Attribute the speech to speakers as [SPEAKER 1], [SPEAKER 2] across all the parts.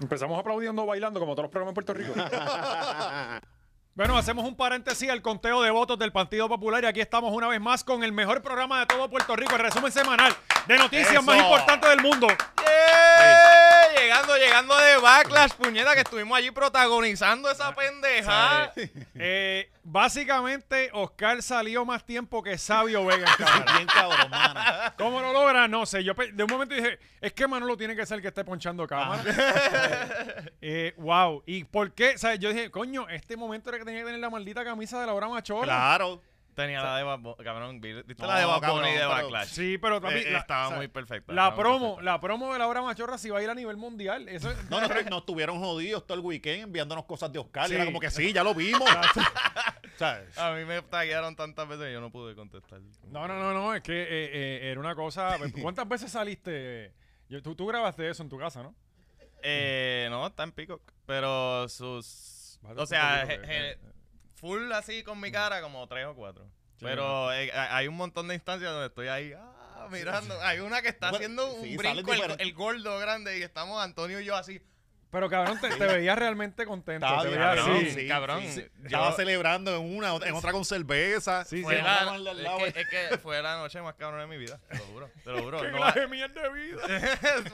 [SPEAKER 1] Empezamos aplaudiendo, bailando, como todos los programas en Puerto Rico. Bueno, hacemos un paréntesis al conteo de votos del Partido Popular y aquí estamos una vez más con el mejor programa de todo Puerto Rico, el resumen semanal de noticias
[SPEAKER 2] Eso.
[SPEAKER 1] más importantes del mundo.
[SPEAKER 2] ¡Eh! Llegando, llegando de Backlash, puñeta, que estuvimos allí protagonizando
[SPEAKER 3] Ah,
[SPEAKER 2] esa pendeja.
[SPEAKER 1] Ah, Eh, básicamente, Oscar salió más tiempo que Sabio Vega. cabrón.
[SPEAKER 3] Bien cabrón, mano.
[SPEAKER 1] ¿Cómo lo logra? No sé. Yo pe- de un momento dije, es que Manolo tiene que ser el que esté ponchando cámara.
[SPEAKER 3] Ah.
[SPEAKER 1] Eh, wow. ¿Y por qué? O sea, yo dije, coño, este momento era que tenía que tener la maldita camisa de la hora machola.
[SPEAKER 3] Claro.
[SPEAKER 2] Tenía la de Bad Bunny, cabrón, vi- ¿viste
[SPEAKER 3] No,
[SPEAKER 2] la de Bad
[SPEAKER 3] cabrón,
[SPEAKER 2] Bunny de
[SPEAKER 3] pero-
[SPEAKER 2] Backlash?
[SPEAKER 1] Sí, pero
[SPEAKER 2] Eh,
[SPEAKER 1] también.
[SPEAKER 2] eh,
[SPEAKER 1] la-
[SPEAKER 2] estaba
[SPEAKER 1] o sea,
[SPEAKER 2] muy perfecta.
[SPEAKER 1] La
[SPEAKER 2] estaba muy
[SPEAKER 1] promo,
[SPEAKER 2] perfecta.
[SPEAKER 1] la promo de la obra machorra si va a ir a nivel mundial. Eso es-
[SPEAKER 3] No, nos, nos tuvieron jodidos todo el weekend enviándonos cosas de Oscar.
[SPEAKER 1] Sí.
[SPEAKER 3] Y era como que sí, ya lo vimos. ¿Sabes?
[SPEAKER 2] A mí me taguearon tantas veces que yo no pude contestar.
[SPEAKER 1] No, no, no, no, es que eh, eh, era una cosa. ¿Cuántas veces saliste? Yo- tú, tú grabaste eso en tu casa, ¿no?
[SPEAKER 2] Eh, no, está en Peacock. Pero sus.
[SPEAKER 1] Vale,
[SPEAKER 2] O sea,
[SPEAKER 1] Peacock,
[SPEAKER 2] je- je-
[SPEAKER 1] eh,
[SPEAKER 2] full así con mi cara, como tres o cuatro.
[SPEAKER 1] Sí.
[SPEAKER 2] Pero eh, ha- hay un montón de instancias donde estoy ahí ah, mirando. Hay una que está
[SPEAKER 3] Bueno,
[SPEAKER 2] haciendo un
[SPEAKER 3] sí, salen
[SPEAKER 2] brinco, el,
[SPEAKER 3] diferentes.
[SPEAKER 2] el gordo grande, y estamos Antonio y yo así.
[SPEAKER 1] Pero cabrón, te, te veías realmente contento.
[SPEAKER 3] Estaba
[SPEAKER 1] te
[SPEAKER 3] bien,
[SPEAKER 1] veías
[SPEAKER 3] cabrón,
[SPEAKER 1] así.
[SPEAKER 3] sí,
[SPEAKER 2] cabrón. Yo-
[SPEAKER 3] Estaba celebrando en una, en otra con cerveza.
[SPEAKER 1] Sí,
[SPEAKER 2] Fue
[SPEAKER 1] sí.
[SPEAKER 2] la-
[SPEAKER 3] Vamos al lado,
[SPEAKER 2] es, que, es que fue la noche más cabrona de mi vida, te lo juro, te lo juro.
[SPEAKER 1] ¡Qué
[SPEAKER 2] No
[SPEAKER 1] clase
[SPEAKER 2] ha-
[SPEAKER 1] de mierda de vida!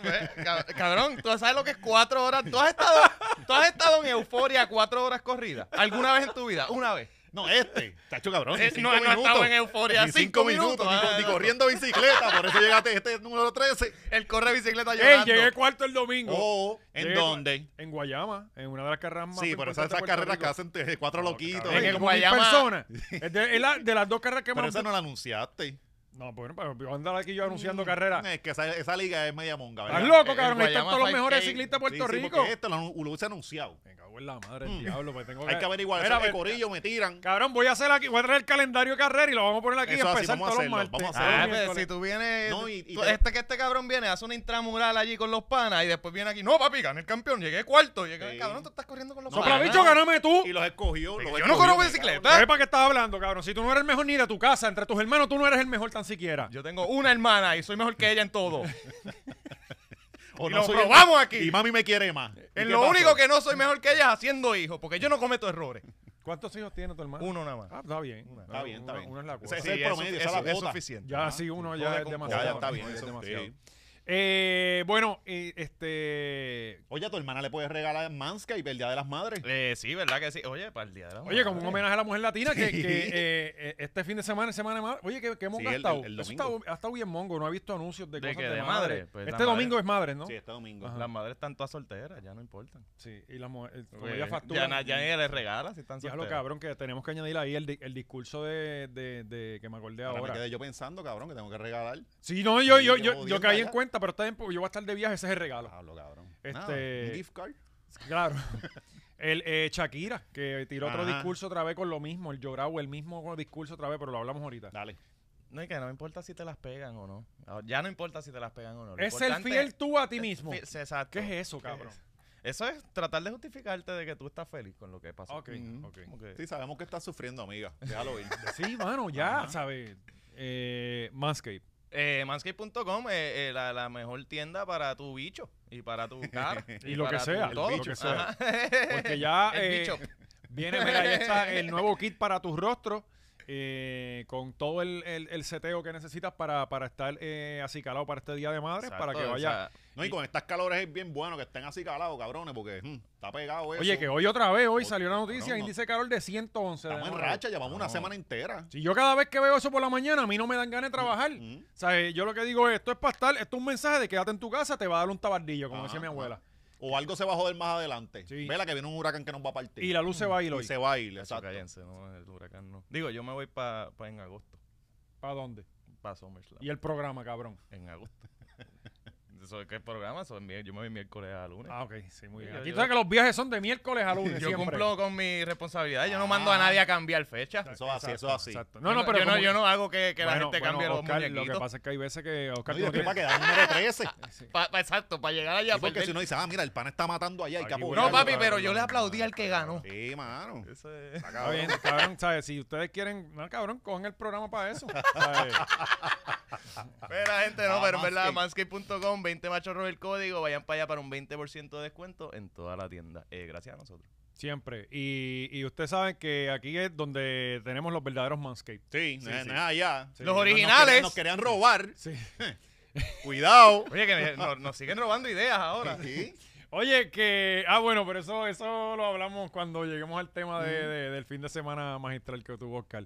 [SPEAKER 2] Fue- cab- cabrón, tú sabes lo que es cuatro horas. ¿Tú has estado, tú has estado en euforia cuatro horas corridas? ¿Alguna vez en tu vida? Una vez.
[SPEAKER 3] No, este. Tacho cabrón.
[SPEAKER 2] Eh,
[SPEAKER 3] ni
[SPEAKER 2] no,
[SPEAKER 3] cinco
[SPEAKER 2] no
[SPEAKER 3] minutos.
[SPEAKER 2] estaba en euforia.
[SPEAKER 3] Ni
[SPEAKER 2] cinco, minutos.
[SPEAKER 3] ni,
[SPEAKER 2] ah,
[SPEAKER 3] ni
[SPEAKER 2] no.
[SPEAKER 3] corriendo bicicleta. Por eso llegaste a este número 13.
[SPEAKER 2] Él corre bicicleta
[SPEAKER 1] ¡Ey,
[SPEAKER 2] llorando.
[SPEAKER 1] llegué cuarto el domingo!
[SPEAKER 3] Oh, ¿en
[SPEAKER 1] Llegué cua-
[SPEAKER 3] dónde?
[SPEAKER 1] En Guayama, en una de las carreras más
[SPEAKER 3] Sí, por
[SPEAKER 1] importantes
[SPEAKER 3] eso
[SPEAKER 1] de
[SPEAKER 3] esas
[SPEAKER 1] Puerto
[SPEAKER 3] carreras que
[SPEAKER 1] Rico.
[SPEAKER 3] hacen de cuatro loquitos. ¿eh?
[SPEAKER 1] Cabrón,
[SPEAKER 2] En el
[SPEAKER 1] como mil
[SPEAKER 2] Guayama-
[SPEAKER 1] personas. Es de, es la- de las dos carreras que
[SPEAKER 3] Pero
[SPEAKER 1] más...
[SPEAKER 3] esa no la anunciaste.
[SPEAKER 1] No, bueno, pero voy a andar aquí yo anunciando
[SPEAKER 3] Mm,
[SPEAKER 1] carreras.
[SPEAKER 3] Es que esa, esa liga es media monga, ¿verdad?
[SPEAKER 1] ¡Estás loco,
[SPEAKER 2] El
[SPEAKER 1] cabrón! Ahí están
[SPEAKER 2] Guayama
[SPEAKER 1] todos los mejores
[SPEAKER 2] 5K.
[SPEAKER 1] ciclistas de Puerto
[SPEAKER 3] Sí, sí,
[SPEAKER 1] Rico.
[SPEAKER 3] porque esto lo, lo hubiese anunciado.
[SPEAKER 1] Me cago en la madre del diablo, pues tengo
[SPEAKER 3] Hay que averiguar.
[SPEAKER 1] Mira,
[SPEAKER 3] eso de
[SPEAKER 1] ve-
[SPEAKER 3] corillo me tiran.
[SPEAKER 1] Cabrón, voy a hacer aquí, voy a traer el calendario de carrera y lo vamos a poner aquí
[SPEAKER 3] Eso
[SPEAKER 1] y
[SPEAKER 3] así,
[SPEAKER 1] empezar
[SPEAKER 3] vamos a
[SPEAKER 1] todos los
[SPEAKER 3] hacerlo,
[SPEAKER 1] martes. pues,
[SPEAKER 3] vamos a
[SPEAKER 2] Ah,
[SPEAKER 3] hacerlo.
[SPEAKER 2] pero si tú vienes.
[SPEAKER 3] No, y- y
[SPEAKER 2] tú-
[SPEAKER 3] te-
[SPEAKER 2] este que este cabrón viene, hace una intramural allí con los panas y después viene aquí. No, papi, gané el campeón. Llegué cuarto. Llegué,
[SPEAKER 3] Sí.
[SPEAKER 2] Cabrón, tú estás corriendo con los
[SPEAKER 3] No,
[SPEAKER 1] Sopla,
[SPEAKER 2] panas.
[SPEAKER 1] bicho, gáname tú.
[SPEAKER 3] Y los escogió.
[SPEAKER 2] Yo
[SPEAKER 3] los
[SPEAKER 2] no
[SPEAKER 3] escogió,
[SPEAKER 2] corro
[SPEAKER 3] me
[SPEAKER 2] bicicleta.
[SPEAKER 3] cago en-
[SPEAKER 1] ¿Sabes para qué estás hablando, cabrón? Si tú no eres el mejor ni de tu casa, entre tus hermanos tú no eres el mejor tan siquiera.
[SPEAKER 2] Yo tengo una hermana y soy mejor que ella en todo.
[SPEAKER 3] O
[SPEAKER 2] Y
[SPEAKER 3] no
[SPEAKER 2] lo
[SPEAKER 3] soy el-
[SPEAKER 2] probamos aquí.
[SPEAKER 3] Y mami me quiere más. ¿Y
[SPEAKER 2] En
[SPEAKER 3] qué
[SPEAKER 2] lo
[SPEAKER 3] pasó?
[SPEAKER 2] único que no soy mejor que ella es haciendo hijos, porque yo no cometo errores.
[SPEAKER 1] ¿Cuántos hijos tiene tu hermano?
[SPEAKER 2] Uno nada más.
[SPEAKER 1] Ah, está bien.
[SPEAKER 3] Está bien, está
[SPEAKER 1] Uno-
[SPEAKER 3] bien.
[SPEAKER 1] Uno es la cosa.
[SPEAKER 3] Ese- ese es el
[SPEAKER 2] es
[SPEAKER 3] promedio,
[SPEAKER 2] sufi-
[SPEAKER 3] esa es la
[SPEAKER 2] eso es
[SPEAKER 3] cuota.
[SPEAKER 2] suficiente.
[SPEAKER 1] Ya sí, uno ya
[SPEAKER 2] Jode
[SPEAKER 1] es
[SPEAKER 2] con-
[SPEAKER 1] demasiado.
[SPEAKER 3] Ya, ya está bien.
[SPEAKER 1] es
[SPEAKER 3] eso,
[SPEAKER 1] demasiado.
[SPEAKER 3] sí.
[SPEAKER 1] Eh, bueno, eh, este...
[SPEAKER 3] Oye, a tu hermana le puedes regalar Mansca y el Día de las Madres.
[SPEAKER 2] Eh, sí, ¿verdad que sí? Oye, para el día de la
[SPEAKER 1] Oye,
[SPEAKER 2] madre.
[SPEAKER 1] como un homenaje a la mujer latina que, que, eh, eh, este fin de semana, semana más. Oye, que, que hemos
[SPEAKER 3] Sí, el-
[SPEAKER 1] gastado.
[SPEAKER 3] el- el
[SPEAKER 1] Eso está-
[SPEAKER 3] domingo.
[SPEAKER 1] ha estado bien mongo, no he visto anuncios de,
[SPEAKER 2] ¿De
[SPEAKER 1] cosas
[SPEAKER 2] qué?
[SPEAKER 1] de,
[SPEAKER 2] ¿De
[SPEAKER 1] madre.
[SPEAKER 2] madre? Pues, la
[SPEAKER 1] este
[SPEAKER 2] madre.
[SPEAKER 1] domingo es madre, ¿no?
[SPEAKER 3] Sí, este domingo.
[SPEAKER 1] Ajá.
[SPEAKER 2] Las madres están todas solteras, ya no importan.
[SPEAKER 1] Sí, y las mujeres, como
[SPEAKER 2] Porque
[SPEAKER 1] ellas
[SPEAKER 2] ya,
[SPEAKER 1] facturan.
[SPEAKER 2] na- ya ni les regala si están
[SPEAKER 1] Ya lo
[SPEAKER 2] solteras.
[SPEAKER 1] cabrón, que tenemos que añadir ahí el, di- el discurso de, de- de- que me acordé
[SPEAKER 3] Ahora me
[SPEAKER 1] ahora.
[SPEAKER 3] quedé yo pensando, cabrón, que tengo que regalar.
[SPEAKER 1] Sí, no, yo,
[SPEAKER 3] Sí,
[SPEAKER 1] yo,
[SPEAKER 3] qué
[SPEAKER 1] yo, yo
[SPEAKER 3] jodienda
[SPEAKER 1] caí en
[SPEAKER 3] ya.
[SPEAKER 1] cuenta, pero está bien, porque yo voy a estar de viaje, ese es el regalo.
[SPEAKER 3] Pablo, cabrón.
[SPEAKER 1] Este-
[SPEAKER 3] Nada, un gift card.
[SPEAKER 1] Claro. El eh, Shakira, que tiró otro
[SPEAKER 3] Ajá.
[SPEAKER 1] discurso otra vez con lo mismo, el llorado, el mismo discurso otra vez, pero lo hablamos ahorita.
[SPEAKER 3] Dale.
[SPEAKER 2] No, y que no importa si te las pegan o no. Ahora, Ya no importa si te las pegan o no. Lo
[SPEAKER 1] Es el
[SPEAKER 2] importante
[SPEAKER 1] fiel tú a ti
[SPEAKER 2] es-
[SPEAKER 1] mismo.
[SPEAKER 2] fi- Exacto.
[SPEAKER 1] ¿Qué es eso, cabrón?
[SPEAKER 2] Eso es tratar de justificarte de que tú estás feliz con lo que pasó.
[SPEAKER 1] Ok,
[SPEAKER 3] Mm.
[SPEAKER 1] ok.
[SPEAKER 2] Como que-
[SPEAKER 3] Sí, sabemos que estás sufriendo, amiga. Déjalo ir.
[SPEAKER 1] Sí, mano, ya,
[SPEAKER 3] Ajá.
[SPEAKER 1] ¿sabes? Eh, Manscaped.
[SPEAKER 2] Eh, Manscaped.com es eh, la, la mejor tienda para tu bicho y para tu cara.
[SPEAKER 1] Y lo
[SPEAKER 2] para
[SPEAKER 1] que
[SPEAKER 2] tu
[SPEAKER 1] sea,
[SPEAKER 2] todo.
[SPEAKER 1] lo que sea.
[SPEAKER 2] Ajá.
[SPEAKER 1] Porque ya
[SPEAKER 2] El
[SPEAKER 1] eh,
[SPEAKER 2] bicho.
[SPEAKER 1] viene, mira, ahí está el nuevo kit para tu rostro. eh, con todo el, el, el seteo que necesitas para, para estar eh, acicalado para este Día de Madres, para que
[SPEAKER 2] Exacto,
[SPEAKER 1] vaya...
[SPEAKER 2] o sea,
[SPEAKER 3] No, y con estas calores es bien bueno que estén así calados, cabrones, porque mm, está pegado eso.
[SPEAKER 1] Oye, que hoy otra vez, hoy
[SPEAKER 3] Oye,
[SPEAKER 1] salió la noticia,
[SPEAKER 3] cabrón, no.
[SPEAKER 1] índice de calor de 111. de
[SPEAKER 3] Estamos en
[SPEAKER 1] nuevo.
[SPEAKER 3] racha, llevamos una
[SPEAKER 2] No.
[SPEAKER 3] semana entera.
[SPEAKER 1] Si yo cada vez que veo eso por la mañana, a mí no me dan ganas de trabajar.
[SPEAKER 3] Mm.
[SPEAKER 1] O sea, eh, yo lo que digo es, esto es para estar, esto es un mensaje de quédate en tu casa, te va a dar un tabardillo, como
[SPEAKER 3] Ajá,
[SPEAKER 1] decía mi
[SPEAKER 3] ajá.
[SPEAKER 1] abuela.
[SPEAKER 3] O algo se va a joder más adelante.
[SPEAKER 1] Sí.
[SPEAKER 3] Vela que viene un huracán que nos va a partir.
[SPEAKER 1] Y la luz se va a ir
[SPEAKER 3] Y
[SPEAKER 1] hoy.
[SPEAKER 3] se va a ir,
[SPEAKER 2] Exacto.
[SPEAKER 3] exacto.
[SPEAKER 2] cállense, no, el huracán no. Digo, yo me voy para en agosto,
[SPEAKER 1] ¿Para dónde?
[SPEAKER 2] para SummerSlam.
[SPEAKER 1] Y el programa, cabrón.
[SPEAKER 2] En agosto. ¿Eso es qué programa? Eso es mier- yo me voy miércoles a lunes.
[SPEAKER 1] Ah, ok, sí, muy bien.
[SPEAKER 2] Yo-
[SPEAKER 1] Aquí tú
[SPEAKER 2] yo-
[SPEAKER 1] sabes que los viajes son de miércoles a lunes.
[SPEAKER 2] yo
[SPEAKER 1] siempre.
[SPEAKER 2] cumplo con mi responsabilidad. Yo no mando a nadie a cambiar fecha.
[SPEAKER 3] Eso es así, eso es así.
[SPEAKER 1] Exacto. No, no, pero
[SPEAKER 2] yo, no,
[SPEAKER 1] como-
[SPEAKER 2] yo no hago que, que la
[SPEAKER 1] Bueno,
[SPEAKER 2] gente
[SPEAKER 1] bueno,
[SPEAKER 2] cambie los
[SPEAKER 1] Oscar, Lo
[SPEAKER 2] muñequitos.
[SPEAKER 1] que pasa es que hay veces que Oscar
[SPEAKER 3] No,
[SPEAKER 1] tú
[SPEAKER 3] y
[SPEAKER 1] no
[SPEAKER 3] después
[SPEAKER 1] tienes-
[SPEAKER 3] para quedar número 13.
[SPEAKER 2] Pa- pa- exacto, para llegar allá.
[SPEAKER 3] Sí, porque
[SPEAKER 2] perder-
[SPEAKER 3] si uno dice, ah, mira, el pan está matando allá, hay que
[SPEAKER 1] Aquí voy
[SPEAKER 3] apoyarlo,
[SPEAKER 2] no, papi,
[SPEAKER 3] cabrón.
[SPEAKER 2] pero yo le aplaudí al que ganó.
[SPEAKER 3] Sí, mano.
[SPEAKER 2] Eso es-
[SPEAKER 3] Está
[SPEAKER 1] Está
[SPEAKER 3] cabrón.
[SPEAKER 1] bien, cabrón, ¿sabes? Si ustedes quieren, no, cabrón, cogen el programa para eso. ¿sabes?
[SPEAKER 2] Pero gente, no,
[SPEAKER 3] Ah,
[SPEAKER 2] pero en verdad,
[SPEAKER 3] Manscaped.
[SPEAKER 2] manscape.com, 20 machorros el código, vayan para allá para un 20% de descuento en toda la tienda. Eh, gracias a nosotros.
[SPEAKER 1] Siempre. Y, y ustedes saben que aquí es donde tenemos los verdaderos manscapes.
[SPEAKER 3] Sí,
[SPEAKER 1] Sí,
[SPEAKER 3] no es-
[SPEAKER 1] sí.
[SPEAKER 3] no es allá.
[SPEAKER 1] Sí.
[SPEAKER 2] Los
[SPEAKER 3] Nos- nos
[SPEAKER 2] originales.
[SPEAKER 3] querían- Nos querían robar.
[SPEAKER 1] Sí.
[SPEAKER 3] Cuidado.
[SPEAKER 2] Oye, que me- nos, nos siguen robando ideas ahora.
[SPEAKER 3] Sí.
[SPEAKER 1] Oye, que. Ah, bueno, pero eso, eso lo hablamos cuando lleguemos al tema de- de- del fin de semana magistral que tuvo Oscar.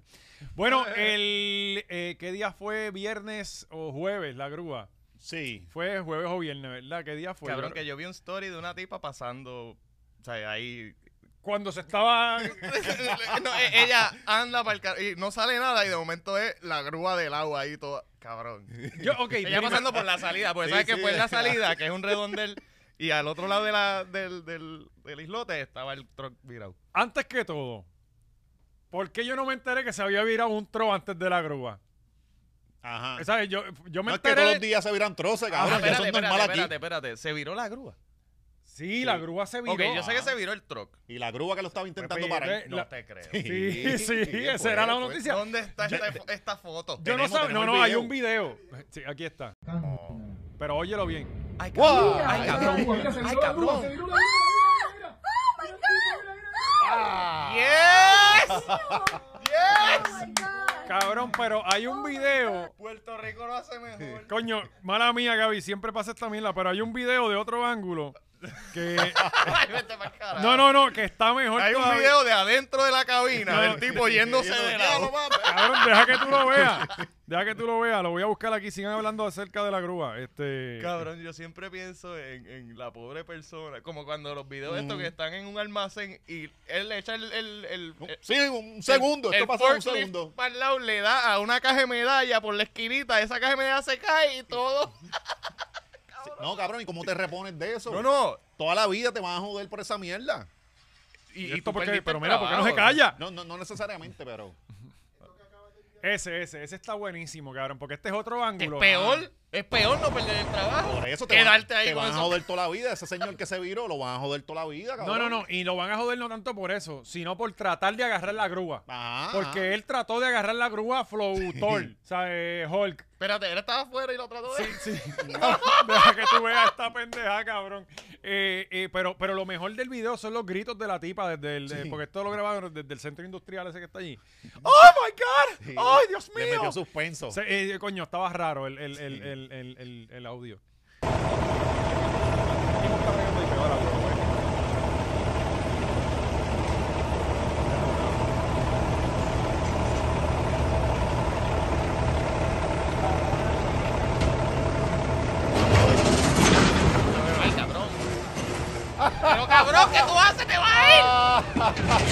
[SPEAKER 1] Bueno, el eh, ¿qué día fue? ¿Viernes o jueves la grúa?
[SPEAKER 3] Sí.
[SPEAKER 1] Fue jueves o viernes, ¿verdad? ¿Qué día fue?
[SPEAKER 2] Cabrón,
[SPEAKER 1] Yo-
[SPEAKER 2] que yo vi un story de una tipa pasando. O sea, ahí.
[SPEAKER 1] Cuando se estaba.
[SPEAKER 2] No, e- ella anda para el carro y no sale nada, y de momento es la grúa del agua ahí toda. Cabrón.
[SPEAKER 1] Yo, ok,
[SPEAKER 2] Ella
[SPEAKER 1] prima-
[SPEAKER 2] pasando por la salida, porque
[SPEAKER 3] Sí,
[SPEAKER 2] sabes que
[SPEAKER 3] sí.
[SPEAKER 2] fue en la salida, que es un redondel, y al otro lado de la, del, del, del islote estaba el truck virado.
[SPEAKER 1] antes que todo, ¿por qué yo no me enteré que se había virado un tro antes de la grúa?
[SPEAKER 3] Ajá.
[SPEAKER 1] ¿Sabes? Yo, yo me
[SPEAKER 3] Ah. No es que
[SPEAKER 1] enteré.
[SPEAKER 3] todos los días se viran troces,
[SPEAKER 1] Ah,
[SPEAKER 3] cabrón. ya eso es normal
[SPEAKER 2] espérate,
[SPEAKER 3] aquí.
[SPEAKER 2] espérate, espérate. Se viró la grúa.
[SPEAKER 1] Sí, la grúa se viró.
[SPEAKER 2] ok, yo sé que
[SPEAKER 3] ah.
[SPEAKER 2] se viró el truck.
[SPEAKER 3] Y la grúa que lo estaba intentando
[SPEAKER 1] Pepe,
[SPEAKER 3] parar.
[SPEAKER 1] ve-
[SPEAKER 2] No
[SPEAKER 1] La-
[SPEAKER 2] te creo.
[SPEAKER 1] Sí, sí, esa era la noticia.
[SPEAKER 2] ¿Dónde está esta, fo- esta foto?
[SPEAKER 1] Yo no
[SPEAKER 3] Tenemos-
[SPEAKER 1] sabía. No,
[SPEAKER 3] tenemos
[SPEAKER 1] no,
[SPEAKER 3] el
[SPEAKER 1] hay un video. Sí, aquí está. Pero óyelo bien.
[SPEAKER 2] Ay,
[SPEAKER 3] ¡Wow!
[SPEAKER 2] cabrón. Ay, cabrón. Ay, cabrón. Ah. ¡Yes! ¡Yes!
[SPEAKER 1] Cabrón, pero hay un video.
[SPEAKER 2] Puerto Rico lo hace mejor.
[SPEAKER 1] Coño, mala mía, Gaby, siempre pasa esta mierda, pero hay un video de otro ángulo que.
[SPEAKER 2] Ay, vete pa'l carajo.
[SPEAKER 1] No, no, no, que está mejor.
[SPEAKER 2] Hay un
[SPEAKER 1] todavía.
[SPEAKER 2] video de adentro de la cabina del tipo yéndose de lado.
[SPEAKER 1] Cabrón, deja que tú lo veas. Deja que tú lo veas. Lo voy a buscar aquí. Sigan hablando acerca de la grúa. Este.
[SPEAKER 2] Cabrón, yo siempre pienso en, en la pobre persona. Como cuando los videos estos
[SPEAKER 1] Mm.
[SPEAKER 2] que están en un almacén y él le echa el. el, el- el-
[SPEAKER 3] Sí, un segundo.
[SPEAKER 2] el
[SPEAKER 3] Esto pasó en un
[SPEAKER 2] forklift
[SPEAKER 3] segundo.
[SPEAKER 2] Para el lado le da a una caja de medalla por la esquinita. Esa caja de medalla se cae y todo.
[SPEAKER 3] No, cabrón, ¿y cómo te repones de eso?
[SPEAKER 2] No, no.
[SPEAKER 3] Toda la vida te vas a joder por esa mierda.
[SPEAKER 1] ¿Y
[SPEAKER 2] tú
[SPEAKER 1] esto por qué?
[SPEAKER 2] perdiste
[SPEAKER 1] Pero
[SPEAKER 2] el
[SPEAKER 1] mira, ¿por qué no se
[SPEAKER 2] trabajo.
[SPEAKER 1] calla?
[SPEAKER 3] No, no, no necesariamente, pero.
[SPEAKER 1] Ese, ese, ese está buenísimo, cabrón, porque este es otro
[SPEAKER 2] Es
[SPEAKER 1] ángulo.
[SPEAKER 2] peor. Es peor no perder el trabajo.
[SPEAKER 3] Por eso te,
[SPEAKER 2] Quedarte
[SPEAKER 3] van,
[SPEAKER 2] ahí
[SPEAKER 3] te
[SPEAKER 2] con
[SPEAKER 3] van a
[SPEAKER 2] eso.
[SPEAKER 3] joder toda la vida. Ese señor que se viró lo van a joder toda la vida,
[SPEAKER 1] No, no,
[SPEAKER 3] cabrón.
[SPEAKER 1] no. Y lo van a joder no tanto por eso, sino por tratar de agarrar la grúa.
[SPEAKER 3] Ajá.
[SPEAKER 1] Porque él trató de agarrar la grúa flow Thor, o sea, eh, Hulk.
[SPEAKER 2] Espérate, él estaba afuera y lo trató de.
[SPEAKER 1] Sí. Deja que tú veas esta pendeja, cabrón. Eh, eh, pero, pero lo mejor del video son los gritos de la tipa desde el, eh, porque esto lo grabaron desde el centro industrial ese que está allí. ¡Oh my God!
[SPEAKER 3] Sí.
[SPEAKER 1] ¡Ay, Dios
[SPEAKER 3] Le metió
[SPEAKER 1] mío!
[SPEAKER 3] suspenso.
[SPEAKER 1] Se- eh, coño, estaba raro el, el, el, el, el, el- el audio.
[SPEAKER 2] Ay, cabrón. Pero cabrón, ¿qué tú haces? ¡Te vas a ir!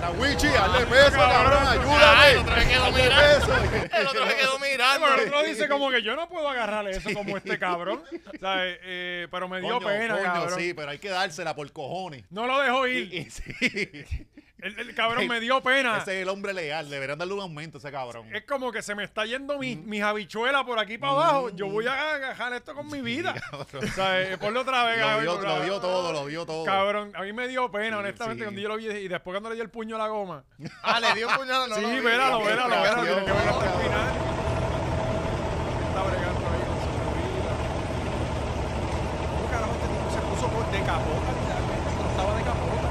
[SPEAKER 3] La Wichi, hazle peso, cabrón.
[SPEAKER 1] Ah,
[SPEAKER 2] Ay, el
[SPEAKER 3] Ayúdame.
[SPEAKER 2] otro se quedó
[SPEAKER 3] Hazle
[SPEAKER 2] mirando. El otro se quedó mirando.
[SPEAKER 1] Pero el otro dice como que yo no puedo agarrar eso como este cabrón. O sea, eh, eh, pero me dio
[SPEAKER 3] Coño,
[SPEAKER 1] pena,
[SPEAKER 3] coño,
[SPEAKER 1] cabrón.
[SPEAKER 3] Sí, pero hay que dársela por cojones.
[SPEAKER 1] No lo dejó ir.
[SPEAKER 3] Y- y sí.
[SPEAKER 1] El, el cabrón me dio pena.
[SPEAKER 3] Ese es el hombre leal. Deberían darle un aumento a ese cabrón.
[SPEAKER 1] Ah. Es como que se me está yendo mi- mis habichuelas por aquí para abajo. Yo voy a agarrar esto con mi vida.
[SPEAKER 3] cabrón.
[SPEAKER 1] O sea, eh, ponlo otra vez.
[SPEAKER 3] Lo
[SPEAKER 1] cabrón,
[SPEAKER 3] vio,
[SPEAKER 1] otra
[SPEAKER 3] lo
[SPEAKER 1] vez.
[SPEAKER 3] vio todo, lo vio todo.
[SPEAKER 1] Cabrón, a mí me dio pena, honestamente,
[SPEAKER 3] sí.
[SPEAKER 1] cuando yo lo vi y después cuando le di el puño a la goma.
[SPEAKER 2] Ah, le dio un puñado. No
[SPEAKER 1] sí,
[SPEAKER 2] lo vi.
[SPEAKER 1] véralo,
[SPEAKER 3] la
[SPEAKER 1] véralo,
[SPEAKER 3] aplicación,
[SPEAKER 1] véralo. Tienes que verlo hasta el
[SPEAKER 3] cabrón.
[SPEAKER 1] final. Está bregando ahí con su vida. ¿Cómo carajo este tipo se puso por de capota? literalmente? Esto Estaba de capota.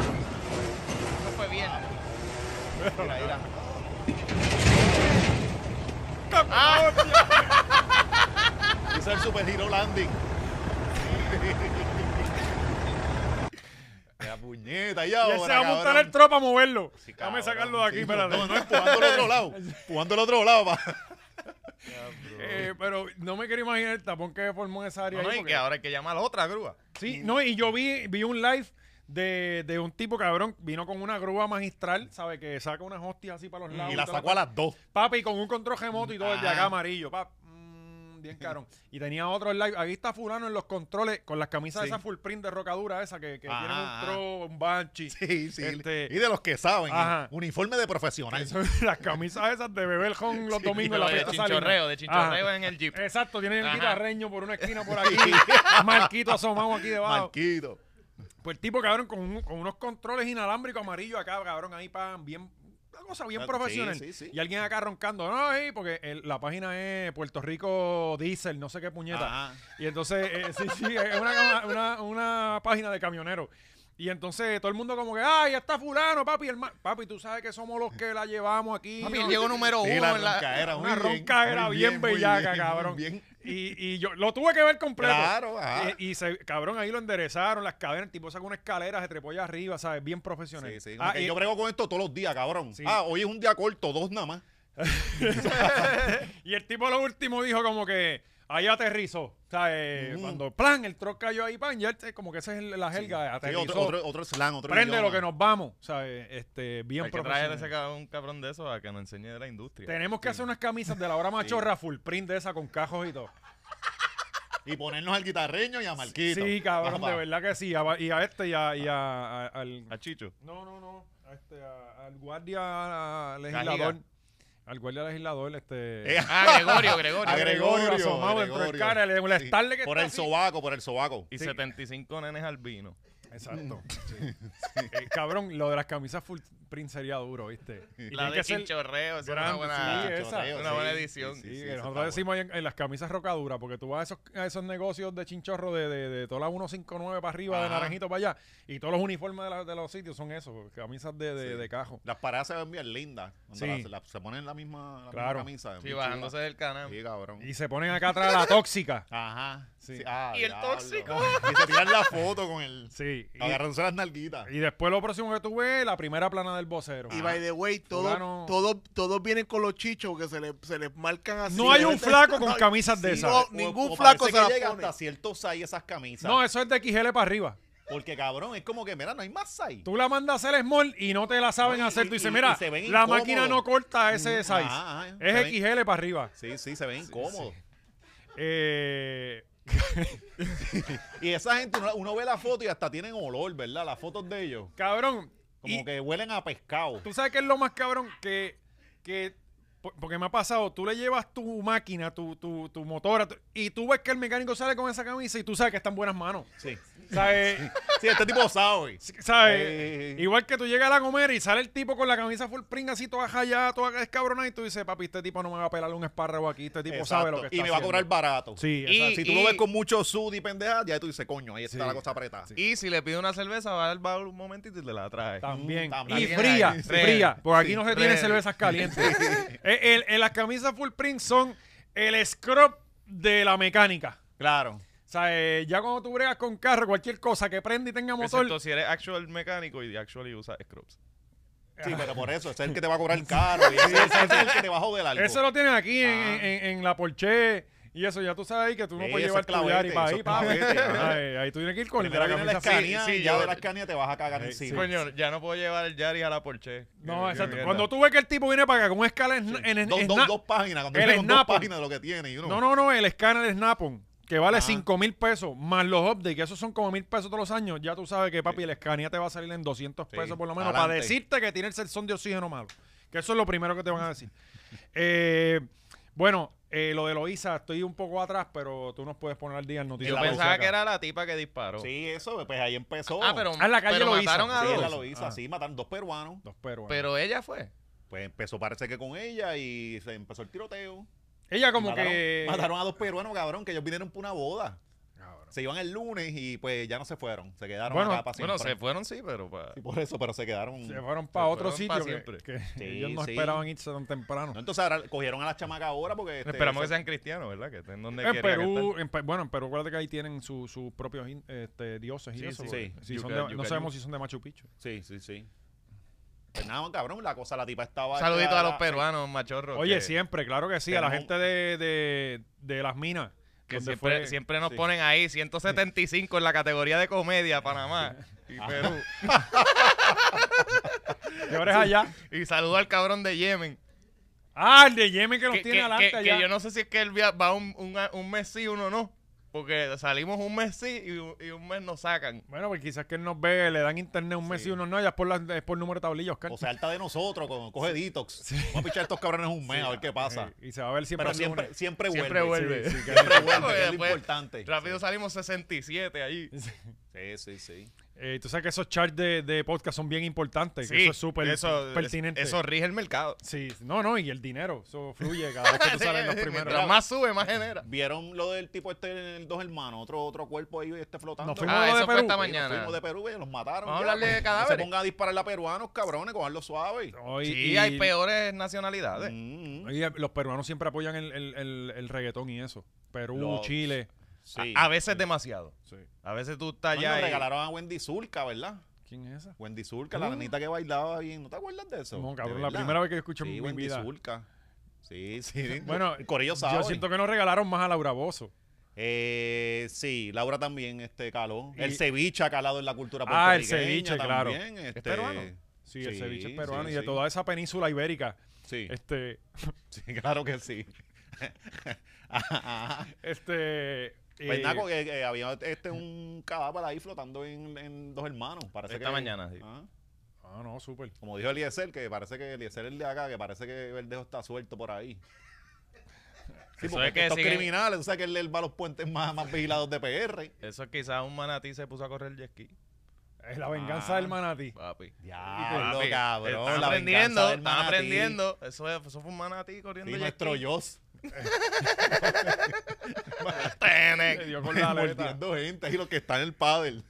[SPEAKER 2] No fue bien.
[SPEAKER 3] Mira, mira.
[SPEAKER 2] Ah,
[SPEAKER 3] Hizo el super hero landing. La puñeta, ya.
[SPEAKER 1] Y él se va a montar el tropa a moverlo. Dame sacarlo de aquí, espérate.
[SPEAKER 3] No, no, empujando al otro lado. Empujando al otro lado. pa.
[SPEAKER 1] Eh, pero no me quiero imaginar el tapón que formó en esa área.
[SPEAKER 2] no, no,
[SPEAKER 1] ahí
[SPEAKER 2] y
[SPEAKER 1] porque-
[SPEAKER 2] que ahora hay que llamar a la otra grúa.
[SPEAKER 1] Sí, no, y yo vi, vi un live de, de un tipo cabrón, vino con una grúa magistral, ¿sabe? Que saca unas hostias así para los lados.
[SPEAKER 3] Y la
[SPEAKER 1] toda
[SPEAKER 3] sacó a las dos. Ah.
[SPEAKER 1] Papi, con un control remoto y todo, el de acá
[SPEAKER 3] Ajá.
[SPEAKER 1] amarillo. Pap, mm, están bien cabrón. Y tenía otro en live. Ahí está fulano en los controles con las camisas
[SPEAKER 3] Sí.
[SPEAKER 1] de esa full print de rocadura esa que, que
[SPEAKER 3] Ajá,
[SPEAKER 1] tienen un
[SPEAKER 3] ajá.
[SPEAKER 1] tro, un banshee.
[SPEAKER 3] Sí, sí.
[SPEAKER 1] Este-
[SPEAKER 3] y de los que saben,
[SPEAKER 1] Ajá.
[SPEAKER 3] ¿eh? uniforme de profesional.
[SPEAKER 1] Eso, las camisas esas de beber con los
[SPEAKER 3] Sí,
[SPEAKER 1] domingos en la
[SPEAKER 3] lo de
[SPEAKER 1] fiesta
[SPEAKER 2] de
[SPEAKER 1] salina.
[SPEAKER 2] chinchorreo, de chinchorreo
[SPEAKER 1] Ajá.
[SPEAKER 2] en el jeep.
[SPEAKER 1] Exacto, tienen el
[SPEAKER 2] Ajá.
[SPEAKER 1] guitarreño por una esquina por aquí, Marquito asomado aquí debajo.
[SPEAKER 3] Marquito.
[SPEAKER 1] Pues el tipo, cabrón, con, un- con unos controles inalámbricos amarillos acá, cabrón, ahí pan, bien, una cosa bien
[SPEAKER 3] Ah,
[SPEAKER 1] profesional.
[SPEAKER 3] sí, sí, sí.
[SPEAKER 1] Y alguien acá roncando, no, ey, porque el- la página es Puerto Rico Diesel, no sé qué puñeta.
[SPEAKER 3] Ajá.
[SPEAKER 1] Y entonces, eh, sí, sí, es una, una- una página de camioneros. Y entonces todo el mundo como que, ay, ya está fulano, papi, el ma- papi, tú sabes que somos los que la llevamos aquí.
[SPEAKER 2] Papi,
[SPEAKER 1] ¿no?
[SPEAKER 2] él llegó número
[SPEAKER 3] Sí,
[SPEAKER 2] uno
[SPEAKER 3] la
[SPEAKER 2] en la...
[SPEAKER 3] roncaera, muy
[SPEAKER 1] Oh, Una
[SPEAKER 3] bien,
[SPEAKER 1] roncaera
[SPEAKER 3] muy
[SPEAKER 1] bien,
[SPEAKER 3] muy
[SPEAKER 1] bellaca,
[SPEAKER 3] bien,
[SPEAKER 1] cabrón.
[SPEAKER 3] muy bien.
[SPEAKER 1] Y, y yo lo tuve que ver completo.
[SPEAKER 3] Claro, ajá.
[SPEAKER 1] Eh, Y, y se, cabrón, ahí lo enderezaron, las cadenas, el tipo sacó una escalera, se trepó allá arriba, ¿sabes? Bien profesional.
[SPEAKER 3] Sí, sí, como
[SPEAKER 1] Ah,
[SPEAKER 3] que
[SPEAKER 1] y-
[SPEAKER 3] yo brego con esto todos los días, cabrón.
[SPEAKER 1] Sí.
[SPEAKER 3] Ah, hoy es un día corto, dos nada más.
[SPEAKER 1] Y el tipo lo último dijo como que ahí aterrizó. O sea, eh,
[SPEAKER 3] Mm.
[SPEAKER 1] Cuando plan, el truck cayó ahí, pan, ya él- como que esa es la jerga,
[SPEAKER 3] Sí,
[SPEAKER 1] aterrizó.
[SPEAKER 3] otro, otro, otro slang, otro
[SPEAKER 1] Prende lo
[SPEAKER 3] idioma.
[SPEAKER 1] que nos vamos. O sea, eh, este, bien
[SPEAKER 2] Hay que traer
[SPEAKER 1] profesional.
[SPEAKER 2] ese ca- un cabrón de eso a que nos enseñe de la industria.
[SPEAKER 1] Tenemos que hacer unas camisas de la hora machorra full print de esa con cajos y todo.
[SPEAKER 3] Y ponernos al guitarreño y a Marquito.
[SPEAKER 1] Sí, cabrón,
[SPEAKER 3] Papá.
[SPEAKER 1] de verdad que sí. A- Y a este y a, y a- a- al...
[SPEAKER 2] A Chicho.
[SPEAKER 1] No, no, no. a este, a- al guardia legislador. Al guardia legislador, este...
[SPEAKER 3] Eh,
[SPEAKER 2] Ah, Gregorio, Gregorio.
[SPEAKER 3] A Gregorio,
[SPEAKER 1] asomado
[SPEAKER 3] a
[SPEAKER 1] dentro del
[SPEAKER 3] Gregorio.
[SPEAKER 1] cara, le- la
[SPEAKER 3] Sí,
[SPEAKER 1] estarle que
[SPEAKER 3] Por
[SPEAKER 1] está
[SPEAKER 3] el
[SPEAKER 1] así.
[SPEAKER 3] sobaco, por el sobaco.
[SPEAKER 2] Y
[SPEAKER 1] Sí.
[SPEAKER 2] 75 nenes albino.
[SPEAKER 1] Exacto. Eh, cabrón, lo de las camisas full print sería duro, ¿viste? Y
[SPEAKER 2] La
[SPEAKER 1] tiene
[SPEAKER 2] de
[SPEAKER 1] que ser-
[SPEAKER 2] chinchorreo, esa es
[SPEAKER 1] grande,
[SPEAKER 2] una buena...
[SPEAKER 1] sí,
[SPEAKER 3] Ah,
[SPEAKER 1] esa.
[SPEAKER 3] chorreo,
[SPEAKER 2] Una buena edición.
[SPEAKER 1] Sí, que nosotros decimos ahí en, en las camisas rocaduras, porque tú vas a esos, a esos negocios de chinchorro de, de, de toda la 159 para arriba, de
[SPEAKER 3] Ajá.
[SPEAKER 1] naranjito para allá, y todos los uniformes de, la- de los sitios son esos, camisas de, de,
[SPEAKER 3] Sí.
[SPEAKER 1] de cajo.
[SPEAKER 3] Las paradas se ven bien lindas. cuando
[SPEAKER 1] Sí.
[SPEAKER 3] las- las- se ponen la misma, la
[SPEAKER 1] Claro.
[SPEAKER 3] misma camisa. muy
[SPEAKER 2] Sí,
[SPEAKER 3] chula.
[SPEAKER 2] bajándose del canal.
[SPEAKER 3] Sí, cabrón.
[SPEAKER 1] Y se ponen acá atrás la tóxica.
[SPEAKER 3] Ajá.
[SPEAKER 1] Sí.
[SPEAKER 3] ah,
[SPEAKER 2] Y el
[SPEAKER 3] diablo.
[SPEAKER 2] tóxico.
[SPEAKER 3] Y se tiran la foto con el...
[SPEAKER 1] Sí. Y,
[SPEAKER 3] Agarrándose las nalguitas.
[SPEAKER 1] y después lo próximo que tú ves, la primera plana del vocero.
[SPEAKER 4] Y by the way, todos,
[SPEAKER 1] Fulano.
[SPEAKER 4] todos, todos vienen con los chichos que se les, se les marcan así.
[SPEAKER 1] Ah. no hay un flaco con
[SPEAKER 4] No,
[SPEAKER 1] camisas de
[SPEAKER 4] sí,
[SPEAKER 1] esas.
[SPEAKER 4] no.
[SPEAKER 3] O-
[SPEAKER 4] ningún
[SPEAKER 3] o
[SPEAKER 4] flaco
[SPEAKER 3] parece
[SPEAKER 4] se
[SPEAKER 3] que
[SPEAKER 4] la
[SPEAKER 3] llega
[SPEAKER 4] pone.
[SPEAKER 3] hasta ciertos size esas camisas.
[SPEAKER 1] No, eso es de XL para arriba.
[SPEAKER 3] Porque cabrón, es como que, mira, no hay más size.
[SPEAKER 1] Tú la mandas a hacer small y no te la saben
[SPEAKER 3] No, y-
[SPEAKER 1] hacer. Tú
[SPEAKER 3] y-
[SPEAKER 1] dices,
[SPEAKER 3] y-
[SPEAKER 1] mira,
[SPEAKER 3] y se ven
[SPEAKER 1] la
[SPEAKER 3] incómodos. Mm, ah,
[SPEAKER 1] máquina no corta ese size.
[SPEAKER 3] Ajá, ajá. Se
[SPEAKER 1] es
[SPEAKER 3] ven-
[SPEAKER 1] XL para arriba.
[SPEAKER 3] Sí, sí, se ven incómodos.
[SPEAKER 1] Eh,
[SPEAKER 3] Y esa gente, uno, uno ve la foto y hasta tienen olor, ¿verdad? Las fotos de ellos.
[SPEAKER 1] cabrón,
[SPEAKER 3] Como
[SPEAKER 1] y
[SPEAKER 3] que huelen a pescado.
[SPEAKER 1] tú sabes que es lo más cabrón que, que po- porque me ha pasado, tú le llevas tu máquina, tu, tu, tu motora, tu- y tú ves que el mecánico sale con esa camisa y tú sabes que está en buenas manos. eh,
[SPEAKER 3] Sí.
[SPEAKER 1] ¿Sabes?
[SPEAKER 3] Sí, este tipo sabe.
[SPEAKER 1] Sí, ¿sabes?
[SPEAKER 3] Eh.
[SPEAKER 1] Igual que tú llegas a la comer y sale el tipo con la camisa full pring así, toda jallada, toda descabronada, y tú dices, papi, este tipo no me va a pelar un espárrago aquí, este tipo sabe
[SPEAKER 3] Exacto.
[SPEAKER 1] lo que está
[SPEAKER 3] Y me va a
[SPEAKER 1] haciendo".
[SPEAKER 3] cobrar barato.
[SPEAKER 1] Sí,
[SPEAKER 2] Y-
[SPEAKER 1] exacto.
[SPEAKER 3] si tú lo ves con mucho sud y pendeja, ya tú dices, coño, ahí está
[SPEAKER 1] Sí.
[SPEAKER 3] la cosa apretada.
[SPEAKER 2] Y si le pide una cerveza, va al bar un momentito y te la trae.
[SPEAKER 1] También. Y
[SPEAKER 3] Mm,
[SPEAKER 2] también.
[SPEAKER 1] fría,
[SPEAKER 2] Sí.
[SPEAKER 1] fría. Por aquí no se
[SPEAKER 2] Sí.
[SPEAKER 1] tienen
[SPEAKER 2] Sí.
[SPEAKER 1] cervezas calientes. Eh, el- el- las camisas full print son el scrub de la mecánica.
[SPEAKER 3] Claro.
[SPEAKER 1] O sea, eh, ya cuando tú bregas con carro, cualquier cosa que prenda y tenga motor.
[SPEAKER 2] Excepto si eres actual mecánico y actually usa scrubs.
[SPEAKER 3] Sí, pero por eso, ese es el que te va a cobrar caro. Y ese, ese es el que te va a joder algo.
[SPEAKER 1] Eso lo tienen aquí en,
[SPEAKER 3] Ah.
[SPEAKER 1] en- en la Porsche. Y eso ya tú sabes ahí que tú no
[SPEAKER 3] Sí,
[SPEAKER 1] puedes
[SPEAKER 3] eso
[SPEAKER 1] llevar
[SPEAKER 3] es
[SPEAKER 1] tu Yari
[SPEAKER 3] clavete,
[SPEAKER 1] para
[SPEAKER 3] eso
[SPEAKER 1] ahí,
[SPEAKER 3] es
[SPEAKER 1] pa.
[SPEAKER 3] clavete, ajá.
[SPEAKER 1] Ay, Ahí tú tienes que ir con
[SPEAKER 3] Primero
[SPEAKER 1] la
[SPEAKER 3] viene la
[SPEAKER 1] camisa.
[SPEAKER 2] así.
[SPEAKER 3] escanea
[SPEAKER 2] Sí, sí,
[SPEAKER 3] y ya
[SPEAKER 2] yo-
[SPEAKER 3] de la escanea te vas a cagar
[SPEAKER 1] Ey,
[SPEAKER 3] encima.
[SPEAKER 2] Coño, ya no puedo llevar el Yaris a la Porsche.
[SPEAKER 1] No,
[SPEAKER 2] Qué
[SPEAKER 1] exacto.
[SPEAKER 2] mierda.
[SPEAKER 1] Cuando tú ves que el tipo viene para acá con una escala en, en- en-
[SPEAKER 3] dos,
[SPEAKER 1] en-
[SPEAKER 3] dos,
[SPEAKER 1] na-
[SPEAKER 3] dos páginas, cuando
[SPEAKER 1] el
[SPEAKER 3] llegan dos
[SPEAKER 1] Snap-on.
[SPEAKER 3] páginas de lo que tiene. y uno-
[SPEAKER 1] No, no, no, el escáner Snap-on, que vale
[SPEAKER 3] Ajá.
[SPEAKER 1] cinco mil pesos, más los updates, que esos son como mil pesos todos los años, ya tú sabes que, papi, el escania te va a salir en 200
[SPEAKER 3] Sí,
[SPEAKER 1] pesos por lo menos, para
[SPEAKER 3] adelante.
[SPEAKER 1] decirte que tiene el sensor de oxígeno malo. Que eso es lo primero que te van a decir. Eh, bueno, eh, lo de Loisa, estoy un poco atrás, pero tú nos puedes poner al día en noticias.
[SPEAKER 2] Yo
[SPEAKER 1] de la
[SPEAKER 2] pensaba
[SPEAKER 1] Loíza
[SPEAKER 2] que
[SPEAKER 1] acá.
[SPEAKER 2] era la tipa que disparó.
[SPEAKER 3] Sí, eso, pues ahí empezó.
[SPEAKER 2] Ah, pero,
[SPEAKER 1] Ah, en la calle
[SPEAKER 2] pero
[SPEAKER 1] lo hizo.
[SPEAKER 2] mataron a
[SPEAKER 3] Sí,
[SPEAKER 2] dos.
[SPEAKER 3] ella lo hizo
[SPEAKER 1] Ah.
[SPEAKER 3] así, mataron dos peruanos.
[SPEAKER 1] Dos peruanos.
[SPEAKER 2] Pero ella fue.
[SPEAKER 3] Pues empezó, parece que con ella y se empezó el tiroteo.
[SPEAKER 1] Ella como
[SPEAKER 3] mataron,
[SPEAKER 1] que...
[SPEAKER 3] Mataron a dos peruanos, cabrón, que ellos vinieron por una boda.
[SPEAKER 1] Cabrón.
[SPEAKER 3] Se iban el lunes y pues ya no se fueron. Se quedaron
[SPEAKER 1] Bueno,
[SPEAKER 3] acá para siempre.
[SPEAKER 2] Bueno, se fueron sí, pero pa-
[SPEAKER 3] Sí, por eso, pero se quedaron.
[SPEAKER 1] Se fueron
[SPEAKER 2] Se
[SPEAKER 1] para otro
[SPEAKER 2] fueron
[SPEAKER 1] sitio
[SPEAKER 2] pa
[SPEAKER 1] que-
[SPEAKER 2] siempre.
[SPEAKER 1] que,
[SPEAKER 3] Sí,
[SPEAKER 1] ellos no
[SPEAKER 3] sí.
[SPEAKER 1] esperaban irse tan temprano.
[SPEAKER 3] No, entonces ahora cogieron a la chamaca ahora porque. este,
[SPEAKER 2] Esperamos que
[SPEAKER 3] se-
[SPEAKER 2] sean cristianos, ¿verdad? Que estén donde
[SPEAKER 1] En
[SPEAKER 2] querían
[SPEAKER 1] Perú,
[SPEAKER 2] estar.
[SPEAKER 1] en Pe- bueno, en Perú, acuérdate que ahí tienen su- sus propios in- este, dioses y
[SPEAKER 2] Sí,
[SPEAKER 1] eso.
[SPEAKER 2] sí,
[SPEAKER 1] porque
[SPEAKER 3] sí.
[SPEAKER 1] si
[SPEAKER 2] You
[SPEAKER 1] son
[SPEAKER 2] can-
[SPEAKER 1] de-
[SPEAKER 2] you
[SPEAKER 1] no
[SPEAKER 2] can
[SPEAKER 1] sabemos
[SPEAKER 2] do-
[SPEAKER 1] si son de Machu Picchu.
[SPEAKER 3] Sí, sí, sí. Pues nada, cabrón, la cosa, la tipa estaba.
[SPEAKER 2] Saludito
[SPEAKER 3] estaba-
[SPEAKER 2] a los peruanos, machorros.
[SPEAKER 1] Oye,
[SPEAKER 2] que-
[SPEAKER 1] siempre, claro que sí, a la
[SPEAKER 3] tenemos-
[SPEAKER 1] gente de, de, de las minas.
[SPEAKER 2] Que
[SPEAKER 1] donde
[SPEAKER 2] siempre,
[SPEAKER 1] fue-
[SPEAKER 2] siempre nos
[SPEAKER 3] sí.
[SPEAKER 2] ponen ahí 175 en la categoría de comedia, Panamá y Perú.
[SPEAKER 1] Y ahora es allá.
[SPEAKER 2] Y saludo al cabrón de Yemen.
[SPEAKER 1] Ah, el de Yemen que nos
[SPEAKER 2] Que,
[SPEAKER 1] tiene
[SPEAKER 2] que-
[SPEAKER 1] adelante
[SPEAKER 2] que- que
[SPEAKER 1] allá.
[SPEAKER 2] yo no sé si es que él via- va un, un, un mes sí, uno no. Porque salimos un mes sí y un, y un mes nos sacan.
[SPEAKER 1] Bueno, pues quizás que él nos ve, le dan internet un mes
[SPEAKER 3] Sí.
[SPEAKER 1] y uno no, ya es por, la- es por número de tablillos, Oscar.
[SPEAKER 3] O sea, alta de nosotros, co- coge detox. Vamos a pichar a estos cabrones un mes, a ver qué pasa.
[SPEAKER 1] Eh, y se va a ver siempre.
[SPEAKER 3] Pero
[SPEAKER 1] el
[SPEAKER 3] siempre,
[SPEAKER 1] lunes.
[SPEAKER 3] siempre vuelve.
[SPEAKER 2] Siempre vuelve.
[SPEAKER 3] Sí, sí, que siempre vuelve, que es lo
[SPEAKER 2] Después,
[SPEAKER 3] importante.
[SPEAKER 2] Rápido salimos 67 allí.
[SPEAKER 3] Sí, sí, sí.
[SPEAKER 1] Eh, tú sabes que esos charts de, de podcast son bien importantes. que
[SPEAKER 2] Sí,
[SPEAKER 1] eso es súper
[SPEAKER 2] eso-
[SPEAKER 1] pertinente.
[SPEAKER 2] Eso rige el mercado.
[SPEAKER 1] Sí, no, no, y el dinero. Eso fluye cada vez que tú sales en los
[SPEAKER 2] Mientras
[SPEAKER 1] primeros.
[SPEAKER 2] más sube, más genera.
[SPEAKER 3] ¿Vieron lo del tipo este, el dos hermanos? Otro, otro cuerpo ahí este flotando.
[SPEAKER 1] Nos fuimos
[SPEAKER 2] Ah,
[SPEAKER 1] de
[SPEAKER 2] eso fue
[SPEAKER 1] Perú.
[SPEAKER 2] esta
[SPEAKER 3] Sí, nos
[SPEAKER 2] mañana.
[SPEAKER 3] fuimos de Perú, güey, los mataron.
[SPEAKER 2] Vamos a
[SPEAKER 3] ya,
[SPEAKER 2] hablarle de
[SPEAKER 3] güey. No
[SPEAKER 2] cadáveres.
[SPEAKER 3] se pongan a disparar a peruanos, cabrones, cogerlo suave.
[SPEAKER 1] Hoy-
[SPEAKER 2] Sí,
[SPEAKER 1] y-
[SPEAKER 2] hay peores nacionalidades.
[SPEAKER 3] Mm,
[SPEAKER 1] hoy los peruanos siempre apoyan el, el- el- el reggaetón y eso. Perú,
[SPEAKER 3] Los-
[SPEAKER 1] Chile.
[SPEAKER 3] sí.
[SPEAKER 2] A, a veces demasiado.
[SPEAKER 1] Sí.
[SPEAKER 2] A veces tú estás
[SPEAKER 3] Bueno,
[SPEAKER 2] allá y-
[SPEAKER 3] regalaron a Wendy Zulka, ¿verdad?
[SPEAKER 1] ¿Quién es esa?
[SPEAKER 3] Wendy Zulka, la nenita que bailaba bien. ¿No te acuerdas de eso?
[SPEAKER 1] Uh. No, cabrón,
[SPEAKER 3] De
[SPEAKER 1] la
[SPEAKER 3] verdad.
[SPEAKER 1] primera vez que yo escucho
[SPEAKER 3] Sí,
[SPEAKER 1] en mi
[SPEAKER 3] Wendy
[SPEAKER 1] vida.
[SPEAKER 3] Zulka. Sí, sí.
[SPEAKER 1] Bueno,
[SPEAKER 3] el Corillo sabe.
[SPEAKER 1] Yo siento que nos regalaron más a Laura Bozo.
[SPEAKER 3] Eh, sí, Laura también este, caló.
[SPEAKER 1] Y-
[SPEAKER 3] El ceviche ha calado en la cultura
[SPEAKER 1] Ah, el
[SPEAKER 3] puertorriqueña
[SPEAKER 1] ceviche, claro.
[SPEAKER 3] también, este,
[SPEAKER 1] peruano? Sí, el
[SPEAKER 3] Sí,
[SPEAKER 1] ceviche es peruano
[SPEAKER 3] sí,
[SPEAKER 1] y de
[SPEAKER 3] sí.
[SPEAKER 1] toda esa península ibérica.
[SPEAKER 3] Sí,
[SPEAKER 1] Este,
[SPEAKER 3] sí, claro que sí. Ajá, ajá.
[SPEAKER 1] este. eh,
[SPEAKER 3] Pues, Naco, que, que había este, un cadáver ahí flotando en, en dos hermanos. Parece
[SPEAKER 2] Esta
[SPEAKER 3] que-
[SPEAKER 2] mañana, sí.
[SPEAKER 3] Ah,
[SPEAKER 1] Ah, no, súper.
[SPEAKER 3] como dijo Eliezer, que parece que Eliezer es el de acá, que parece que Verdejo está suelto por ahí. Sí,
[SPEAKER 2] Eso
[SPEAKER 3] porque
[SPEAKER 2] es que
[SPEAKER 3] estos
[SPEAKER 2] siguen-
[SPEAKER 3] criminales, tú sabes que él él va a los puentes más, más vigilados de PR.
[SPEAKER 2] Eso es quizás un manatí se puso a correr el jet ski,
[SPEAKER 1] Es la venganza
[SPEAKER 3] Ah.
[SPEAKER 1] del manatí.
[SPEAKER 2] papi.
[SPEAKER 3] Diablo,
[SPEAKER 2] Papi,
[SPEAKER 3] cabrón.
[SPEAKER 2] Están
[SPEAKER 3] la
[SPEAKER 2] aprendiendo,
[SPEAKER 3] venganza del
[SPEAKER 2] están
[SPEAKER 3] manatí.
[SPEAKER 2] aprendiendo. Eso, es- eso fue un manatí corriendo
[SPEAKER 3] Sí,
[SPEAKER 2] jet
[SPEAKER 3] nuestro
[SPEAKER 2] ski.
[SPEAKER 3] Joss.
[SPEAKER 1] Le dio con la aleta.
[SPEAKER 3] mordiendo gente y los que están en el pádel.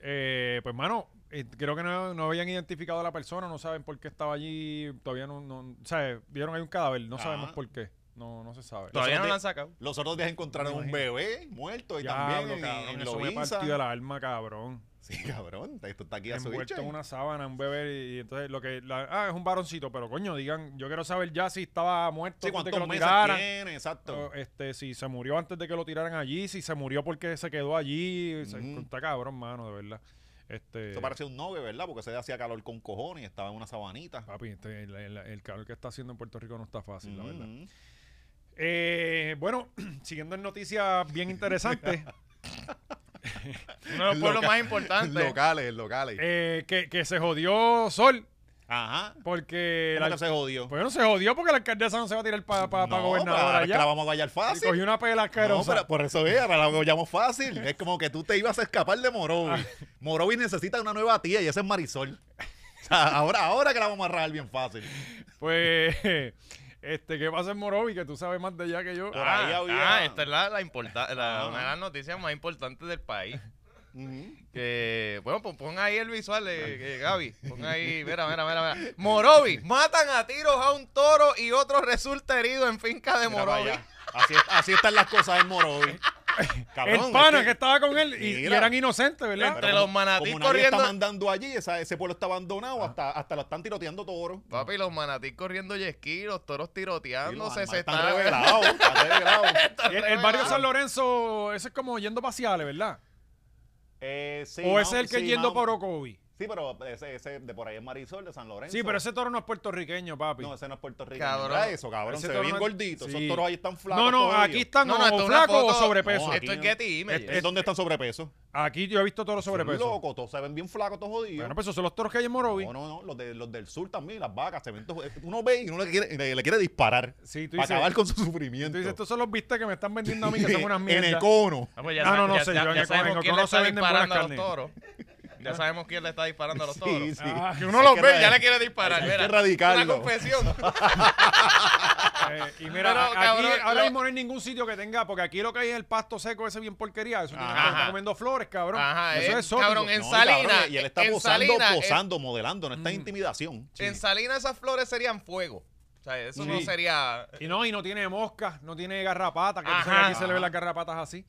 [SPEAKER 1] Eh, pues, mano, eh, creo que no, no habían identificado a la persona, no saben por qué estaba allí, todavía no, no o sea, vieron ahí un cadáver, no
[SPEAKER 3] Ajá.
[SPEAKER 1] sabemos por qué, no, no se sabe.
[SPEAKER 2] Todavía no lo
[SPEAKER 3] Nosotros de-
[SPEAKER 2] han sacado.
[SPEAKER 3] Los otros días encontraron un bebé muerto y
[SPEAKER 1] Diablo,
[SPEAKER 3] también en-
[SPEAKER 1] cabrón,
[SPEAKER 3] en,
[SPEAKER 1] eso me
[SPEAKER 3] Loiza.
[SPEAKER 1] partió el alma, cabrón.
[SPEAKER 3] Sí, cabrón, esto está aquí a su
[SPEAKER 1] Envuelto
[SPEAKER 3] bicho.
[SPEAKER 1] en una sábana, un bebé, y, y entonces lo que, la- ah, es un varoncito, pero coño, digan, yo quiero saber ya si estaba muerto
[SPEAKER 3] Sí,
[SPEAKER 1] antes de que
[SPEAKER 3] cuántos
[SPEAKER 1] lo
[SPEAKER 3] meses
[SPEAKER 1] tiraran,
[SPEAKER 3] tiene, exacto.
[SPEAKER 1] o, este, si se murió antes de que lo tiraran allí, si se murió porque se quedó allí, se-
[SPEAKER 3] Ujú.
[SPEAKER 1] está cabrón, mano, de verdad. Este,
[SPEAKER 3] Eso parece un nogue, ¿verdad? Porque se hacía calor con cojones y estaba en una sabanita.
[SPEAKER 1] Papi, este, el, el- el calor que está haciendo en Puerto Rico no está fácil, la verdad.
[SPEAKER 3] Ujú.
[SPEAKER 1] Eh, bueno, siguiendo en noticias bien interesantes,
[SPEAKER 2] Uno de los pueblos
[SPEAKER 3] Loca-
[SPEAKER 2] más importantes.
[SPEAKER 3] Locales, locales.
[SPEAKER 1] eh, que, que se jodió Sol,
[SPEAKER 3] Ajá.
[SPEAKER 1] porque...
[SPEAKER 3] ¿Cómo
[SPEAKER 1] La,
[SPEAKER 3] que se jodió?
[SPEAKER 1] Pues no se jodió porque la alcaldesa no se va a tirar para
[SPEAKER 3] No,
[SPEAKER 1] gobernadora
[SPEAKER 3] ahora es que la
[SPEAKER 1] allá.
[SPEAKER 3] vamos a bailar
[SPEAKER 1] Y
[SPEAKER 3] fácil.
[SPEAKER 1] cogió una pela
[SPEAKER 3] No,
[SPEAKER 1] asquerosa.
[SPEAKER 3] pero por eso es, ahora lo llamo fácil. Es como que tú te ibas a escapar de Morovis.
[SPEAKER 2] Ah.
[SPEAKER 3] Morovis necesita una nueva tía y esa es Marisol. O sea, ahora, ahora que la vamos a rajar bien fácil.
[SPEAKER 1] Pues, este, ¿qué pasa en Morovi? Que tú sabes más de allá que yo.
[SPEAKER 3] Por ahí
[SPEAKER 2] ah,
[SPEAKER 3] había-
[SPEAKER 2] ah, esta es la, la importa- la-
[SPEAKER 3] Ah.
[SPEAKER 2] una de las noticias más importantes del país. Que, bueno, pues pon ahí el visual, eh, eh, Gaby. Pon ahí, mira, mira, mira. mira. Morovi, matan a tiros a un toro y otro resulta herido en finca de
[SPEAKER 3] Mira para
[SPEAKER 2] Morovi.
[SPEAKER 3] allá. Así, es- así están las cosas en Morovis.
[SPEAKER 1] el pana que,
[SPEAKER 3] es
[SPEAKER 1] estaba con él y, y
[SPEAKER 3] Mira.
[SPEAKER 1] eran inocentes, ¿verdad?
[SPEAKER 2] Entre
[SPEAKER 3] Pero
[SPEAKER 2] los manatí
[SPEAKER 3] como nadie está
[SPEAKER 2] corriendo- Ah.
[SPEAKER 3] mandando allí, esa- ese pueblo está abandonado, hasta, hasta lo están tiroteando toros.
[SPEAKER 2] Papi, los manatí corriendo jet ski, los toros
[SPEAKER 3] Sí, los
[SPEAKER 2] tiroteándose,
[SPEAKER 3] animales
[SPEAKER 2] se
[SPEAKER 3] están
[SPEAKER 2] está-
[SPEAKER 3] revelados, están revelados.
[SPEAKER 2] está
[SPEAKER 1] El, el barrio
[SPEAKER 2] revelado.
[SPEAKER 1] San Lorenzo, ese es como yendo paseales, ¿verdad?
[SPEAKER 3] Eh, sí,
[SPEAKER 1] o ese
[SPEAKER 3] más-
[SPEAKER 1] es el que
[SPEAKER 3] sí,
[SPEAKER 1] yendo
[SPEAKER 3] más-
[SPEAKER 1] por Ocovi.
[SPEAKER 3] Sí, pero ese, ese de por ahí es Marisol, de San Lorenzo.
[SPEAKER 1] Sí, pero ese toro no es puertorriqueño, papi.
[SPEAKER 3] No, ese no es Puerto Rico.
[SPEAKER 2] Cabrón.
[SPEAKER 3] Cabrón. eso, cabrón.
[SPEAKER 1] Ese
[SPEAKER 3] se ve
[SPEAKER 1] toro
[SPEAKER 3] bien
[SPEAKER 1] no-
[SPEAKER 3] gordito.
[SPEAKER 1] sí.
[SPEAKER 3] Esos toros ahí están flacos.
[SPEAKER 1] No, no,
[SPEAKER 3] todavía.
[SPEAKER 1] aquí están
[SPEAKER 2] No, no,
[SPEAKER 1] o
[SPEAKER 2] esto es una
[SPEAKER 1] flacos o
[SPEAKER 2] foto-
[SPEAKER 1] sobrepeso.
[SPEAKER 3] No,
[SPEAKER 2] Esto es
[SPEAKER 3] no.
[SPEAKER 2] Getty Images.
[SPEAKER 1] Este-
[SPEAKER 3] ¿Dónde están sobrepeso?
[SPEAKER 1] Aquí yo he visto toros
[SPEAKER 3] Son
[SPEAKER 1] sobrepeso.
[SPEAKER 3] locos, todos se ven bien flacos, todos jodidos.
[SPEAKER 1] Bueno, pues esos son los toros que hay en Morovi.
[SPEAKER 3] no, no, no. Los, de, los del sur también, las vacas, se ven todos- Uno ve y uno le quiere, le, le quiere disparar.
[SPEAKER 1] Sí, tú
[SPEAKER 3] para
[SPEAKER 1] dices-
[SPEAKER 3] acabar con su
[SPEAKER 1] Tú
[SPEAKER 3] sufrimiento.
[SPEAKER 1] dices, estos son los vistes que me están vendiendo a mí, que son unas
[SPEAKER 3] En el
[SPEAKER 1] mierdas.
[SPEAKER 3] cono.
[SPEAKER 2] Ah, pues ya
[SPEAKER 1] No,
[SPEAKER 2] sabe-
[SPEAKER 1] no, no,
[SPEAKER 2] ya-
[SPEAKER 1] señor,
[SPEAKER 2] ya-
[SPEAKER 1] en
[SPEAKER 2] ya
[SPEAKER 1] el
[SPEAKER 2] sabemos
[SPEAKER 1] Cono
[SPEAKER 2] quién le
[SPEAKER 1] no se
[SPEAKER 2] está
[SPEAKER 1] venden buenas
[SPEAKER 2] disparando a los
[SPEAKER 1] carnes.
[SPEAKER 2] toros. Ya sabemos quién le está disparando a los toros.
[SPEAKER 3] Sí, sí.
[SPEAKER 1] Ah,
[SPEAKER 2] Que uno los
[SPEAKER 3] que
[SPEAKER 2] ve y ya
[SPEAKER 3] erra-
[SPEAKER 2] le quiere disparar.
[SPEAKER 3] hay que
[SPEAKER 2] mira,
[SPEAKER 3] erradicarlo.
[SPEAKER 2] Una confesión.
[SPEAKER 1] Eh, y mira,
[SPEAKER 2] Pero,
[SPEAKER 1] aquí
[SPEAKER 2] cabrón,
[SPEAKER 1] ahora
[SPEAKER 2] lo-
[SPEAKER 1] mismo no hay ningún sitio que tenga, porque aquí lo que hay es el pasto seco, ese bien porquería. Eso tiene
[SPEAKER 3] Ajá.
[SPEAKER 1] que estar comiendo flores, cabrón.
[SPEAKER 2] Ajá,
[SPEAKER 1] eso
[SPEAKER 2] eh,
[SPEAKER 1] es exótico.
[SPEAKER 2] cabrón, en
[SPEAKER 3] No, y
[SPEAKER 2] Salinas,
[SPEAKER 3] cabrón, Y él está
[SPEAKER 2] en eh.
[SPEAKER 3] posando,
[SPEAKER 2] Salinas, en-
[SPEAKER 3] posando, modelando. No está
[SPEAKER 1] Mm.
[SPEAKER 3] en intimidación.
[SPEAKER 2] En Salinas esas flores serían fuego. O sea, eso no
[SPEAKER 1] Sí.
[SPEAKER 2] sería...
[SPEAKER 1] Y no, y no tiene moscas, no tiene garrapatas, que tú sabes,
[SPEAKER 2] Ajá.
[SPEAKER 1] aquí se le ven las garrapatas así.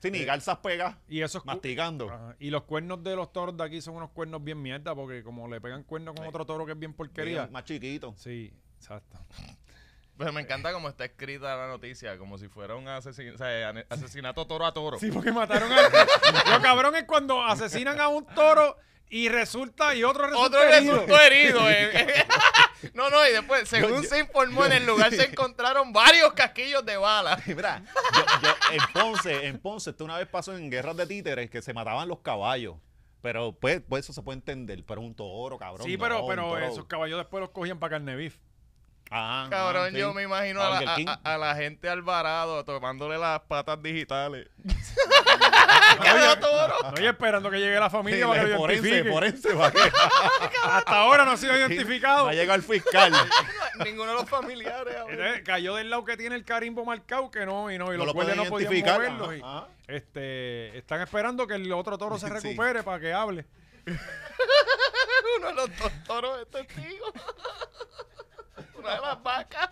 [SPEAKER 3] Sí, ni garzas pegas,
[SPEAKER 1] Y esos Eh. cu-
[SPEAKER 3] masticando.
[SPEAKER 1] Ajá, Y los cuernos de los toros de aquí son unos cuernos bien mierda, porque como le pegan cuernos con otro toro que es bien porquería.
[SPEAKER 3] Bien, Más chiquito.
[SPEAKER 1] Sí, exacto.
[SPEAKER 2] Pero me encanta cómo está escrita la noticia, como si fuera un asesin- o sea, ane- asesinato toro a toro.
[SPEAKER 1] Sí, porque mataron a. Lo cabrón es cuando asesinan a un toro y resulta y otro resulta
[SPEAKER 2] Otro
[SPEAKER 1] herido.
[SPEAKER 2] resultó herido. eh. No, no, y después, según se informó, en el lugar se encontraron varios casquillos de bala.
[SPEAKER 3] Mira, yo- yo- en Ponce, en Ponce, esto una vez pasó en guerras de títeres que se mataban los caballos. Pero pues, pues eso se puede entender, pero un toro, cabrón.
[SPEAKER 1] Sí,
[SPEAKER 3] no,
[SPEAKER 1] pero,
[SPEAKER 3] un
[SPEAKER 1] pero
[SPEAKER 3] toro.
[SPEAKER 1] esos caballos después los cogían para carne beef.
[SPEAKER 3] Ajá, ajá,
[SPEAKER 2] Cabrón,
[SPEAKER 3] sí.
[SPEAKER 2] yo me imagino a la,
[SPEAKER 3] Ah, Burger King.
[SPEAKER 2] a- a- a la gente alvarado tomándole las patas digitales.
[SPEAKER 1] Oye, ah,
[SPEAKER 2] Cada toro.
[SPEAKER 1] Estoy esperando que llegue la
[SPEAKER 3] Sí,
[SPEAKER 1] familia
[SPEAKER 3] la-
[SPEAKER 1] para que lo
[SPEAKER 3] forense,
[SPEAKER 1] identifique.
[SPEAKER 3] forense, ¿para qué?
[SPEAKER 1] Hasta ahora no ha sido
[SPEAKER 3] No
[SPEAKER 1] identificado.
[SPEAKER 3] ha llegado el fiscal.
[SPEAKER 2] Ninguno de los familiares. ahora.
[SPEAKER 1] Entonces, cayó del lado que tiene el carimbo marcado que no, y no, y
[SPEAKER 3] No
[SPEAKER 1] los
[SPEAKER 3] lo
[SPEAKER 1] guardias
[SPEAKER 3] pueden
[SPEAKER 1] no podían
[SPEAKER 3] identificar.
[SPEAKER 1] moverlo.
[SPEAKER 3] Ajá,
[SPEAKER 1] y,
[SPEAKER 3] ajá.
[SPEAKER 1] este, están esperando que el otro toro se
[SPEAKER 3] Sí.
[SPEAKER 1] recupere para que hable.
[SPEAKER 2] Uno de los dos toros es testigo. Una de las vacas.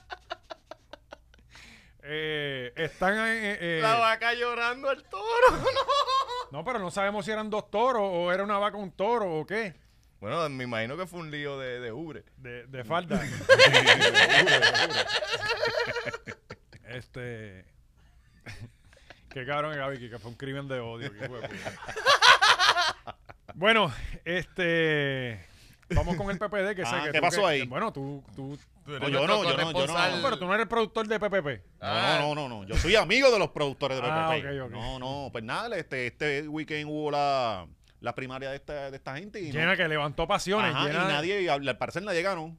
[SPEAKER 1] Eh, están eh, eh,
[SPEAKER 2] La vaca llorando al toro. No.
[SPEAKER 1] No, pero no sabemos si eran dos toros o era una vaca un toro o qué.
[SPEAKER 2] Bueno, me imagino que fue un lío de, de ubre.
[SPEAKER 1] De, de falda. este. Qué cabrón, Gaby, que fue un crimen de odio. qué hijo de puta. bueno, este. Vamos con el PPD, que sé
[SPEAKER 3] Ah,
[SPEAKER 1] que.
[SPEAKER 3] ¿qué
[SPEAKER 1] tú
[SPEAKER 3] pasó
[SPEAKER 1] que-
[SPEAKER 3] ahí? Ah.
[SPEAKER 1] bueno, tú. tú
[SPEAKER 3] No,
[SPEAKER 2] Pues
[SPEAKER 3] yo no, yo no, yo no.
[SPEAKER 1] no, pero tú no eres productor de PPP.
[SPEAKER 2] Ah.
[SPEAKER 3] No, no, no, no. Yo soy amigo de los productores de
[SPEAKER 1] Ah,
[SPEAKER 3] PPP.
[SPEAKER 1] ok, ok.
[SPEAKER 3] No, no, pues nada, este, este weekend hubo la, la primaria de esta, de esta gente y, no-
[SPEAKER 1] Llena que levantó pasiones.
[SPEAKER 3] Ajá,
[SPEAKER 1] llena-
[SPEAKER 3] y nadie, y al al parecer nadie ganó.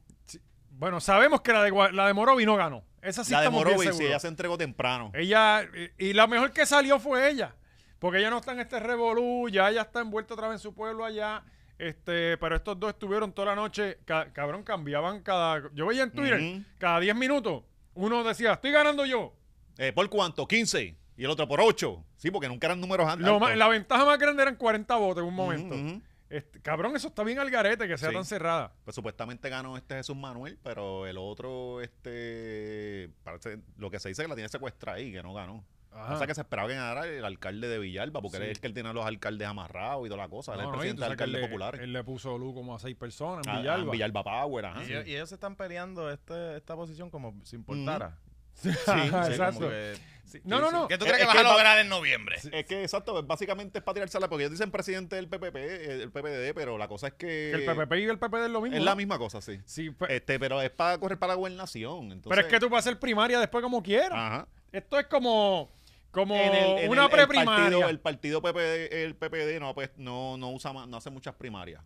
[SPEAKER 1] Bueno, sabemos que la de, Gua- la de Morovi no ganó. Esa sí
[SPEAKER 3] la de
[SPEAKER 1] estamos bien
[SPEAKER 3] Morovis, sí,
[SPEAKER 1] seguros.
[SPEAKER 3] ella se entregó temprano.
[SPEAKER 1] Ella, y y la mejor que salió fue ella, porque ella no está en este revolú, ya ella está envuelta otra vez en su pueblo allá, este, pero estos dos estuvieron toda la noche, ca- cabrón, cambiaban cada, yo veía en Twitter,
[SPEAKER 3] Ujú.
[SPEAKER 1] cada 10 minutos, uno decía, estoy ganando yo.
[SPEAKER 3] Eh, ¿Por cuánto? 15. Y el otro por 8. Sí, porque nunca eran números antes.
[SPEAKER 1] Lo ma- la ventaja más grande eran 40 votos en un momento.
[SPEAKER 3] Ujú, ujú.
[SPEAKER 1] Este, cabrón, eso está bien al garete, que sea
[SPEAKER 3] Sí.
[SPEAKER 1] tan cerrada.
[SPEAKER 3] Pues supuestamente ganó este Jesús Manuel, pero el otro, este, parece, lo que se dice que la tiene secuestrada ahí, que no ganó.
[SPEAKER 1] Ajá.
[SPEAKER 3] O sea que se esperaba que ganara el alcalde de Villalba, porque
[SPEAKER 1] Ah. Sí.
[SPEAKER 3] él es el que tiene a los alcaldes amarrados y toda la cosa. Él es
[SPEAKER 1] No,
[SPEAKER 3] el
[SPEAKER 1] no, y tú
[SPEAKER 3] presidente de
[SPEAKER 1] sabes que
[SPEAKER 3] alcaldes
[SPEAKER 1] él le-
[SPEAKER 3] populares.
[SPEAKER 1] Él le puso luz como a seis personas en
[SPEAKER 3] Ah, ah,
[SPEAKER 1] Villalba.
[SPEAKER 3] Villalba Power, ajá.
[SPEAKER 2] Y ellos, y ellos se están peleando este- esta posición como si importara.
[SPEAKER 1] Ajá,
[SPEAKER 3] sí,
[SPEAKER 1] exacto.
[SPEAKER 2] Como que-
[SPEAKER 1] Sí. No, no, no.
[SPEAKER 2] ¿Qué tú
[SPEAKER 3] Es-
[SPEAKER 2] crees que
[SPEAKER 3] es
[SPEAKER 2] vas
[SPEAKER 3] que
[SPEAKER 2] a
[SPEAKER 3] él va-
[SPEAKER 2] lograr en noviembre?
[SPEAKER 3] Es que exacto, es- básicamente es para tirársela, porque ellos dicen presidente del PPP, eh, del PPD, pero la cosa es que.
[SPEAKER 1] Que el PPP y el PPD es lo mismo.
[SPEAKER 3] Es la
[SPEAKER 1] ¿no?
[SPEAKER 3] misma cosa, sí.
[SPEAKER 1] Sí, pe-
[SPEAKER 3] Este, pero es para correr para la gobernación.
[SPEAKER 1] pero es que tú vas a hacer primaria después como quieras.
[SPEAKER 3] Ajá.
[SPEAKER 1] Esto es como, como
[SPEAKER 3] En el- en
[SPEAKER 1] una
[SPEAKER 3] el- el partido-
[SPEAKER 1] preprimaria.
[SPEAKER 3] El partido, PPD, el PPD no, pues, no, no usa ma- no hace muchas primarias.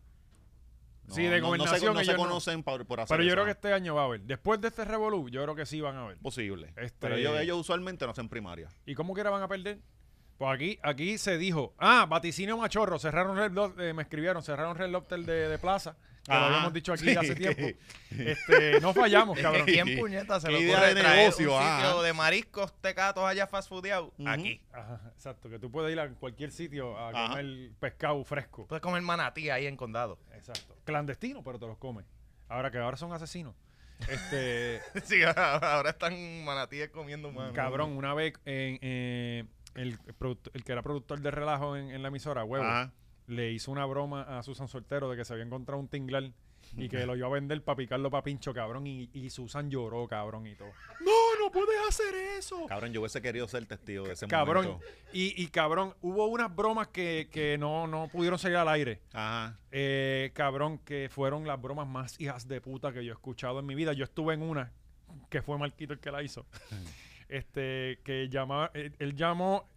[SPEAKER 1] Sí, de
[SPEAKER 3] no- no se-
[SPEAKER 1] gobernación
[SPEAKER 3] No se,
[SPEAKER 1] ellos no.
[SPEAKER 3] conocen por, por hacer
[SPEAKER 1] Pero yo
[SPEAKER 3] eso. Ah,
[SPEAKER 1] creo que este año va a haber. Después de este revolú, yo creo que sí van a haber.
[SPEAKER 3] posible.
[SPEAKER 1] Este-
[SPEAKER 3] Pero ellos, ellos usualmente no hacen primaria.
[SPEAKER 1] ¿Y cómo quiera van a perder? Pues aquí, aquí se dijo, ah, vaticinio machorro, cerraron Red Lobster, eh, me escribieron, cerraron Red Lobster de, de plaza, que lo
[SPEAKER 3] Ajá.
[SPEAKER 1] habíamos dicho aquí
[SPEAKER 3] Ah, Sí,
[SPEAKER 1] hace
[SPEAKER 3] que-
[SPEAKER 1] tiempo. Este, no fallamos,
[SPEAKER 2] Es que
[SPEAKER 1] cabrón.
[SPEAKER 2] ¿Quién puñeta se
[SPEAKER 3] Qué
[SPEAKER 2] le
[SPEAKER 3] idea
[SPEAKER 2] ocurre
[SPEAKER 3] de
[SPEAKER 2] traer
[SPEAKER 3] negocio,
[SPEAKER 2] un
[SPEAKER 3] ah.
[SPEAKER 2] sitio de mariscos, tecatos allá fast foodeado?
[SPEAKER 3] Ujú.
[SPEAKER 2] Aquí.
[SPEAKER 1] Ajá, exacto, que tú puedes ir a cualquier sitio a
[SPEAKER 3] Ajá.
[SPEAKER 1] comer pescado fresco.
[SPEAKER 2] Puedes comer manatí ahí en condado.
[SPEAKER 1] Exacto. Clandestino, pero te los comes. Ahora que ahora son asesinos. Este,
[SPEAKER 2] Sí, ahora están manatíes comiendo humanos.
[SPEAKER 1] Cabrón, una vez en, eh, el, producto- el que era productor de relajo en, en la emisora, huevo,
[SPEAKER 3] Ajá.
[SPEAKER 1] le hizo una broma a Susan Soltero de que se había encontrado un tinglar y que lo iba a vender para picarlo para pincho, cabrón. Y, y Susan lloró, cabrón, y todo. No, no puedes hacer eso.
[SPEAKER 3] Cabrón, yo hubiese querido ser testigo de ese
[SPEAKER 1] Cabrón.
[SPEAKER 3] momento.
[SPEAKER 1] Y, y cabrón, hubo unas bromas que, que no, no pudieron salir al aire.
[SPEAKER 3] Ajá.
[SPEAKER 1] Eh, cabrón, que fueron las bromas más hijas de puta que yo he escuchado en mi vida. Yo estuve en una que fue Marquito el que la hizo. este, que llamaba, él, él llamó,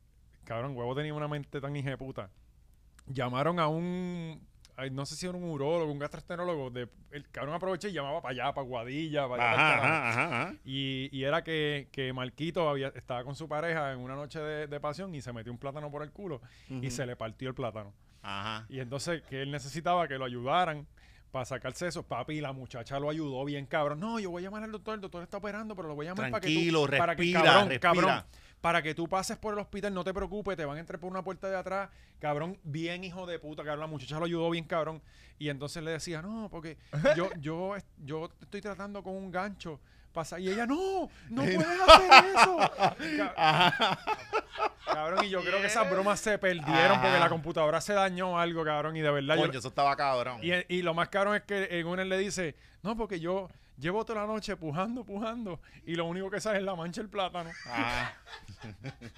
[SPEAKER 1] cabrón, huevo tenía una mente tan hija de puta. Llamaron a un, ay, no sé si era un urólogo, un gastroenterólogo, de, el cabrón aprovechó y llamaba para allá, para Guadilla, para allá.
[SPEAKER 3] Ajá,
[SPEAKER 1] pa'l carajo.
[SPEAKER 3] ajá, ajá, ajá.
[SPEAKER 1] Y, y era que, que Marquito había, estaba con su pareja en una noche de, de pasión y se metió un plátano por el culo y se le partió el plátano.
[SPEAKER 3] Ajá.
[SPEAKER 1] Y entonces que él necesitaba que lo ayudaran para sacarse eso. Papi, y la muchacha lo ayudó bien, cabrón. No, yo voy a llamar al doctor, el doctor está operando, pero lo voy a llamar
[SPEAKER 3] Tranquilo,
[SPEAKER 1] para que tú...
[SPEAKER 3] respira,
[SPEAKER 1] para que,
[SPEAKER 3] respira.
[SPEAKER 1] para que tú pases por el hospital, no te preocupes, te van a entrar por una puerta de atrás. Cabrón, bien hijo de puta, cabrón. La muchacha lo ayudó bien, cabrón. Y entonces le decía, no, porque yo, yo, yo te estoy tratando con un gancho. Pasa, y ella, no, no puedes hacer eso. Ca- Cabrón, y yo creo que esas bromas
[SPEAKER 3] Ah,
[SPEAKER 1] se perdieron
[SPEAKER 3] Ajá.
[SPEAKER 1] porque la computadora se dañó algo, cabrón, y de verdad yo-
[SPEAKER 3] Coño, eso estaba cabrón.
[SPEAKER 1] Y, y lo más cabrón es que en una él le dice, no, porque yo llevo toda la noche pujando, pujando, y lo único que sale es la mancha del plátano.
[SPEAKER 3] Ah.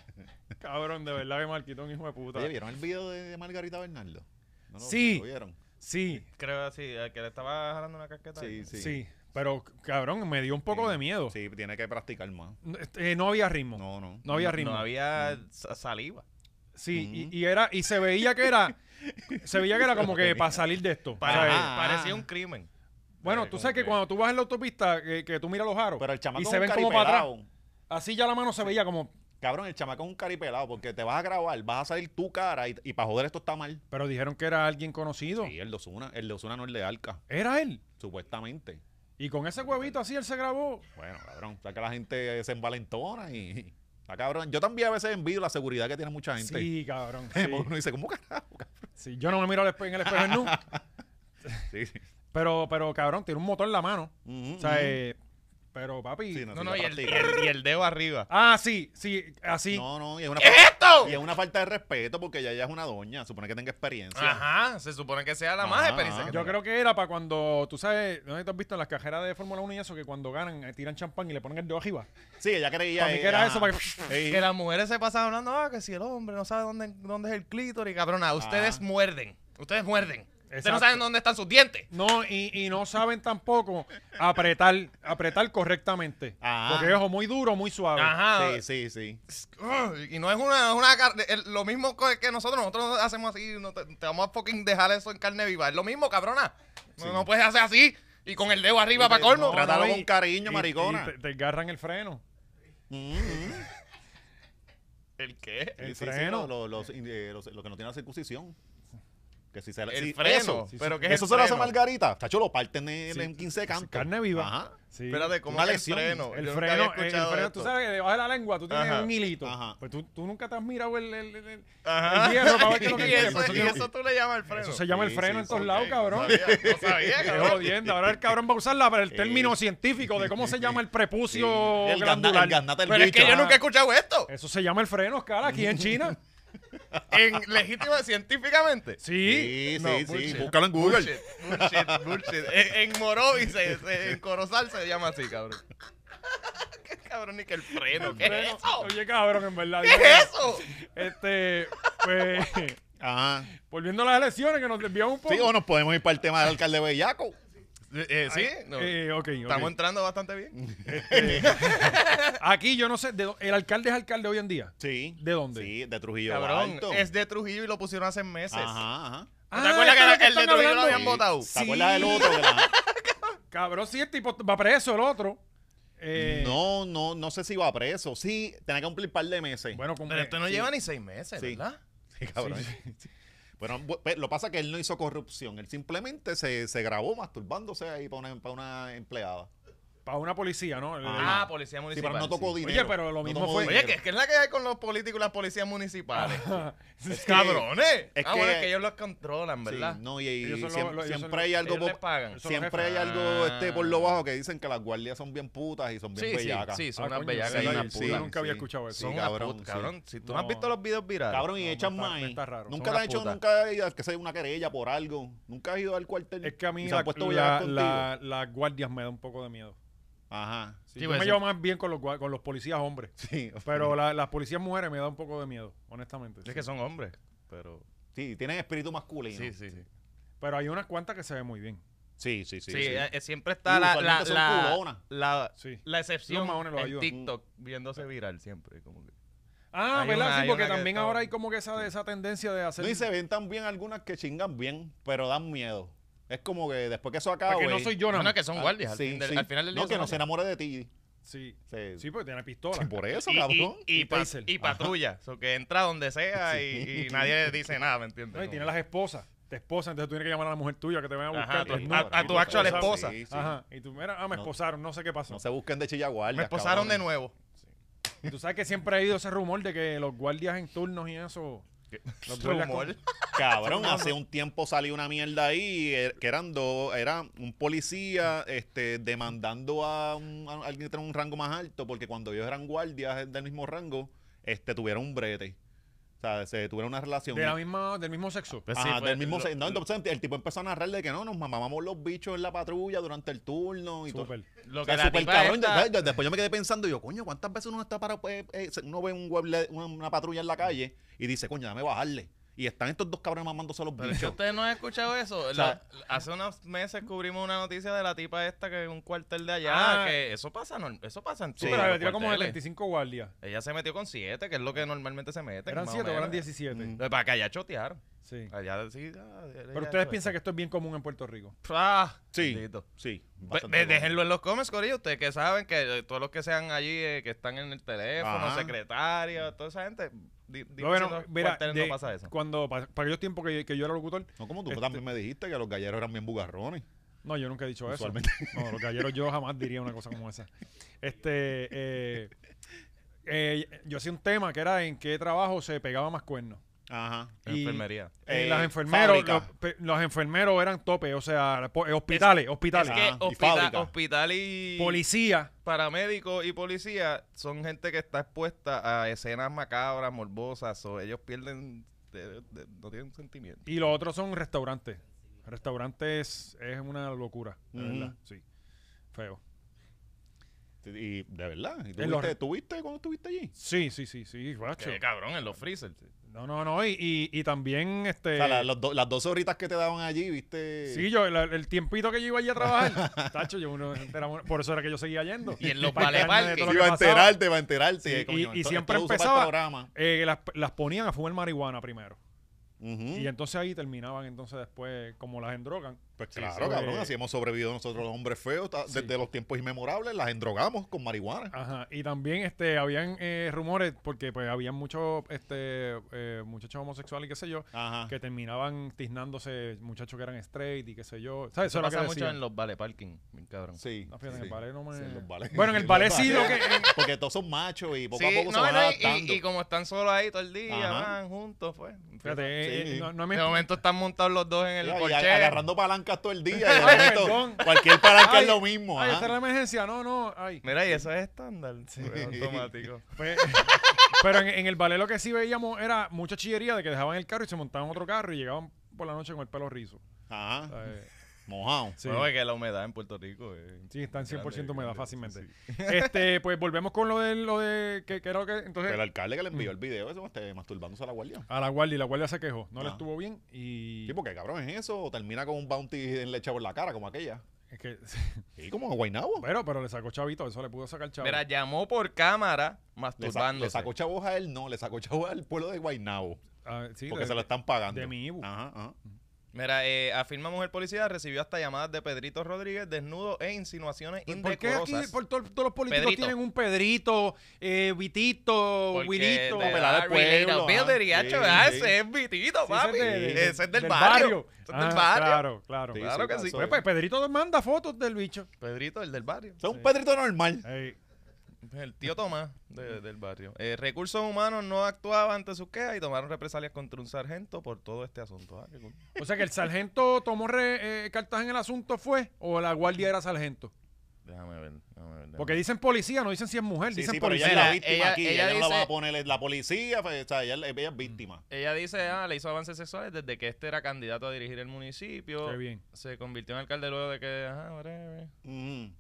[SPEAKER 1] Cabrón, de verdad que Marquito es un hijo de puta.
[SPEAKER 3] Oye, ¿vieron el video de, de Margarita Bernardo? ¿No lo-
[SPEAKER 1] Sí.
[SPEAKER 3] ¿Lo vieron?
[SPEAKER 1] Sí,
[SPEAKER 2] Creo así, eh, que le estaba jalando una casqueta.
[SPEAKER 3] Sí,
[SPEAKER 2] ahí.
[SPEAKER 1] sí,
[SPEAKER 3] sí.
[SPEAKER 1] Pero, cabrón, me dio un poco
[SPEAKER 3] Sí.
[SPEAKER 1] de miedo.
[SPEAKER 3] Sí, tiene que practicar más.
[SPEAKER 1] Eh, no había ritmo. No,
[SPEAKER 3] No, no.
[SPEAKER 1] había ritmo. Ah.
[SPEAKER 2] No había sa- saliva.
[SPEAKER 1] Sí, y-
[SPEAKER 3] Ujú.
[SPEAKER 1] y, era, y se veía que era, se veía que era como que
[SPEAKER 3] Tenía.
[SPEAKER 1] para salir de esto.
[SPEAKER 2] Pare-
[SPEAKER 1] ¿sabes?
[SPEAKER 3] Ajá.
[SPEAKER 2] Parecía un crimen.
[SPEAKER 1] Ah. Bueno,
[SPEAKER 2] Eh,
[SPEAKER 1] tú
[SPEAKER 2] como
[SPEAKER 1] sabes que
[SPEAKER 2] que-
[SPEAKER 1] cuando tú vas en la autopista, que, que tú miras los aros
[SPEAKER 3] Pero el chamaco
[SPEAKER 1] y
[SPEAKER 3] es
[SPEAKER 1] se
[SPEAKER 3] un
[SPEAKER 1] ven como para atrás.
[SPEAKER 3] caripelado.
[SPEAKER 1] Así ya la mano se veía como.
[SPEAKER 3] Cabrón, el chamaco es un caripelado porque te vas a grabar, vas a salir tu cara y, y para joder esto está mal.
[SPEAKER 1] Pero dijeron que era alguien conocido.
[SPEAKER 3] Sí, el de Osuna. El de Osuna no es el de Arca,
[SPEAKER 1] Era él.
[SPEAKER 3] supuestamente.
[SPEAKER 1] Y con ese huevito así él se grabó.
[SPEAKER 3] Bueno, cabrón, o sea que la gente se envalentona y... Está cabrón. Yo también a veces envidio la seguridad que tiene mucha gente.
[SPEAKER 1] Sí, cabrón. sí.
[SPEAKER 3] Uno dice, ¿cómo carajo? cabrón?
[SPEAKER 1] Sí, Yo no me miro al espe- en el espejo nu.
[SPEAKER 3] Sí, sí.
[SPEAKER 1] Pero, pero cabrón, tiene un motor en la mano.
[SPEAKER 3] Ujú,
[SPEAKER 1] O sea,
[SPEAKER 3] ujú.
[SPEAKER 1] eh, pero papi.
[SPEAKER 3] Sí, no,
[SPEAKER 2] No,
[SPEAKER 3] sí,
[SPEAKER 2] no,
[SPEAKER 3] la
[SPEAKER 2] y el, y,
[SPEAKER 3] practica.
[SPEAKER 2] el, y el dedo arriba.
[SPEAKER 1] Ah, sí, sí, así.
[SPEAKER 3] No, no, y es una,
[SPEAKER 2] ¿Qué es esto?
[SPEAKER 3] y es una falta de respeto porque ella ya es una doña, supone que tenga experiencia.
[SPEAKER 2] Ajá, se supone que sea la
[SPEAKER 3] Ajá,
[SPEAKER 2] más experiencia. que
[SPEAKER 1] Yo
[SPEAKER 2] tenga.
[SPEAKER 1] creo que era para cuando, tú sabes, ¿no te has visto en las cajeras de Fórmula 1 y eso? Que cuando ganan, eh, tiran champán y le ponen el dedo arriba.
[SPEAKER 3] Sí, ella creía...
[SPEAKER 1] Para mí que
[SPEAKER 3] eh,
[SPEAKER 1] era
[SPEAKER 3] ajá.
[SPEAKER 1] eso, para que-
[SPEAKER 3] Sí.
[SPEAKER 2] Que las mujeres se pasan hablando, ah, que si el hombre no sabe dónde, dónde es el clítoris, cabrona. Ustedes
[SPEAKER 3] Ajá.
[SPEAKER 2] muerden. Ustedes muerden. Ustedes
[SPEAKER 1] Exacto.
[SPEAKER 2] no saben dónde están sus dientes.
[SPEAKER 1] No, y, y no saben tampoco apretar, apretar correctamente.
[SPEAKER 3] Ajá.
[SPEAKER 1] Porque es o muy duro o muy suave.
[SPEAKER 2] Ajá.
[SPEAKER 3] Sí, sí, sí.
[SPEAKER 2] Ugh, Y no es una, una car- el- lo mismo co- que nosotros, nosotros hacemos así, no te, te vamos a fucking dejar eso en carne viva. Es lo mismo, cabrona. No, no puedes hacer así y con el dedo arriba para colmo.
[SPEAKER 1] No,
[SPEAKER 3] Trátalo
[SPEAKER 1] no, y-
[SPEAKER 3] con cariño,
[SPEAKER 1] y-
[SPEAKER 3] maricona.
[SPEAKER 1] y te, te agarran el freno.
[SPEAKER 3] Ujú.
[SPEAKER 2] ¿El qué?
[SPEAKER 1] El
[SPEAKER 3] Sí, sí,
[SPEAKER 1] freno.
[SPEAKER 3] lo- lo- los, eh, los- lo que no tiene la circuncisión. Que si se
[SPEAKER 2] El
[SPEAKER 3] si-
[SPEAKER 2] freno.
[SPEAKER 3] Eso,
[SPEAKER 1] Sí, sí.
[SPEAKER 2] ¿Pero qué es
[SPEAKER 3] eso
[SPEAKER 2] el
[SPEAKER 3] se lo hace
[SPEAKER 2] freno?
[SPEAKER 3] Margarita. Chacho, lo parten en,
[SPEAKER 1] Sí,
[SPEAKER 3] en 15 cantos.
[SPEAKER 1] carne viva.
[SPEAKER 3] Ajá.
[SPEAKER 1] Sí.
[SPEAKER 2] Espérate, ¿cómo
[SPEAKER 3] Una
[SPEAKER 2] que
[SPEAKER 3] lesión.
[SPEAKER 2] el freno?
[SPEAKER 1] El
[SPEAKER 2] Yo nunca había
[SPEAKER 1] freno, el
[SPEAKER 2] escuchado
[SPEAKER 1] freno,
[SPEAKER 2] esto.
[SPEAKER 1] tú sabes que debajo de la lengua tú tienes
[SPEAKER 2] Ajá,
[SPEAKER 1] un hilito.
[SPEAKER 3] ajá.
[SPEAKER 1] Pues tú, tú nunca te has mirado el, el- el- el-
[SPEAKER 2] Ajá.
[SPEAKER 1] el hierro para ver qué es lo que
[SPEAKER 2] y
[SPEAKER 1] quiere,
[SPEAKER 2] eso,
[SPEAKER 1] por eso
[SPEAKER 2] y
[SPEAKER 1] que-
[SPEAKER 2] eso tú le llamas el freno.
[SPEAKER 1] Eso se llama el
[SPEAKER 3] Sí,
[SPEAKER 1] freno
[SPEAKER 3] sí,
[SPEAKER 1] en todos
[SPEAKER 3] sí,
[SPEAKER 1] lados,
[SPEAKER 2] Ok,
[SPEAKER 1] cabrón.
[SPEAKER 2] No sabía, no sabía,
[SPEAKER 1] Qué
[SPEAKER 2] cabrón.
[SPEAKER 1] jodiendo. Ahora el cabrón va a usarla para el
[SPEAKER 3] Sí.
[SPEAKER 1] término científico de cómo se llama el prepucio
[SPEAKER 3] Sí. El ganda-
[SPEAKER 1] glandular.
[SPEAKER 3] el gandate del
[SPEAKER 1] Pero es
[SPEAKER 3] bicho.
[SPEAKER 1] que yo
[SPEAKER 2] Yo
[SPEAKER 1] no-
[SPEAKER 2] nunca he escuchado esto.
[SPEAKER 1] Eso se llama el freno, Oscar, aquí en China.
[SPEAKER 2] En legítima, científicamente.
[SPEAKER 1] Sí.
[SPEAKER 3] Sí, sí,
[SPEAKER 2] No,
[SPEAKER 3] sí.
[SPEAKER 2] bullshit.
[SPEAKER 3] Búscalo en Google.
[SPEAKER 2] Bullshit, bullshit, bullshit. En, en Morovis, se- se- en Corozal se llama así, cabrón. ¿Qué cabrón ni que el freno? ¿Qué es
[SPEAKER 1] Freno.
[SPEAKER 2] eso?
[SPEAKER 1] Oye, cabrón, en verdad.
[SPEAKER 2] ¿Qué es eso?
[SPEAKER 1] Este, pues,
[SPEAKER 3] Ajá.
[SPEAKER 1] volviendo a las elecciones, que nos desviamos un poco.
[SPEAKER 3] Sí, o nos podemos ir para el tema del alcalde Bellaco.
[SPEAKER 2] Eh, sí, no,
[SPEAKER 1] Eh, ok, ok.
[SPEAKER 2] estamos entrando bastante bien.
[SPEAKER 1] Aquí yo no sé, de dó- el alcalde es alcalde hoy en día.
[SPEAKER 3] Sí.
[SPEAKER 1] ¿De dónde?
[SPEAKER 3] Sí, de Trujillo
[SPEAKER 2] Cabrón,
[SPEAKER 3] Alto.
[SPEAKER 2] es de Trujillo y lo pusieron hace meses.
[SPEAKER 3] Ajá, ajá.
[SPEAKER 2] ¿Te acuerdas
[SPEAKER 1] ¿esto es lo
[SPEAKER 2] que el de
[SPEAKER 1] Ah, están
[SPEAKER 2] Trujillo lo
[SPEAKER 1] hablando?
[SPEAKER 2] habían votado?
[SPEAKER 3] ¿Te acuerdas del otro? que la-
[SPEAKER 1] Cabrón, si el tipo va preso, el otro. Eh,
[SPEAKER 3] No, no, no sé si va preso. Sí, tiene que cumplir un par de meses.
[SPEAKER 1] Bueno, como
[SPEAKER 2] Pero
[SPEAKER 1] que-
[SPEAKER 2] esto no
[SPEAKER 1] sí.
[SPEAKER 2] lleva ni seis meses,
[SPEAKER 3] Sí.
[SPEAKER 2] ¿verdad?
[SPEAKER 3] Sí, cabrón. Bueno, bu- pe- lo pasa que él no hizo corrupción. Él simplemente se, se grabó masturbándose ahí para una, para una empleada.
[SPEAKER 1] Para una policía, ¿no? El-
[SPEAKER 2] Ah, policía
[SPEAKER 3] Sí,
[SPEAKER 2] municipal.
[SPEAKER 3] pero no tocó
[SPEAKER 2] sí.
[SPEAKER 3] dinero.
[SPEAKER 1] Oye, pero lo
[SPEAKER 3] No
[SPEAKER 1] mismo
[SPEAKER 3] tomó
[SPEAKER 1] fue-
[SPEAKER 2] Oye,
[SPEAKER 3] dinero.
[SPEAKER 2] que es que es la que hay con los políticos y las policías municipales.
[SPEAKER 1] Sí.
[SPEAKER 2] Cabrones.
[SPEAKER 3] Ah, es
[SPEAKER 2] ah,
[SPEAKER 3] que-
[SPEAKER 2] bueno, es que ellos los controlan, ¿verdad?
[SPEAKER 3] Sí, no, y, y
[SPEAKER 1] Ellos son los-
[SPEAKER 3] siempre,
[SPEAKER 1] los- ellos
[SPEAKER 3] siempre
[SPEAKER 1] son los-
[SPEAKER 3] hay algo
[SPEAKER 2] Ellos les
[SPEAKER 3] po-
[SPEAKER 2] pagan.
[SPEAKER 1] son los
[SPEAKER 3] siempre hay
[SPEAKER 1] jefes.
[SPEAKER 3] algo este por lo
[SPEAKER 2] Ah.
[SPEAKER 3] bajo que dicen que las guardias son bien putas y son bien
[SPEAKER 2] Sí, sí,
[SPEAKER 3] bellacas.
[SPEAKER 2] sí, son
[SPEAKER 1] Ah,
[SPEAKER 2] unas
[SPEAKER 1] coño,
[SPEAKER 2] bellacas
[SPEAKER 1] sí,
[SPEAKER 2] y unas
[SPEAKER 1] sí,
[SPEAKER 2] putas.
[SPEAKER 1] Yo nunca había escuchado eso.
[SPEAKER 3] Sí,
[SPEAKER 2] son cabrón,
[SPEAKER 3] cabrón,
[SPEAKER 2] putas,
[SPEAKER 3] sí.
[SPEAKER 2] cabrón. Si tú no has
[SPEAKER 1] No.
[SPEAKER 2] visto los videos virales.
[SPEAKER 3] Cabrón, y
[SPEAKER 1] No,
[SPEAKER 3] echan
[SPEAKER 1] está-
[SPEAKER 3] más.
[SPEAKER 1] está raro.
[SPEAKER 2] Son
[SPEAKER 3] Nunca le
[SPEAKER 2] unas
[SPEAKER 3] han hecho
[SPEAKER 2] putas.
[SPEAKER 3] nunca eh, que sea una querella por algo. Nunca has ido al cuartel.
[SPEAKER 1] Es que a mí
[SPEAKER 3] y se
[SPEAKER 1] la,
[SPEAKER 3] han puesto
[SPEAKER 1] la-
[SPEAKER 3] bellacas contigo.
[SPEAKER 1] la- las guardias me da un poco de miedo.
[SPEAKER 3] Ajá.
[SPEAKER 1] Sí,
[SPEAKER 2] Sí,
[SPEAKER 1] yo
[SPEAKER 2] pues,
[SPEAKER 1] me
[SPEAKER 2] sí.
[SPEAKER 1] llevo más bien con los, gua- con los policías hombres.
[SPEAKER 3] Sí.
[SPEAKER 1] Pero la- las policías mujeres me da un poco de miedo, honestamente.
[SPEAKER 2] Es que son hombres. Pero.
[SPEAKER 3] Sí, tienen espíritu masculino.
[SPEAKER 2] Sí, sí, sí.
[SPEAKER 1] Pero hay unas cuantas que se ven muy bien.
[SPEAKER 3] Sí, sí, sí.
[SPEAKER 2] Sí,
[SPEAKER 3] sí.
[SPEAKER 2] eh, eh, siempre está la,
[SPEAKER 3] Y
[SPEAKER 2] la,
[SPEAKER 3] usualmente son culonas.
[SPEAKER 2] la, la,
[SPEAKER 1] Sí.
[SPEAKER 2] la
[SPEAKER 1] Los
[SPEAKER 2] excepción
[SPEAKER 1] maones lo
[SPEAKER 2] en
[SPEAKER 1] ayudan.
[SPEAKER 2] TikTok viéndose viral siempre. Como que.
[SPEAKER 1] Ah,
[SPEAKER 2] Hay
[SPEAKER 1] ¿verdad?
[SPEAKER 2] una-
[SPEAKER 1] sí,
[SPEAKER 2] hay
[SPEAKER 1] porque
[SPEAKER 2] una que
[SPEAKER 1] también
[SPEAKER 2] está-
[SPEAKER 1] ahora hay como que esa, esa tendencia de hacer...
[SPEAKER 3] No, y se ven también algunas que chingan bien, pero dan miedo. Es como que después que eso acabe.
[SPEAKER 1] Porque no soy yo, nada
[SPEAKER 2] Bueno,
[SPEAKER 1] más.
[SPEAKER 2] que son
[SPEAKER 3] Ah,
[SPEAKER 2] guardias.
[SPEAKER 3] sí,
[SPEAKER 2] al, fin del-
[SPEAKER 3] sí.
[SPEAKER 2] al final del día.
[SPEAKER 3] No, que
[SPEAKER 2] son
[SPEAKER 3] no se
[SPEAKER 2] guardias.
[SPEAKER 3] enamore de ti.
[SPEAKER 1] Sí.
[SPEAKER 3] Se-
[SPEAKER 1] Sí, porque tiene pistola.
[SPEAKER 3] Sí, por eso,
[SPEAKER 2] Y- y-
[SPEAKER 3] cabrón.
[SPEAKER 2] Y,
[SPEAKER 1] Y
[SPEAKER 2] pa-
[SPEAKER 1] taser.
[SPEAKER 2] y patrulla. O sea, que entra donde sea
[SPEAKER 3] Sí.
[SPEAKER 2] y, y nadie le dice nada, ¿me entiendes?
[SPEAKER 1] No, y
[SPEAKER 2] Como
[SPEAKER 1] tiene
[SPEAKER 2] que-
[SPEAKER 1] las esposas. Te esposa, entonces tú tienes que llamar a la mujer tuya que te vayan a buscar.
[SPEAKER 2] Ajá,
[SPEAKER 1] Pues,
[SPEAKER 2] a-
[SPEAKER 1] no.
[SPEAKER 2] a- a tu actual esposa.
[SPEAKER 3] Sí, sí.
[SPEAKER 1] Ajá. Y tú, mira, ah, me
[SPEAKER 3] No.
[SPEAKER 1] esposaron, no sé qué pasó.
[SPEAKER 3] No se busquen de chillaguardia.
[SPEAKER 2] Me esposaron de nuevo.
[SPEAKER 1] Y tú sabes que siempre ha habido ese rumor de que los guardias en turnos y eso... Los guardias con-
[SPEAKER 2] Rumor.
[SPEAKER 3] Cabrón, hace un tiempo salió una mierda ahí eh, que eran dos, era un policía este, demandando a, un- a alguien que tenía un rango más alto porque cuando ellos eran guardias del mismo rango, este, tuvieron un brete. O sea, se tuvieron una relación.
[SPEAKER 1] de la misma, del mismo sexo. Ah,
[SPEAKER 2] Pues sí,
[SPEAKER 3] Ajá,
[SPEAKER 2] fue-
[SPEAKER 3] del mismo
[SPEAKER 2] lo-
[SPEAKER 3] se- no, entonces el tipo empezó a narrar de que no, nos mamamos los bichos en la patrulla durante el turno y todo.
[SPEAKER 1] Súper.
[SPEAKER 2] Lo
[SPEAKER 3] O sea,
[SPEAKER 2] que la
[SPEAKER 3] súper
[SPEAKER 2] tipa
[SPEAKER 3] cabrón.
[SPEAKER 2] esta-
[SPEAKER 3] Yo- yo- después yo me quedé pensando, yo, coño, pues, ¿cuántas veces uno está para eh, eh, se- uno ve un web- una, una patrulla en la calle y dice, coño, dame bajarle? Y están estos dos cabrones mamándose los
[SPEAKER 2] Pero es que
[SPEAKER 3] bichos.
[SPEAKER 2] ustedes no han escuchado eso.
[SPEAKER 3] sea-
[SPEAKER 2] La- hace unos meses cubrimos una noticia de la tipa esta que es un cuartel de allá.
[SPEAKER 1] Ah.
[SPEAKER 2] que eso pasa, norm- eso pasa en
[SPEAKER 1] Sí,
[SPEAKER 2] todos
[SPEAKER 1] pero
[SPEAKER 2] los
[SPEAKER 1] había tirado como
[SPEAKER 2] cuarteles.
[SPEAKER 1] 75 guardias.
[SPEAKER 2] Ella se metió con siete, que es lo que normalmente se mete.
[SPEAKER 1] Eran
[SPEAKER 2] más o
[SPEAKER 1] 7 o eran
[SPEAKER 2] menos.
[SPEAKER 1] 17.
[SPEAKER 3] Mm.
[SPEAKER 2] Lo que Para que allá chotearon.
[SPEAKER 1] Sí.
[SPEAKER 2] Allá sí. ah,
[SPEAKER 1] Pero
[SPEAKER 2] ella
[SPEAKER 1] ustedes
[SPEAKER 2] hizo
[SPEAKER 1] piensan
[SPEAKER 2] eso.
[SPEAKER 1] que esto es bien común en Puerto Rico.
[SPEAKER 2] Ah,
[SPEAKER 3] Sí.
[SPEAKER 2] bendito.
[SPEAKER 3] Sí.
[SPEAKER 2] Ve-
[SPEAKER 3] bastante
[SPEAKER 2] ve-
[SPEAKER 3] bueno.
[SPEAKER 2] déjenlo en los comments, Corillo. Ustedes que saben que eh, todos los que sean allí, eh, que están en el teléfono,
[SPEAKER 3] Ajá.
[SPEAKER 2] secretarios, toda esa gente. Di, di-
[SPEAKER 1] Bueno,
[SPEAKER 2] si no,
[SPEAKER 1] mira,
[SPEAKER 2] cuarteles
[SPEAKER 1] de-
[SPEAKER 2] no pasa eso.
[SPEAKER 1] Cuando, pa- para aquellos tiempos que, que yo era locutor,
[SPEAKER 3] No, como tú
[SPEAKER 1] Este-
[SPEAKER 3] también me dijiste que los galleros eran bien bugarrones.
[SPEAKER 1] no, yo nunca he dicho eso.
[SPEAKER 3] Usualmente.
[SPEAKER 1] No, los galleros yo jamás diría una cosa como esa. Este, eh, eh, yo hacía un tema que era en qué trabajo se pegaba más cuernos.
[SPEAKER 3] Ajá.
[SPEAKER 2] En
[SPEAKER 1] y-
[SPEAKER 2] enfermería.
[SPEAKER 1] Eh,
[SPEAKER 3] Eh,
[SPEAKER 1] las enfermeros,
[SPEAKER 3] fábrica.
[SPEAKER 1] los, pe- los enfermeros eran tope, o sea, po- eh, hospitales, hospitales.
[SPEAKER 2] Es que
[SPEAKER 3] Ah, y
[SPEAKER 2] hospital,
[SPEAKER 3] fábrica.
[SPEAKER 2] hospital y
[SPEAKER 1] Policía,
[SPEAKER 2] paramédicos y policía son gente que está expuesta a escenas macabras, morbosas, o ellos pierden, de- de- no tienen sentimiento.
[SPEAKER 1] y los otros son restaurantes. Restaurantes es una locura, de
[SPEAKER 3] Ujú.
[SPEAKER 1] verdad, sí. Feo.
[SPEAKER 3] Y de verdad. ¿Y tú,
[SPEAKER 1] En los-
[SPEAKER 3] viste, tú viste cuando estuviste allí?
[SPEAKER 1] Sí, sí, sí, sí, guacho.
[SPEAKER 2] Qué cabrón, en los freezers.
[SPEAKER 1] No, no, no, y, y, y también este...
[SPEAKER 3] O sea, la- los do- las dos horitas que te daban allí, viste.
[SPEAKER 1] Sí, yo, la- el tiempito que yo iba allí a trabajar, tacho, yo uno, era bueno, por eso era que yo seguía yendo.
[SPEAKER 2] Y en los
[SPEAKER 1] Para
[SPEAKER 2] ballet
[SPEAKER 1] enterarme de
[SPEAKER 2] parking.
[SPEAKER 1] todo
[SPEAKER 3] Sí,
[SPEAKER 1] lo
[SPEAKER 3] va a
[SPEAKER 1] que pasaba.
[SPEAKER 3] enterarte, va a enterarte.
[SPEAKER 1] Sí,
[SPEAKER 3] coño,
[SPEAKER 1] y- y
[SPEAKER 3] esto- esto
[SPEAKER 1] siempre
[SPEAKER 3] lo uso para el
[SPEAKER 1] empezaba-
[SPEAKER 3] programa.
[SPEAKER 1] Eh, las, las ponían a fumar marihuana primero.
[SPEAKER 3] Ujú.
[SPEAKER 1] Y entonces ahí terminaban, entonces después, como las endrogan.
[SPEAKER 3] Pues
[SPEAKER 1] Sí,
[SPEAKER 3] claro,
[SPEAKER 1] sí.
[SPEAKER 3] cabrón,
[SPEAKER 1] Eh,
[SPEAKER 3] así hemos sobrevivido nosotros los hombres feos ta-
[SPEAKER 1] Sí.
[SPEAKER 3] desde los tiempos inmemorables, las endrogamos con marihuana.
[SPEAKER 1] Ajá, y también este habían eh, rumores porque pues habían muchos este eh, muchachos homosexuales y qué sé yo
[SPEAKER 3] Ajá.
[SPEAKER 1] que terminaban tiznándose muchachos que eran straight y qué sé yo. ¿Sabes?
[SPEAKER 2] Eso
[SPEAKER 1] era lo
[SPEAKER 2] pasa
[SPEAKER 1] que
[SPEAKER 2] mucho
[SPEAKER 1] decían.
[SPEAKER 2] en los ballet parking, bien cabrón.
[SPEAKER 3] Sí.
[SPEAKER 1] No, fíjate, en
[SPEAKER 3] sí.
[SPEAKER 1] el ballet no me-
[SPEAKER 3] Sí, en los ballets.
[SPEAKER 1] Bueno, en el ballet sí, lo que-
[SPEAKER 3] Porque todos son machos y poco
[SPEAKER 2] Sí,
[SPEAKER 3] a poco se
[SPEAKER 2] no,
[SPEAKER 3] van
[SPEAKER 2] no, y- y-
[SPEAKER 3] adaptando.
[SPEAKER 2] y, como están solos ahí todo el día,
[SPEAKER 3] Ajá.
[SPEAKER 2] van juntos, pues.
[SPEAKER 1] Fíjate, eh,
[SPEAKER 3] Sí.
[SPEAKER 1] eh, no, no me
[SPEAKER 2] De momento están montados los dos en el
[SPEAKER 3] Ya, y
[SPEAKER 2] porche.
[SPEAKER 3] a- agarrando palancas todo el día. y de
[SPEAKER 1] Ay,
[SPEAKER 3] momento,
[SPEAKER 1] perdón.
[SPEAKER 3] cualquier palanca
[SPEAKER 1] Ay,
[SPEAKER 3] es lo mismo.
[SPEAKER 1] Ay,
[SPEAKER 3] ajá.
[SPEAKER 2] ah.
[SPEAKER 1] esta es la emergencia, no, no, ay.
[SPEAKER 2] Mira, y eso es estándar. fue automático.
[SPEAKER 1] Pues, pero en, en el ballet lo que sí veíamos era mucha chillería de que dejaban el carro y se montaban en otro carro y llegaban por la noche con el pelo rizo. O
[SPEAKER 3] Ajá,
[SPEAKER 1] sea, eh,
[SPEAKER 3] mojado.
[SPEAKER 1] sí.
[SPEAKER 2] Bueno, es que la humedad en Puerto Rico es
[SPEAKER 1] Sí, están 100%
[SPEAKER 2] grande,
[SPEAKER 1] humedad
[SPEAKER 2] grande,
[SPEAKER 1] fácilmente.
[SPEAKER 2] sí, sí.
[SPEAKER 1] Este, pues volvemos con lo de lo de que, que era lo que entonces
[SPEAKER 3] Pero el alcalde que le
[SPEAKER 1] Mm.
[SPEAKER 3] envió el video, eso, este, masturbándose a la guardia.
[SPEAKER 1] a la guardia y la guardia se quejó, no le
[SPEAKER 3] Ah.
[SPEAKER 1] estuvo bien y
[SPEAKER 3] Sí, porque cabrón es eso, o termina con un bounty en leche por la cara, como aquella.
[SPEAKER 1] es que-
[SPEAKER 3] Y como a Guaynabo.
[SPEAKER 1] pero pero le sacó chavito, eso le pudo sacar chavito.
[SPEAKER 2] Mira, llamó por cámara
[SPEAKER 3] Le, sa-
[SPEAKER 2] masturbándose.
[SPEAKER 3] le sacó chavos a él, no, le sacó chavos al pueblo de Guaynabo.
[SPEAKER 1] Ah, sí,
[SPEAKER 3] Porque
[SPEAKER 1] de-
[SPEAKER 3] se lo Ah. están pagando.
[SPEAKER 1] de mi Ibu.
[SPEAKER 3] Ajá, ajá.
[SPEAKER 2] Mira, eh, afirma mujer policía, recibió hasta llamadas de Pedrito Rodríguez desnudo e insinuaciones
[SPEAKER 1] ¿Por- ¿Por qué aquí
[SPEAKER 2] indecorosas.
[SPEAKER 1] por to- todos los políticos
[SPEAKER 2] Pedrito.
[SPEAKER 1] tienen un Pedrito, eh, Vitito,
[SPEAKER 2] Porque
[SPEAKER 1] Wilito?
[SPEAKER 2] le
[SPEAKER 3] pelada
[SPEAKER 2] da
[SPEAKER 3] del pueblo,
[SPEAKER 2] relatability,
[SPEAKER 3] ajá.
[SPEAKER 2] hacho,
[SPEAKER 3] Sí,
[SPEAKER 2] ah,
[SPEAKER 3] sí.
[SPEAKER 2] Ese es Vitito,
[SPEAKER 1] Sí, ese
[SPEAKER 2] papi.
[SPEAKER 1] es de- de-
[SPEAKER 2] Ese es del barrio. Ese es
[SPEAKER 1] Ah,
[SPEAKER 2] del barrio.
[SPEAKER 1] Claro, claro.
[SPEAKER 3] Sí,
[SPEAKER 2] Claro que sí.
[SPEAKER 3] pasó.
[SPEAKER 1] Pues, pues, Pedrito manda fotos del bicho.
[SPEAKER 2] Pedrito, el del barrio.
[SPEAKER 3] O sea, un Pedrito normal.
[SPEAKER 1] Ey,
[SPEAKER 2] El tío Tomás de- del barrio. Eh, recursos humanos no actuaba ante sus quejas y tomaron represalias contra un sargento por todo este asunto. Ah, qué cool.
[SPEAKER 1] O sea que el sargento tomó re- eh, cartas en el asunto fue o la guardia era sargento.
[SPEAKER 2] Déjame ver, déjame ver. déjame
[SPEAKER 1] Porque
[SPEAKER 2] ver.
[SPEAKER 1] dicen policía, no dicen si es mujer,
[SPEAKER 3] Sí,
[SPEAKER 1] dicen
[SPEAKER 3] sí, pero ella
[SPEAKER 1] policía.
[SPEAKER 3] es la
[SPEAKER 2] Mira,
[SPEAKER 3] víctima
[SPEAKER 2] ella-
[SPEAKER 3] aquí.
[SPEAKER 2] ella
[SPEAKER 3] Ella, no la va
[SPEAKER 2] dice-
[SPEAKER 3] a poner la policía, pues, o sea, ella, ella
[SPEAKER 1] Mm.
[SPEAKER 3] es víctima.
[SPEAKER 2] Ella dice, ah, le hizo avances sexuales desde que este era candidato a dirigir el municipio.
[SPEAKER 1] Qué bien.
[SPEAKER 2] Se convirtió en alcalde luego de que, ajá, breve.
[SPEAKER 3] Ujú.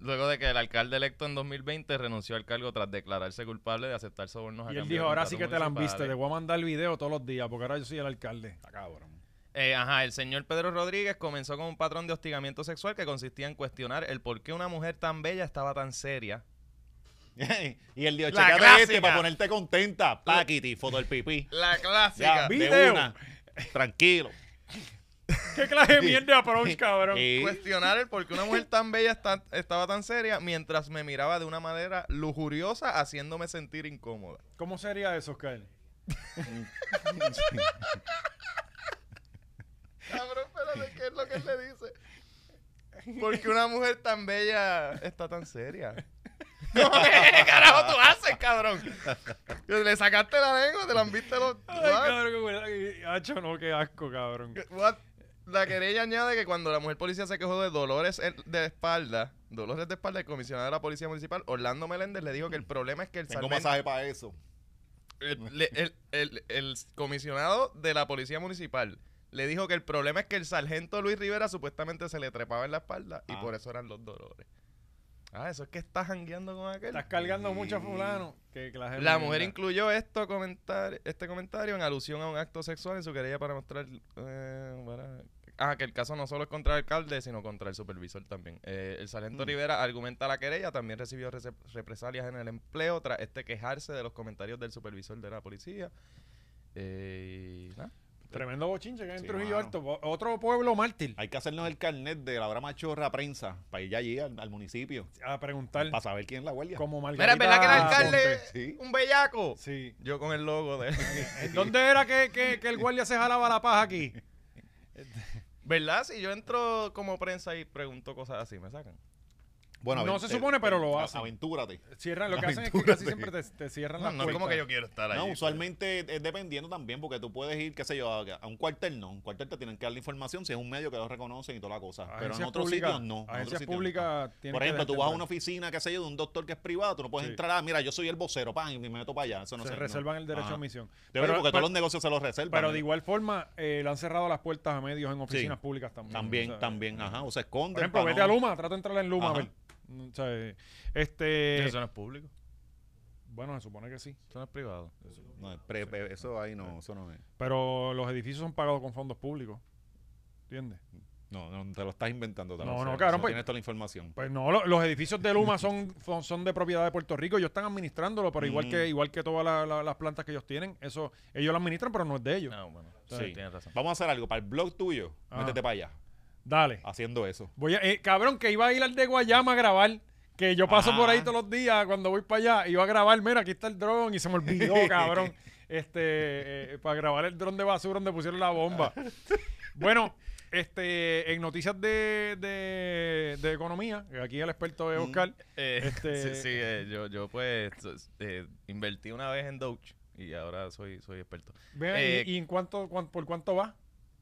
[SPEAKER 2] Luego de que el alcalde electo en 2020 renunció al cargo tras declararse culpable de aceptar sobornos a
[SPEAKER 1] Y él
[SPEAKER 2] cambio de
[SPEAKER 1] dijo, ahora sí que te
[SPEAKER 2] contratos
[SPEAKER 1] la viste, te
[SPEAKER 2] municipales".
[SPEAKER 1] voy a mandar el video todos los días, porque ahora yo soy el alcalde.
[SPEAKER 3] Está cabrón.
[SPEAKER 2] Eh, ajá, el señor Pedro Rodríguez comenzó con un patrón de hostigamiento sexual que consistía en cuestionar el por qué una mujer tan bella estaba tan seria.
[SPEAKER 3] y el dijo,
[SPEAKER 2] La
[SPEAKER 3] checate este
[SPEAKER 2] clásica.
[SPEAKER 3] para ponerte contenta. Paquiti, foto del pipí.
[SPEAKER 2] La
[SPEAKER 3] Ya,
[SPEAKER 2] clásica.
[SPEAKER 1] vi-
[SPEAKER 3] de
[SPEAKER 1] Video.
[SPEAKER 3] una. Tranquilo.
[SPEAKER 1] ¿Qué clase de mierda approach, cabrón?
[SPEAKER 3] Sí.
[SPEAKER 2] Cuestionar el por qué una mujer tan bella está- estaba tan seria mientras me miraba de una manera lujuriosa haciéndome sentir incómoda.
[SPEAKER 1] ¿Cómo sería eso, Oscar?
[SPEAKER 2] Cabrón, espérate, ¿qué es lo que él le dice? Porque una mujer tan bella está tan seria. ¿Qué carajo tú haces, cabrón? Le sacaste la lengua, te la viste los.
[SPEAKER 1] Ay,
[SPEAKER 2] What?
[SPEAKER 1] cabrón, qué buena- Acho, no, qué asco, cabrón.
[SPEAKER 2] What? La querella añade que cuando la mujer policía se quejó de dolores en- de espalda, dolores de espalda, el comisionado de la policía municipal, Orlando Meléndez, le dijo que el problema es que el
[SPEAKER 3] Tengo
[SPEAKER 2] sargento-
[SPEAKER 3] masaje para eso.
[SPEAKER 2] el, le- el- el- el comisionado de la policía municipal le dijo que el problema es que el sargento Luis Rivera supuestamente se le trepaba en la espalda y
[SPEAKER 3] Ah.
[SPEAKER 2] por eso eran los dolores. Ah, eso es que estás jangueando con aquel.
[SPEAKER 1] Estás cargando mucho a fulano. Que, que gente
[SPEAKER 2] La
[SPEAKER 1] me
[SPEAKER 2] mujer
[SPEAKER 1] diga.
[SPEAKER 2] incluyó esto comentar, este comentario en alusión a un acto sexual en su querella para mostrar... eh, para- Ah, que el caso no solo es contra el alcalde, sino contra el supervisor también. Eh, el
[SPEAKER 1] Mm.
[SPEAKER 2] sargento Rivera argumenta la querella, también recibió rece- represalias en el empleo tras este quejarse de los comentarios del supervisor de la policía. Eh, y nada.
[SPEAKER 1] Tremendo bochinche que hay en
[SPEAKER 3] Sí,
[SPEAKER 1] Trujillo
[SPEAKER 3] mano.
[SPEAKER 1] Alto. po- Otro pueblo mártir.
[SPEAKER 3] Hay que hacernos el carnet de la hora machorra a prensa para ir allí al, al municipio
[SPEAKER 1] A preguntar.
[SPEAKER 3] para saber quién es la guardia.
[SPEAKER 1] Como
[SPEAKER 2] Mira,
[SPEAKER 1] Margarita
[SPEAKER 2] ¿es verdad que el alcalde
[SPEAKER 1] Ponte.
[SPEAKER 3] Sí.
[SPEAKER 2] un bellaco?
[SPEAKER 1] Sí.
[SPEAKER 2] Yo con el logo de...
[SPEAKER 1] ¿Dónde era que, que- que el guardia se jalaba la paja aquí?
[SPEAKER 2] ¿Verdad? Si yo entro como prensa y pregunto cosas así, me sacan.
[SPEAKER 3] Bueno,
[SPEAKER 1] No
[SPEAKER 3] aven-
[SPEAKER 1] se
[SPEAKER 3] eh,
[SPEAKER 1] supone, pero lo
[SPEAKER 3] a-
[SPEAKER 1] hacen.
[SPEAKER 3] Aventúrate.
[SPEAKER 1] Cierran, lo que hacen es que casi siempre
[SPEAKER 3] Aventúrate.
[SPEAKER 1] te, te cierran
[SPEAKER 2] No,
[SPEAKER 1] las
[SPEAKER 2] no es como
[SPEAKER 1] puertas.
[SPEAKER 2] que yo quiero estar allí.
[SPEAKER 3] No, usualmente es dependiendo también, porque tú puedes ir, qué sé yo, a a un cuartel no. Un cuartel te tienen que dar la información si es un medio que los reconocen y toda la cosa. pero en
[SPEAKER 1] Agencias
[SPEAKER 3] otros
[SPEAKER 1] públicas-
[SPEAKER 3] sitios no. en otros
[SPEAKER 1] Agencias
[SPEAKER 3] sitios no.
[SPEAKER 1] públicas tienen
[SPEAKER 3] Por
[SPEAKER 1] que
[SPEAKER 3] ejemplo, tú vas a
[SPEAKER 1] dejarte
[SPEAKER 3] una
[SPEAKER 1] entrar.
[SPEAKER 3] oficina, qué sé yo, de un doctor que es privado, tú no puedes
[SPEAKER 1] Sí.
[SPEAKER 3] entrar, ah, mira, yo soy el vocero, pan, y me meto para allá. Eso no
[SPEAKER 1] Se
[SPEAKER 3] sé, no.
[SPEAKER 1] reservan el derecho
[SPEAKER 3] Ajá.
[SPEAKER 1] a omisión.
[SPEAKER 3] Te digo, porque todos los negocios se los reservan.
[SPEAKER 1] pero
[SPEAKER 3] ¿no?
[SPEAKER 1] de igual forma, eh, le han cerrado las puertas a medios en oficinas públicas también.
[SPEAKER 3] También,
[SPEAKER 1] Mm, o sea,
[SPEAKER 3] también, ajá, o se esconden.
[SPEAKER 1] Por ejemplo,
[SPEAKER 3] pa'
[SPEAKER 1] vete
[SPEAKER 3] no-
[SPEAKER 1] a Luma, trata de entrar en Luma. a
[SPEAKER 3] Ajá.
[SPEAKER 1] ver. O sea, eh, este,
[SPEAKER 2] Eso no es público,
[SPEAKER 1] bueno, se supone que sí.
[SPEAKER 2] eso no es privado.
[SPEAKER 3] No, es pre- pre- eso ahí no, eso no es.
[SPEAKER 1] Pero los edificios son pagados con fondos públicos. ¿Entiendes?
[SPEAKER 3] No, no, te lo estás inventando. te lo
[SPEAKER 1] No,
[SPEAKER 3] sé,
[SPEAKER 1] no, cabrón, pues-
[SPEAKER 3] Tienes toda la información.
[SPEAKER 1] Pues no, lo- los edificios de Luma son, son, son de propiedad de Puerto Rico, ellos están administrándolo, pero igual
[SPEAKER 3] Mm.
[SPEAKER 1] que igual que todas la- la- las plantas que ellos tienen, eso ellos lo administran, pero no es de ellos.
[SPEAKER 2] No, bueno,
[SPEAKER 3] Sí.
[SPEAKER 2] sí, tienes razón.
[SPEAKER 3] Vamos a hacer algo. Para el blog tuyo,
[SPEAKER 1] Ajá.
[SPEAKER 3] métete para allá,
[SPEAKER 1] Dale.
[SPEAKER 3] haciendo eso.
[SPEAKER 1] Voy a- eh, cabrón, que iba a ir al de Guayama a grabar, que yo paso
[SPEAKER 3] Ajá.
[SPEAKER 1] por ahí todos los días cuando voy para allá, iba a grabar, mira, aquí está el dron y se me olvidó, cabrón, este eh, para grabar el dron de basura donde pusieron la bomba. Bueno, este en noticias de, de, de economía, que aquí el experto es Oscar.
[SPEAKER 2] Eh,
[SPEAKER 1] Este-
[SPEAKER 2] Sí, sí, eh, yo, yo pues so- eh, invertí una vez en Doge y ahora soy, soy experto.
[SPEAKER 1] Vean,
[SPEAKER 2] Eh,
[SPEAKER 1] ¿y, y en cuánto, cuán- por cuánto va?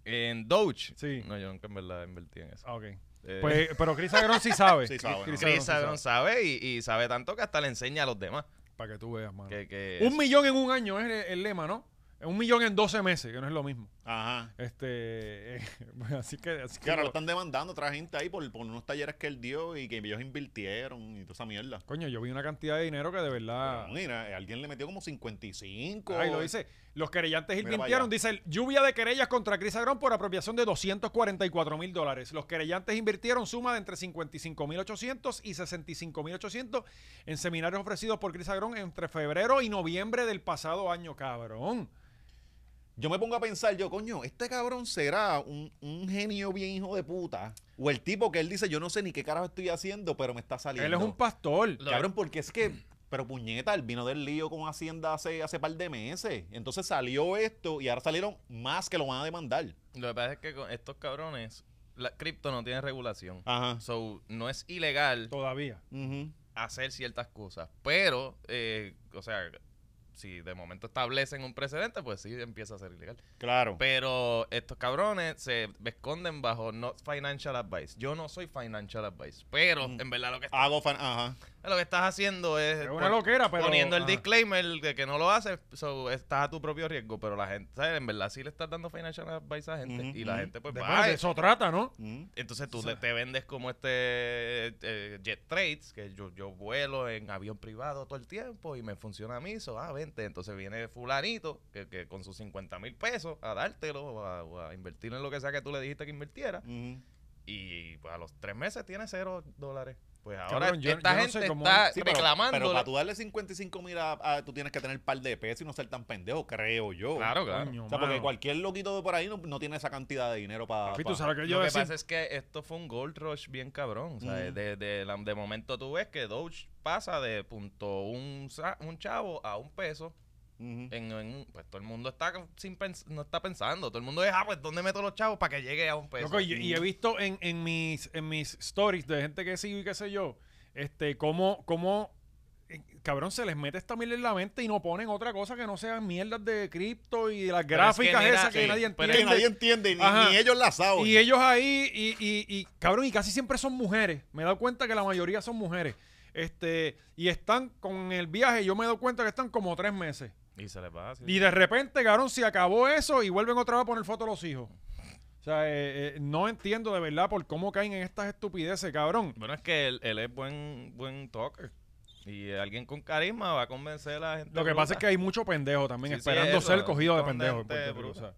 [SPEAKER 2] ¿En Doge?
[SPEAKER 1] Sí.
[SPEAKER 2] No, yo nunca en verdad invertí en eso.
[SPEAKER 1] Ah, ok.
[SPEAKER 2] Eh,
[SPEAKER 1] Pues, pero Chris Agrón sí sabe.
[SPEAKER 3] Sí sabe,
[SPEAKER 1] Chris
[SPEAKER 3] ¿no?
[SPEAKER 1] Agrón
[SPEAKER 2] Chris
[SPEAKER 1] sí
[SPEAKER 2] Sabrón sabe y, y sabe tanto que hasta le enseña a los demás.
[SPEAKER 1] Para que tú veas, mano.
[SPEAKER 2] Que, que
[SPEAKER 1] Un millón en un año es el, el lema, ¿no? Un millón en 12 meses, que no es lo mismo.
[SPEAKER 3] Ajá.
[SPEAKER 1] Este, eh, así que... Así que
[SPEAKER 3] Claro,
[SPEAKER 1] lo-
[SPEAKER 3] lo están demandando otra gente ahí por, por unos talleres que él dio y que ellos invirtieron y toda esa mierda.
[SPEAKER 1] Coño, yo vi una cantidad de dinero que de verdad...
[SPEAKER 3] Mira, eh, alguien le metió como 55.
[SPEAKER 1] Ahí Ah. lo dice. Los querellantes
[SPEAKER 3] Mira
[SPEAKER 1] invirtieron,
[SPEAKER 3] para
[SPEAKER 1] dice, lluvia de querellas contra Cris Agrón por apropiación de 244 mil dólares. Los querellantes invirtieron suma de entre 55.800 y 65.800 en seminarios ofrecidos por Cris Agrón entre febrero y noviembre del pasado año, cabrón.
[SPEAKER 3] Yo me pongo a pensar, yo, coño, este cabrón será un, un genio bien hijo de puta. O el tipo que él dice, yo no sé ni qué carajo estoy haciendo, pero me está saliendo.
[SPEAKER 1] Él es un pastor.
[SPEAKER 3] Cabrón, porque es que, pero puñeta, él vino del lío con Hacienda hace, hace par de meses. Entonces salió esto y ahora salieron más que lo van a demandar.
[SPEAKER 2] Lo que pasa es que con estos cabrones, la cripto no tiene regulación.
[SPEAKER 1] Ah.
[SPEAKER 3] Ajá.
[SPEAKER 2] So, no es ilegal
[SPEAKER 1] Todavía.
[SPEAKER 3] Ujú.
[SPEAKER 2] hacer ciertas cosas. Pero, eh, o sea, si de momento establecen un precedente, pues sí empieza a ser ilegal.
[SPEAKER 3] Claro.
[SPEAKER 2] Pero estos cabrones se esconden bajo no financial advice. Yo no soy financial advice, pero
[SPEAKER 3] Mm.
[SPEAKER 2] en verdad lo que,
[SPEAKER 3] Hago fan. Ajá.
[SPEAKER 2] lo que estás haciendo es
[SPEAKER 1] Es una loquera, pero- ah,
[SPEAKER 2] poniendo el
[SPEAKER 1] ajá.
[SPEAKER 2] disclaimer de que no lo haces, so, estás a tu propio riesgo, pero la gente, ¿sabes? en verdad sí le estás dando financial advice a gente
[SPEAKER 3] Ujú,
[SPEAKER 2] y la
[SPEAKER 3] ujú.
[SPEAKER 2] gente pues
[SPEAKER 1] De,
[SPEAKER 2] va,
[SPEAKER 1] bueno, de
[SPEAKER 2] eh,
[SPEAKER 1] eso trata, ¿no?
[SPEAKER 3] Mm.
[SPEAKER 2] entonces tú
[SPEAKER 1] O sea-
[SPEAKER 2] le- te vendes como este eh, Jet Trades, que yo, yo vuelo en avión privado todo el tiempo y me funciona a mí eso. Ah, vente. Entonces viene fulanito que, que con sus 50 mil pesos a dártelo o a, o a invertir en lo que sea que tú le dijiste que invirtiera.
[SPEAKER 3] Ujú.
[SPEAKER 2] Y pues, a los tres meses tiene cero dólares. Pues
[SPEAKER 1] Cabrón,
[SPEAKER 2] ahora
[SPEAKER 1] yo-
[SPEAKER 2] esta
[SPEAKER 1] yo no sé
[SPEAKER 2] gente
[SPEAKER 1] cómo-
[SPEAKER 2] está
[SPEAKER 3] Sí, pero,
[SPEAKER 2] reclamando.
[SPEAKER 3] pero para tú darle 55 mil, a- a- tú tienes que tener un par de pesos y no ser tan pendejo, creo yo.
[SPEAKER 2] Claro, claro.
[SPEAKER 1] Coño,
[SPEAKER 3] O sea, porque
[SPEAKER 1] mano.
[SPEAKER 3] cualquier loquito de por ahí no, no tiene esa cantidad de dinero para.
[SPEAKER 1] Papi, tú sabes que yo
[SPEAKER 2] Lo que
[SPEAKER 1] decía-
[SPEAKER 2] pasa es que esto fue un gold rush bien cabrón. o sea,
[SPEAKER 3] Ujú.
[SPEAKER 2] de, de la- de momento tú ves que Doge pasa de punto un, sa- un chavo a un peso. en- en- pues todo el mundo está sin pens- no está pensando. Todo el mundo es, ah, pues ¿dónde meto los chavos para que llegue a un peso?
[SPEAKER 1] Loco, y, y he visto en, en mis, en mis stories de gente que sigo y qué sé yo, este, cómo, cómo eh, cabrón, se les mete esta mierda en la mente y no ponen otra cosa que no sean mierdas de cripto y de las
[SPEAKER 2] Pero es que
[SPEAKER 1] gráficas
[SPEAKER 2] mira,
[SPEAKER 1] esas que
[SPEAKER 2] sí,
[SPEAKER 1] nadie
[SPEAKER 2] pero
[SPEAKER 1] entiende.
[SPEAKER 2] es
[SPEAKER 3] que nadie entiende, ni,
[SPEAKER 1] Ajá.
[SPEAKER 3] ni ellos la saben.
[SPEAKER 1] Y ellos ahí, y, y- y, cabrón, y casi siempre son mujeres. Me he dado cuenta que la mayoría son mujeres. Este, y están con el viaje, yo me he dado cuenta que están como tres meses.
[SPEAKER 2] Y se les va así.
[SPEAKER 1] Y de repente, cabrón, se acabó eso y vuelven otra vez a poner foto a los hijos. O sea, eh, eh, no entiendo de verdad por cómo caen en estas estupideces, cabrón.
[SPEAKER 2] Bueno, es que él, él es buen, buen talker. Y alguien con carisma va a convencer a la gente.
[SPEAKER 1] Lo que pasa es que hay mucho pendejo también
[SPEAKER 2] Sí, sí,
[SPEAKER 1] esperando
[SPEAKER 2] eso,
[SPEAKER 1] ser cogido de
[SPEAKER 2] son
[SPEAKER 1] pendejo. en
[SPEAKER 2] gente
[SPEAKER 1] Puerto Rico,
[SPEAKER 2] bruta.
[SPEAKER 1] o sea.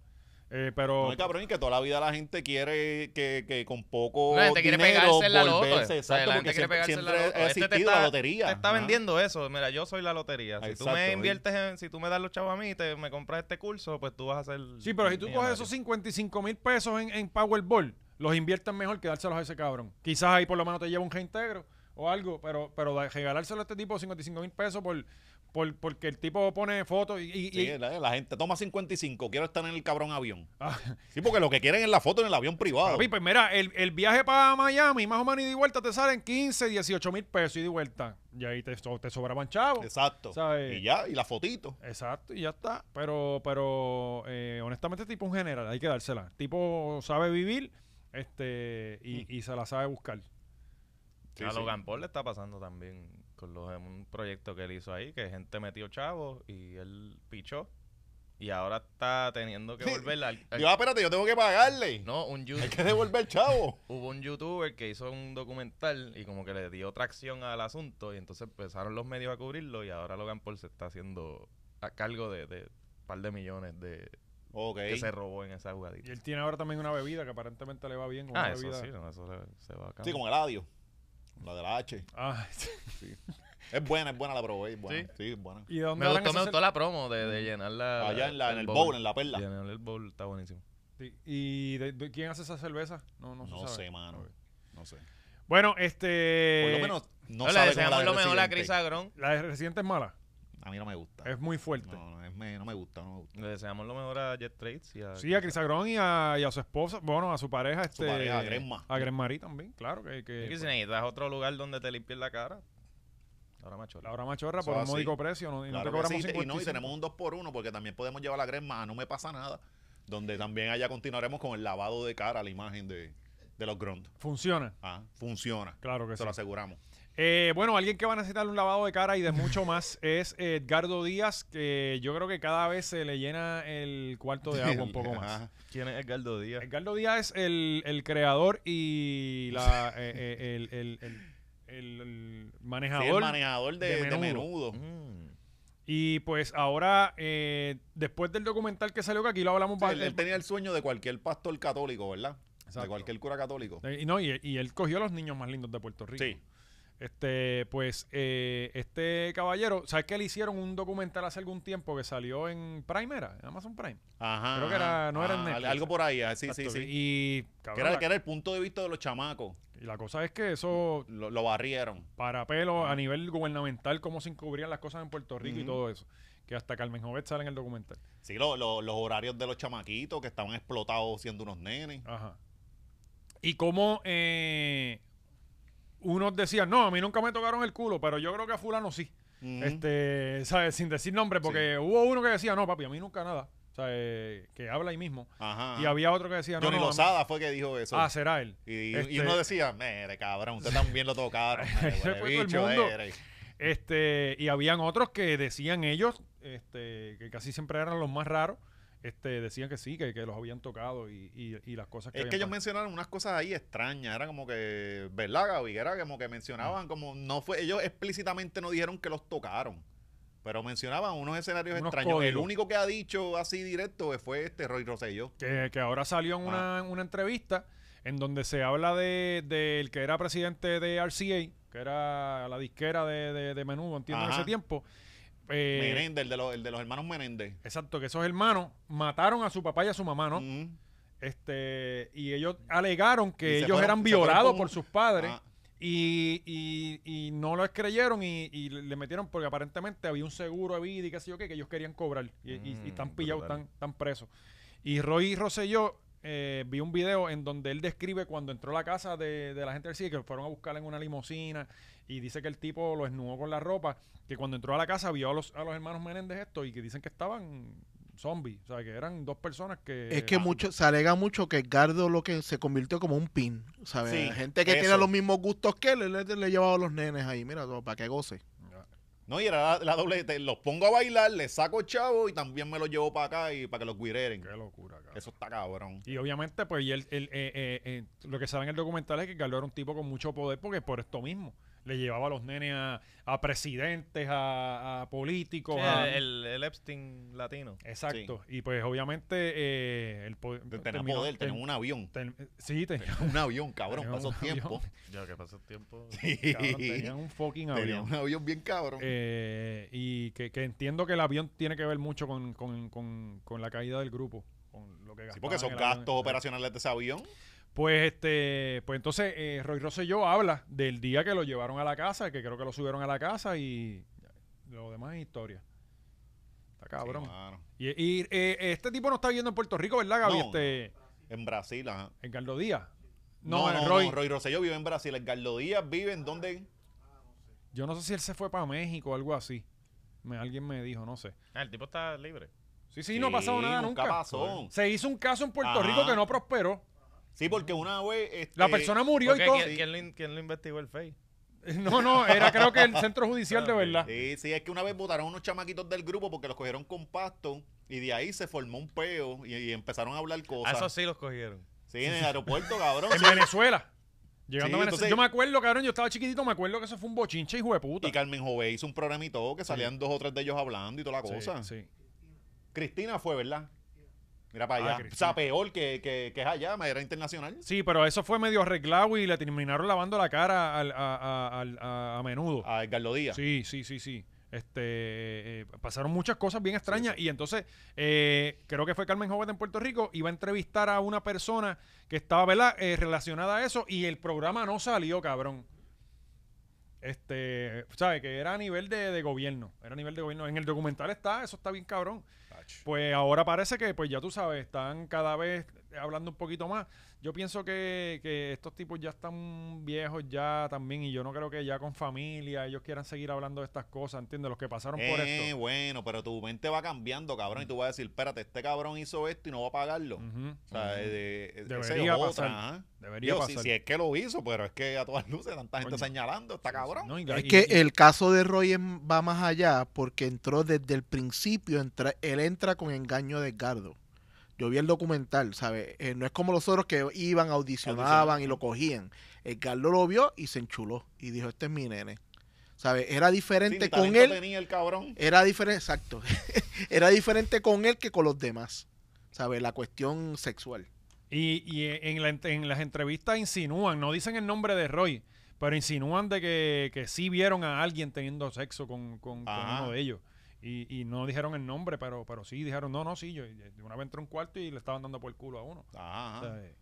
[SPEAKER 1] Eh, pero
[SPEAKER 3] No, cabrón, y que toda la vida la gente quiere que, que con poco
[SPEAKER 2] La gente quiere
[SPEAKER 3] dinero
[SPEAKER 2] pegarse en la loto.
[SPEAKER 3] volverse,
[SPEAKER 2] O sea,
[SPEAKER 3] exacto,
[SPEAKER 2] la
[SPEAKER 3] porque
[SPEAKER 2] gente quiere
[SPEAKER 3] siempre,
[SPEAKER 2] pegarse en la
[SPEAKER 3] siempre
[SPEAKER 2] loto.
[SPEAKER 3] ha
[SPEAKER 2] Este te
[SPEAKER 3] existido
[SPEAKER 2] está-
[SPEAKER 3] la lotería.
[SPEAKER 2] Te está
[SPEAKER 3] Ajá.
[SPEAKER 2] vendiendo eso. Mira, yo soy la lotería. Si tú
[SPEAKER 3] Exacto,
[SPEAKER 2] me
[SPEAKER 3] ahí.
[SPEAKER 2] inviertes en, si tú me das los chavos a mí y te, me compras este curso, pues tú vas a ser.
[SPEAKER 1] Sí, pero si tú coges
[SPEAKER 2] millonario.
[SPEAKER 1] esos 55 mil pesos en, en Powerball, los inviertas mejor que dárselos a ese cabrón. Quizás ahí por lo menos te lleva un reintegro o algo, pero, pero da- regalárselo a este tipo 55 mil pesos por, por, porque el tipo pone fotos y... y- y-
[SPEAKER 3] Sí, la, la gente toma 55, quiero estar en el cabrón avión.
[SPEAKER 1] Ah,
[SPEAKER 3] Sí, porque lo que quieren es la foto en el avión privado.
[SPEAKER 1] papi, pues mira, el, el viaje para Miami, más o menos, y de vuelta te salen 15, 18 mil pesos y de vuelta. Y ahí te, so- te sobraban chavos.
[SPEAKER 3] Exacto.
[SPEAKER 1] ¿Sabes?
[SPEAKER 3] Y ya, y la fotito.
[SPEAKER 1] Exacto, y ya está. Pero, pero eh, honestamente, tipo un general, hay que dársela. Tipo sabe vivir este
[SPEAKER 2] Mm.
[SPEAKER 1] y, y se la sabe buscar.
[SPEAKER 3] Sí,
[SPEAKER 2] a
[SPEAKER 3] sí.
[SPEAKER 2] Logan Paul le está pasando también con los, un proyecto que él hizo ahí, que gente metió chavos y él pichó. Y ahora está teniendo que volver al. al-
[SPEAKER 3] Yo, ah, espérate, yo tengo que pagarle.
[SPEAKER 2] no, un
[SPEAKER 3] Hay
[SPEAKER 2] YouTube.
[SPEAKER 3] que devolver, chavo.
[SPEAKER 2] Hubo un youtuber que hizo un documental y como que le dio tracción al asunto y entonces empezaron los medios a cubrirlo y ahora Logan Paul se está haciendo a cargo de, de un par de millones de
[SPEAKER 3] Ok.
[SPEAKER 2] que se robó en esa
[SPEAKER 1] Y
[SPEAKER 2] jugadita.
[SPEAKER 1] él tiene ahora también una bebida que aparentemente le va bien. una
[SPEAKER 2] Ah, eso
[SPEAKER 1] bebida-
[SPEAKER 2] sí, no, eso le- se va a acabar.
[SPEAKER 3] Sí, con el adio. La de la H.
[SPEAKER 1] Ah,
[SPEAKER 3] Es buena, es buena, la probé. Es buena.
[SPEAKER 2] Sí.
[SPEAKER 3] Sí, es buena.
[SPEAKER 1] ¿Y de dónde
[SPEAKER 2] me
[SPEAKER 1] harán
[SPEAKER 2] gustó, me
[SPEAKER 1] ese
[SPEAKER 2] gustó la promo de,
[SPEAKER 1] Mm.
[SPEAKER 2] de llenar la...
[SPEAKER 3] Allá en, la, en el bowl, en la perla.
[SPEAKER 2] Llenar el bowl está buenísimo.
[SPEAKER 1] cer- ¿Y de, de quién hace esa cerveza? No, no, se
[SPEAKER 3] No
[SPEAKER 1] sabe.
[SPEAKER 3] sé, mano. No sé.
[SPEAKER 1] Bueno, este.
[SPEAKER 3] Por lo menos
[SPEAKER 2] No,
[SPEAKER 3] no,
[SPEAKER 2] le
[SPEAKER 3] sabe como la
[SPEAKER 2] deseamos
[SPEAKER 3] de
[SPEAKER 2] lo mejor a Chris
[SPEAKER 3] Residente.
[SPEAKER 2] Agrón.
[SPEAKER 1] La de reciente es mala.
[SPEAKER 3] A mí no me gusta.
[SPEAKER 1] Es muy fuerte.
[SPEAKER 3] No, no, es me- no me gusta, no me gusta.
[SPEAKER 2] Le deseamos lo mejor a Jet Trades y a...
[SPEAKER 1] Sí, a Cris Agrón y a, y a su esposa, bueno, a su pareja, este,
[SPEAKER 3] pareja, a Gresma.
[SPEAKER 1] a Gresmarí también, claro, que, pues, que-
[SPEAKER 2] Y que si necesitas otro lugar donde te limpies la cara, ahora machola.
[SPEAKER 1] la hora machorra
[SPEAKER 3] Eso
[SPEAKER 1] por un
[SPEAKER 3] así.
[SPEAKER 1] módico precio, ¿no? y no
[SPEAKER 3] Claro
[SPEAKER 1] te
[SPEAKER 3] que
[SPEAKER 1] cobramos
[SPEAKER 3] sí, y no, y
[SPEAKER 1] 55.
[SPEAKER 3] tenemos un 2 por 1 porque también podemos llevar la crema a No Me Pasa Nada, donde también allá continuaremos con el lavado de cara, la imagen de, de los Grond.
[SPEAKER 1] Funciona.
[SPEAKER 3] Ah, funciona.
[SPEAKER 1] Claro que
[SPEAKER 3] Se lo
[SPEAKER 1] Pues sí.
[SPEAKER 3] aseguramos.
[SPEAKER 1] Eh, bueno, alguien que va a necesitar un lavado de cara y de mucho más es Edgardo Díaz, que yo creo que cada vez se le llena el cuarto de agua un poco más.
[SPEAKER 3] Ajá.
[SPEAKER 2] ¿Quién es Edgardo Díaz?
[SPEAKER 1] Edgardo Díaz es el, el creador y la, eh, eh, el, el- el- el- el
[SPEAKER 3] Sí,
[SPEAKER 1] manejador.
[SPEAKER 3] el manejador de,
[SPEAKER 1] de
[SPEAKER 3] de
[SPEAKER 1] menudo.
[SPEAKER 3] menudo.
[SPEAKER 2] Mm.
[SPEAKER 1] Y pues ahora, eh, después del documental que salió, que aquí lo hablamos
[SPEAKER 3] Sí,
[SPEAKER 1] ba-
[SPEAKER 3] él, él tenía el sueño de cualquier pastor católico, ¿verdad?
[SPEAKER 1] Exacto.
[SPEAKER 3] De cualquier cura católico.
[SPEAKER 1] Eh, Y, no, y, y él cogió a los niños más lindos de Puerto Rico.
[SPEAKER 3] Sí.
[SPEAKER 1] Este, pues, eh, este caballero, ¿sabes que le hicieron un documental hace algún tiempo que salió en Prime, era? En Amazon Prime.
[SPEAKER 3] Ajá.
[SPEAKER 1] Creo que era- no era en
[SPEAKER 3] Ah,
[SPEAKER 1] Netflix.
[SPEAKER 3] Algo por ahí, ah, sí, sí,
[SPEAKER 1] Exacto.
[SPEAKER 3] sí.
[SPEAKER 1] Y,
[SPEAKER 3] Que
[SPEAKER 1] cabrón,
[SPEAKER 3] era,
[SPEAKER 1] la,
[SPEAKER 3] que era el punto de vista de los chamacos.
[SPEAKER 1] y la cosa es que eso,
[SPEAKER 3] Lo, lo barrieron.
[SPEAKER 1] para pelo, a nivel gubernamental, cómo se encubrían las cosas en Puerto Rico y
[SPEAKER 3] Ujú.
[SPEAKER 1] todo eso. Que hasta Carmen Jovet sale en el documental.
[SPEAKER 3] Sí, lo- lo- los horarios de los chamaquitos que estaban explotados siendo unos nenes.
[SPEAKER 1] Ajá. Y cómo eh, unos decían, no, a mí nunca me tocaron el culo, pero yo creo que a fulano sí.
[SPEAKER 3] Ujú.
[SPEAKER 1] Este, ¿sabes? Sin decir nombre, porque hubo uno que decía, no, papi, a mí nunca nada. O sea, eh, que habla ahí mismo.
[SPEAKER 3] Ajá.
[SPEAKER 1] Y había otro que decía, no,
[SPEAKER 3] Ah. Johnny
[SPEAKER 1] no, a mí-
[SPEAKER 3] Lozada fue que dijo eso.
[SPEAKER 1] Ah, será él.
[SPEAKER 3] y,
[SPEAKER 1] este-
[SPEAKER 3] y uno decía, mere cabrón, usted también lo tocaron. mere,
[SPEAKER 1] Ese
[SPEAKER 3] huele
[SPEAKER 1] fue todo el
[SPEAKER 3] bicho,
[SPEAKER 1] mundo.
[SPEAKER 3] mere".
[SPEAKER 1] Este, y habían otros que decían ellos, este, que casi siempre eran los más raros, este, decían que sí, que, que los habían tocado y, y- y las cosas que
[SPEAKER 3] Es que ellos
[SPEAKER 1] habían pasado.
[SPEAKER 3] mencionaron unas cosas ahí extrañas, era como que, ¿verdad, Gaby? Era como que mencionaban, como no fue, ellos explícitamente no dijeron que los tocaron, pero mencionaban unos escenarios
[SPEAKER 1] Unos
[SPEAKER 3] extraños. El
[SPEAKER 1] códigos.
[SPEAKER 3] único que ha dicho así directo fue este Roy Rosselló.
[SPEAKER 1] que, que ahora salió en
[SPEAKER 3] Ah.
[SPEAKER 1] una, en una entrevista en donde se habla de- del que era presidente de RCA, que era la disquera de, de, de menudo, entiendo, en
[SPEAKER 3] Ajá.
[SPEAKER 1] ese tiempo. Eh,
[SPEAKER 3] Menéndez, el de, los, el de los hermanos Menéndez.
[SPEAKER 1] Exacto, que esos hermanos mataron a su papá y a su mamá, ¿no?
[SPEAKER 3] Ujú.
[SPEAKER 1] Este, y ellos alegaron
[SPEAKER 3] Y
[SPEAKER 1] que
[SPEAKER 3] se
[SPEAKER 1] ellos
[SPEAKER 3] fueron-
[SPEAKER 1] eran
[SPEAKER 3] se fueron
[SPEAKER 1] violados
[SPEAKER 3] con-
[SPEAKER 1] por sus padres
[SPEAKER 3] Ah.
[SPEAKER 1] y, y- y no los creyeron y, y le metieron porque aparentemente había un seguro de vida y qué sé yo qué que ellos querían cobrar y, y- y
[SPEAKER 2] Mm,
[SPEAKER 1] están pillados,
[SPEAKER 2] brutal.
[SPEAKER 1] están, están presos. Y Roy Rosselló eh, vi un video en donde él describe cuando entró a la casa de, de la gente del CIE que fueron a buscarla en una limusina y dice que el tipo lo esnudó con la ropa, que cuando entró a la casa vio a los, a los hermanos Menéndez esto y que dicen que estaban zombies, o sea, que eran dos personas que...
[SPEAKER 4] Es que
[SPEAKER 1] Ah,
[SPEAKER 4] mucho, se alega mucho que Edgardo lo que se convirtió como un pin, ¿sabes?
[SPEAKER 3] Sí,
[SPEAKER 4] gente que
[SPEAKER 3] eso.
[SPEAKER 4] tiene los mismos gustos que él, él le, le llevaba a los nenes ahí, mira, para que goce.
[SPEAKER 3] No, y era la, la doble. te- los pongo a bailar, les saco chavo y también me los llevo para acá y para que los guireren.
[SPEAKER 1] Qué locura, cabrón.
[SPEAKER 3] Eso está cabrón.
[SPEAKER 1] Y obviamente, pues, y el- el- eh, eh, eh, lo que saben en el documental es que Carlos era un tipo con mucho poder, porque por esto mismo. Le llevaba a los nenes a, a presidentes, a, a políticos. a-
[SPEAKER 2] el, el Epstein latino.
[SPEAKER 1] Exacto. Y pues, obviamente, eh, el po-
[SPEAKER 3] Tenía
[SPEAKER 1] terminó-
[SPEAKER 3] poder,
[SPEAKER 1] ter-
[SPEAKER 3] tenía un avión.
[SPEAKER 1] ter- sí, tenía,
[SPEAKER 3] Un avión, cabrón,
[SPEAKER 1] Tenía
[SPEAKER 3] para
[SPEAKER 1] un
[SPEAKER 3] esos tiempos.
[SPEAKER 2] Ya que pasó el tiempo.
[SPEAKER 1] cabrón, tenía un fucking
[SPEAKER 3] Tenía
[SPEAKER 1] avión.
[SPEAKER 3] un avión bien cabrón.
[SPEAKER 1] Eh, y que, que entiendo que el avión tiene que ver mucho con, con- con- con la caída del grupo. Con lo que
[SPEAKER 3] sí, porque
[SPEAKER 1] gastaban
[SPEAKER 3] son
[SPEAKER 1] en el avión.
[SPEAKER 3] gastos operacionales de ese avión.
[SPEAKER 1] Pues este, pues entonces eh, Roy Rosselló habla del día que lo llevaron a la casa, que creo que lo subieron a la casa y lo demás es historia. Está cabrón.
[SPEAKER 3] Sí, mano.
[SPEAKER 1] y y, eh, este tipo no está viviendo en Puerto Rico, ¿verdad, Gaby?
[SPEAKER 3] No.
[SPEAKER 1] Este,
[SPEAKER 3] En Brasil, ajá.
[SPEAKER 1] en Carlos Díaz. No,
[SPEAKER 3] No,
[SPEAKER 1] en
[SPEAKER 3] no, no,
[SPEAKER 1] Roy.
[SPEAKER 3] Roy. Rosselló vive en Brasil. Edgardo Díaz vive en donde.
[SPEAKER 1] Yo no sé si él se fue para México o algo así. Me- alguien me dijo, no sé.
[SPEAKER 2] Ah, el tipo está libre.
[SPEAKER 1] Sí, sí, no ha pasado nada nunca.
[SPEAKER 3] pasó.
[SPEAKER 1] Se hizo un caso en Puerto
[SPEAKER 3] Ajá.
[SPEAKER 1] Rico que no prosperó.
[SPEAKER 3] Sí, porque una vez. este,
[SPEAKER 1] La persona murió y
[SPEAKER 2] Porque
[SPEAKER 1] todo.
[SPEAKER 2] ¿quién, quién lo in- quién lo investigó el FEI?
[SPEAKER 1] No, no, era creo que el centro judicial de
[SPEAKER 2] Ah, ok.
[SPEAKER 1] verdad.
[SPEAKER 3] Sí, sí, es que una vez votaron unos chamaquitos del grupo porque los cogieron con pasto y de ahí se formó un peo y, y empezaron a hablar
[SPEAKER 2] A
[SPEAKER 3] cosas.
[SPEAKER 2] esos sí los cogieron.
[SPEAKER 3] Sí, en el aeropuerto, cabrón.
[SPEAKER 1] Ah, En
[SPEAKER 3] sí.
[SPEAKER 1] Venezuela. Llegando
[SPEAKER 3] Sí,
[SPEAKER 1] a Venezuela.
[SPEAKER 3] entonces-
[SPEAKER 1] yo me acuerdo, cabrón, yo estaba chiquitito, me acuerdo que eso fue un bochinche, hijo de puta.
[SPEAKER 3] Y Carmen Jové hizo un programa y todo, que salían dos o tres de ellos hablando y toda la
[SPEAKER 1] Sí,
[SPEAKER 3] cosa.
[SPEAKER 1] sí.
[SPEAKER 3] Cristina fue, ¿verdad? Mira para
[SPEAKER 1] Ah,
[SPEAKER 3] allá. o
[SPEAKER 1] Cristina.
[SPEAKER 3] sea, peor que, que, que es allá, era internacional.
[SPEAKER 1] Sí, pero eso fue medio arreglado y le terminaron lavando la cara al- a, a- al- a- a menudo.
[SPEAKER 3] A Edgardo Díaz.
[SPEAKER 1] Sí, sí, sí, sí. Este, eh, pasaron muchas cosas bien extrañas y entonces eh, creo que fue Carmen Jovet en Puerto Rico, iba a entrevistar a una persona que estaba ¿verdad? Eh, relacionada a eso y el programa no salió, cabrón. Este, ¿sabes? Que era a nivel de, de gobierno, era a nivel de gobierno. En el documental está, eso está bien cabrón. Pues ahora parece que, pues ya tú sabes, están cada vez hablando un poquito más. Yo pienso que, que estos tipos ya están viejos ya también y yo no creo que ya con familia ellos quieran seguir hablando de estas cosas, ¿entiendes? Los que pasaron por
[SPEAKER 3] Eh,
[SPEAKER 1] esto.
[SPEAKER 3] bueno, pero tu mente va cambiando, cabrón, y tú vas a decir, espérate, este cabrón hizo esto y no va a pagarlo.
[SPEAKER 1] Ujú.
[SPEAKER 3] O sea, eh, de- eh, esa es
[SPEAKER 1] Debería
[SPEAKER 3] otra,
[SPEAKER 1] pasar.
[SPEAKER 3] ajá.
[SPEAKER 1] Debería
[SPEAKER 3] Digo, si-
[SPEAKER 1] pasar.
[SPEAKER 3] Si, es que lo hizo, pero es que a todas luces tanta gente
[SPEAKER 1] Coño.
[SPEAKER 3] señalando, está cabrón.
[SPEAKER 1] No, y-
[SPEAKER 4] Es
[SPEAKER 1] y-
[SPEAKER 4] que
[SPEAKER 1] y-
[SPEAKER 4] el caso de Roy es- va más allá porque entró desde el principio, entra- él entra con engaño de Edgardo. Yo vi el documental, ¿sabes? Eh, no es como los otros que iban, audicionaban y lo cogían. Edgardo lo vio y se enchuló y dijo, este es mi nene. ¿Sabes? Era
[SPEAKER 3] Sí,
[SPEAKER 4] diferente
[SPEAKER 3] ni
[SPEAKER 4] con
[SPEAKER 3] talento
[SPEAKER 4] él.
[SPEAKER 3] tenía el
[SPEAKER 1] Eh,
[SPEAKER 3] cabrón.
[SPEAKER 4] Era diferente, exacto. era diferente con él que con los demás. ¿Sabes? La cuestión sexual.
[SPEAKER 1] Y, y en, la ent- en las entrevistas insinúan, no dicen el nombre de Roy, pero insinúan de que, que sí vieron a alguien teniendo sexo con, con- con
[SPEAKER 3] Ajá.
[SPEAKER 1] uno de ellos. Y, y no dijeron el nombre, pero, pero sí dijeron, no, no, sí, yo, yo- una vez entré a un cuarto y le estaban dando por el culo a uno.
[SPEAKER 3] Ajá.
[SPEAKER 1] O sea, eh,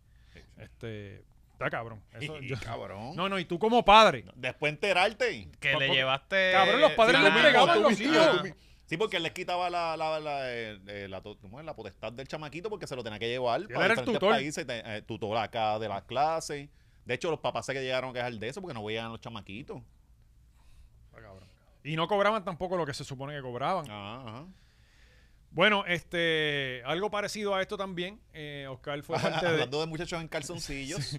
[SPEAKER 1] este, está cabrón. Eso
[SPEAKER 3] Ah. Y-
[SPEAKER 1] yo-
[SPEAKER 3] cabrón.
[SPEAKER 1] no, no, y tú como padre.
[SPEAKER 3] Después enterarte.
[SPEAKER 2] Que
[SPEAKER 1] Papá-
[SPEAKER 2] le llevaste.
[SPEAKER 1] Cabrón, los padres
[SPEAKER 2] Sí,
[SPEAKER 1] le
[SPEAKER 2] ah,
[SPEAKER 1] entregaban
[SPEAKER 2] tú
[SPEAKER 1] los
[SPEAKER 2] mismo,
[SPEAKER 1] hijos.
[SPEAKER 2] tú mismo.
[SPEAKER 3] Sí, porque él les quitaba la, la, la, eh, eh, la to- ¿cómo es? la potestad del chamaquito porque se lo tenía que llevar
[SPEAKER 1] era el
[SPEAKER 3] diferentes
[SPEAKER 1] tutor.
[SPEAKER 3] países, te- eh, tutor acá de las clases. De hecho, los papás se que llegaron a quejar de eso porque no veían a los chamaquitos.
[SPEAKER 1] Está cabrón. Y no cobraban tampoco lo que se supone que cobraban.
[SPEAKER 3] Ah. Ajá,
[SPEAKER 1] Bueno, este, algo parecido a esto también, eh, Oscar fue
[SPEAKER 3] ajá.
[SPEAKER 1] parte de...
[SPEAKER 3] Hablando de muchachos en calzoncillos.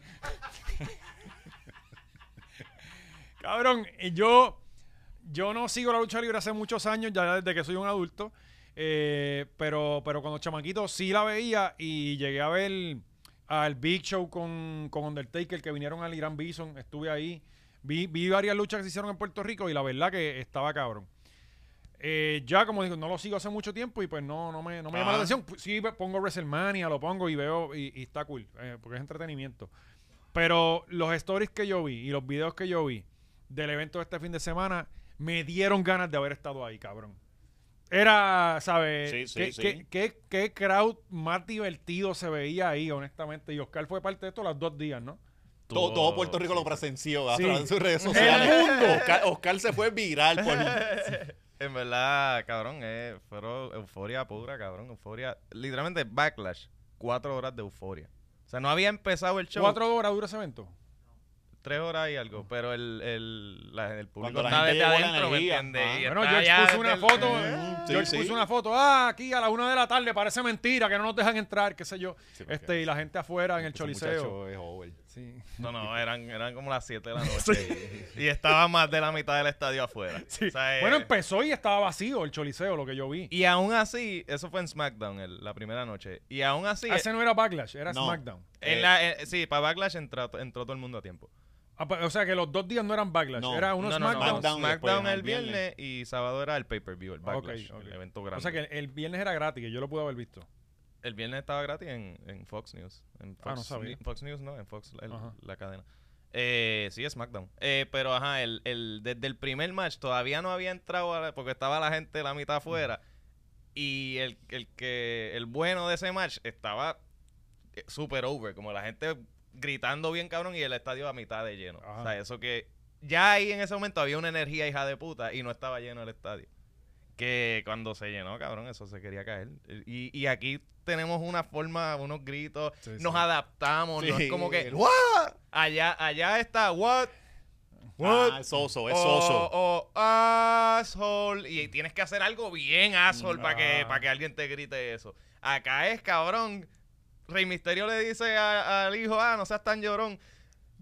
[SPEAKER 1] Cabrón, eh, yo, yo no sigo la lucha libre hace muchos años, ya desde que soy un adulto. eh, pero, pero cuando chamaquito sí la veía y llegué a ver al Big Show con, con Undertaker que vinieron al Irán Bison, estuve ahí. Vi, vi varias luchas que se hicieron en Puerto Rico y la verdad que estaba cabrón. Eh, ya, como digo, no lo sigo hace mucho tiempo y pues no, no me, no me llama la
[SPEAKER 3] Ajá.
[SPEAKER 1] atención. Pu- Sí, ve- pongo WrestleMania, lo pongo y veo y, y está cool, eh, porque es entretenimiento. Pero los stories que yo vi y los videos que yo vi del evento de este fin de semana me dieron ganas de haber estado ahí, cabrón. Era, ¿sabes?
[SPEAKER 3] Sí, sí,
[SPEAKER 1] ¿Qué,
[SPEAKER 3] sí.
[SPEAKER 1] qué- qué- qué crowd más divertido se veía ahí, honestamente? Y Oscar fue parte de esto los dos días, ¿no?
[SPEAKER 3] todo,
[SPEAKER 2] Tuvo-
[SPEAKER 3] todo Puerto Rico lo
[SPEAKER 2] sí.
[SPEAKER 3] presenció a
[SPEAKER 1] Sí.
[SPEAKER 3] través de sus redes sociales.
[SPEAKER 1] ¡El mundo!
[SPEAKER 3] Oscar, Oscar se fue viral por
[SPEAKER 2] En verdad, cabrón, eh, fueron euforia pura, cabrón. Euforia. Literalmente, backlash. Cuatro horas de euforia. O sea, no había empezado el show.
[SPEAKER 1] Cuatro horas dura ese evento.
[SPEAKER 2] Tres horas y algo. Pero el, el, la- el público
[SPEAKER 3] Cuando la
[SPEAKER 2] estaba
[SPEAKER 3] gente
[SPEAKER 2] desde
[SPEAKER 3] llegó la
[SPEAKER 2] adentro, ¿me
[SPEAKER 3] energía,
[SPEAKER 2] entiendes?
[SPEAKER 3] ajá.
[SPEAKER 2] Y
[SPEAKER 1] Bueno,
[SPEAKER 2] estaba
[SPEAKER 1] George
[SPEAKER 2] ya
[SPEAKER 1] puso una
[SPEAKER 2] desde el-
[SPEAKER 1] foto.
[SPEAKER 2] Eh,
[SPEAKER 3] Sí,
[SPEAKER 1] George
[SPEAKER 3] sí.
[SPEAKER 1] puso una foto. Ah, aquí a la una de la tarde, parece mentira que no nos dejan entrar, qué sé yo.
[SPEAKER 3] Sí, porque-
[SPEAKER 1] este, y la gente afuera en el
[SPEAKER 3] Ese
[SPEAKER 1] choliseo.
[SPEAKER 3] muchacho es joven.
[SPEAKER 1] Sí.
[SPEAKER 2] No, no, eran, eran como las 7 de la noche. Y estaba más de la mitad del estadio afuera.
[SPEAKER 1] Sí.
[SPEAKER 2] O sea, eh,
[SPEAKER 1] bueno, empezó y estaba vacío el choliseo, lo que yo vi.
[SPEAKER 2] y aún así, eso fue en SmackDown el- la primera noche. Y aún así,
[SPEAKER 1] Ese no era Backlash, era
[SPEAKER 3] No.
[SPEAKER 1] SmackDown.
[SPEAKER 2] en la- eh, sí, para Backlash entra- entró todo el mundo a tiempo.
[SPEAKER 1] Ah, pa- O sea que los dos días no eran Backlash,
[SPEAKER 3] No,
[SPEAKER 1] era uno
[SPEAKER 2] no, no, no,
[SPEAKER 1] SmackDown.
[SPEAKER 3] SmackDown
[SPEAKER 2] SmackDown
[SPEAKER 3] después,
[SPEAKER 2] el
[SPEAKER 3] el viernes.
[SPEAKER 2] viernes y sábado era el pay-per-view, el Backlash,
[SPEAKER 1] ok.
[SPEAKER 2] el evento grande.
[SPEAKER 1] O sea que el, el viernes era gratis, que yo lo pude haber visto.
[SPEAKER 2] El viernes estaba gratis en, en Fox News. En Fox,
[SPEAKER 1] Ah, no sabía.
[SPEAKER 2] Ni- Fox News no, en Fox, el-
[SPEAKER 1] Ajá.
[SPEAKER 2] la cadena. Eh, sí, es SmackDown. Eh, pero ajá, el, el, desde el primer match todavía no había entrado a la- porque estaba la gente la mitad afuera. Y el, el que el bueno de ese match estaba eh, super over, como la gente gritando bien cabrón y el estadio a mitad de lleno.
[SPEAKER 1] Ajá.
[SPEAKER 2] O sea, eso que ya ahí en ese momento había una energía hija de puta y no estaba lleno el estadio. Que cuando se llenó, cabrón, eso se quería caer. Y, y aquí tenemos una forma, unos gritos,
[SPEAKER 1] Sí,
[SPEAKER 2] nos
[SPEAKER 1] sí.
[SPEAKER 2] adaptamos, no
[SPEAKER 3] Sí,
[SPEAKER 2] es como que
[SPEAKER 3] el-
[SPEAKER 2] "What?". allá allá está what
[SPEAKER 3] Ah, es oso, es
[SPEAKER 2] o,
[SPEAKER 1] Oh,
[SPEAKER 3] oso.
[SPEAKER 2] o asshole y tienes que hacer algo bien asshole para que
[SPEAKER 1] Ah.
[SPEAKER 2] para que alguien te grite eso. Acá es cabrón. Rey Misterio le dice a- al hijo, "Ah, no seas tan llorón."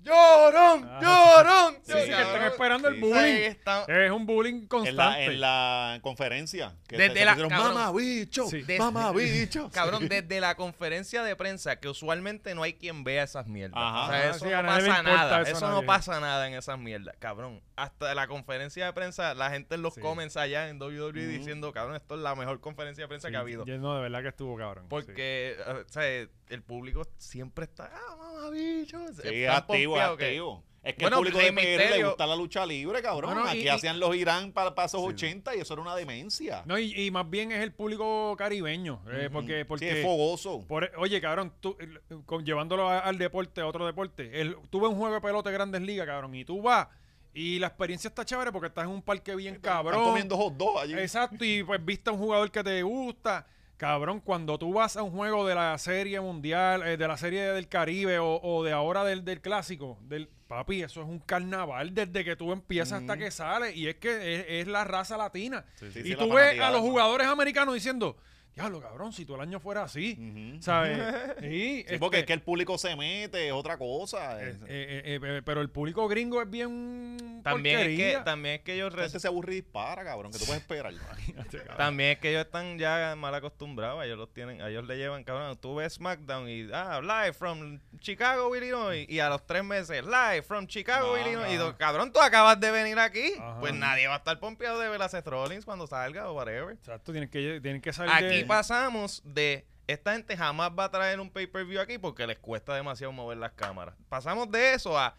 [SPEAKER 2] Llorón,
[SPEAKER 1] Ah.
[SPEAKER 2] llorón.
[SPEAKER 1] Sí, que
[SPEAKER 2] Cabrón.
[SPEAKER 1] están esperando
[SPEAKER 3] Sí.
[SPEAKER 1] el
[SPEAKER 2] O sea,
[SPEAKER 1] bullying.
[SPEAKER 2] están-
[SPEAKER 1] Es un bullying
[SPEAKER 3] En la,
[SPEAKER 1] oh, constante.
[SPEAKER 3] en la conferencia. Que
[SPEAKER 2] Desde
[SPEAKER 3] se- se
[SPEAKER 2] la-
[SPEAKER 3] pusieron,
[SPEAKER 2] cabrón.
[SPEAKER 3] Mamá, bicho.
[SPEAKER 1] Sí.
[SPEAKER 2] Desde-
[SPEAKER 3] Mamá, bicho.
[SPEAKER 2] Cabrón, desde la conferencia de prensa, que usualmente no hay quien vea esas mierdas.
[SPEAKER 3] Ajá.
[SPEAKER 2] O sea,
[SPEAKER 1] Ah,
[SPEAKER 2] eso
[SPEAKER 1] sí, a
[SPEAKER 2] no
[SPEAKER 1] nadie le
[SPEAKER 2] pasa
[SPEAKER 1] importa
[SPEAKER 2] nada.
[SPEAKER 1] eso a
[SPEAKER 2] Eso, no
[SPEAKER 1] nadie.
[SPEAKER 2] pasa nada en esas mierdas, cabrón. Hasta la conferencia de prensa, la gente en los
[SPEAKER 1] Sí.
[SPEAKER 2] comments allá en WWE
[SPEAKER 3] Ujú.
[SPEAKER 2] diciendo, cabrón, esto es la mejor conferencia de prensa
[SPEAKER 1] Sí,
[SPEAKER 2] que ha habido.
[SPEAKER 1] yo- No, de verdad que estuvo cabrón. sí.
[SPEAKER 2] Porque eh, o sea, el público siempre está, ah, mamabicho.
[SPEAKER 3] Sí, es
[SPEAKER 2] Están
[SPEAKER 3] activo, es
[SPEAKER 2] pompeados que-
[SPEAKER 3] activo. Es que
[SPEAKER 2] Bueno,
[SPEAKER 3] el público
[SPEAKER 2] Rey
[SPEAKER 3] de PR le
[SPEAKER 2] Misterio-
[SPEAKER 3] gusta la lucha libre, cabrón.
[SPEAKER 1] Bueno, y-
[SPEAKER 3] Aquí
[SPEAKER 1] y-
[SPEAKER 3] hacían los Irán para pasos
[SPEAKER 2] Sí.
[SPEAKER 3] 80 y eso era una demencia.
[SPEAKER 1] No, y, y más bien es el público caribeño. eh,
[SPEAKER 3] Ujú.
[SPEAKER 1] Porque,
[SPEAKER 3] Sí,
[SPEAKER 1] porque
[SPEAKER 3] es fogoso.
[SPEAKER 1] por- oye, cabrón, tú, el- con- llevándolo a- al deporte, a otro deporte, el, tú ves un juego de pelota de grandes ligas, cabrón, y tú vas y la experiencia está chévere porque estás en un parque bien
[SPEAKER 3] Están
[SPEAKER 1] cabrón.
[SPEAKER 3] comiendo hot dog allí.
[SPEAKER 1] Exacto, y pues viste a un jugador que te gusta. Cabrón, cuando tú vas a un juego de la serie mundial, eh, de la serie del Caribe o, o de ahora del, del clásico, del papi, eso es un carnaval desde que tú empiezas hasta que sales. Y es que es, es la raza latina.
[SPEAKER 3] sí,
[SPEAKER 1] y
[SPEAKER 3] sí,
[SPEAKER 1] tú
[SPEAKER 3] la
[SPEAKER 1] ves
[SPEAKER 3] fanaticada,
[SPEAKER 1] a los
[SPEAKER 3] ¿no?
[SPEAKER 1] jugadores americanos diciendo, diablo, cabrón, si todo el año fuera así,
[SPEAKER 3] Ujú.
[SPEAKER 1] ¿sabes? Y,
[SPEAKER 3] Sí,
[SPEAKER 1] este,
[SPEAKER 3] porque es que el público se mete, es otra cosa.
[SPEAKER 1] eh,
[SPEAKER 3] Es-
[SPEAKER 1] eh, eh, eh, pero el público gringo es bien
[SPEAKER 2] También es, que,
[SPEAKER 1] porquería.
[SPEAKER 2] también es que ellos
[SPEAKER 3] la gente se aburre y dispara, cabrón, que tú puedes esperar.
[SPEAKER 1] Este
[SPEAKER 2] También es que ellos están ya mal acostumbrados, ellos los tienen, a ellos le llevan, cabrón, tú ves SmackDown y ah, live from Chicago, Illinois, y a los tres meses, live from Chicago,
[SPEAKER 3] Ah,
[SPEAKER 2] Illinois, y
[SPEAKER 1] ajá.
[SPEAKER 2] tú, cabrón, tú acabas de venir aquí,
[SPEAKER 1] Ajá.
[SPEAKER 2] pues nadie va a estar pompeado de ver a Seth Rollins cuando salga o whatever.
[SPEAKER 1] Exacto, tienen que, tienen que salir
[SPEAKER 2] Aquí
[SPEAKER 1] de-
[SPEAKER 2] pasamos de esta gente jamás va a traer un pay-per-view aquí porque les cuesta demasiado mover las cámaras. Pasamos de eso a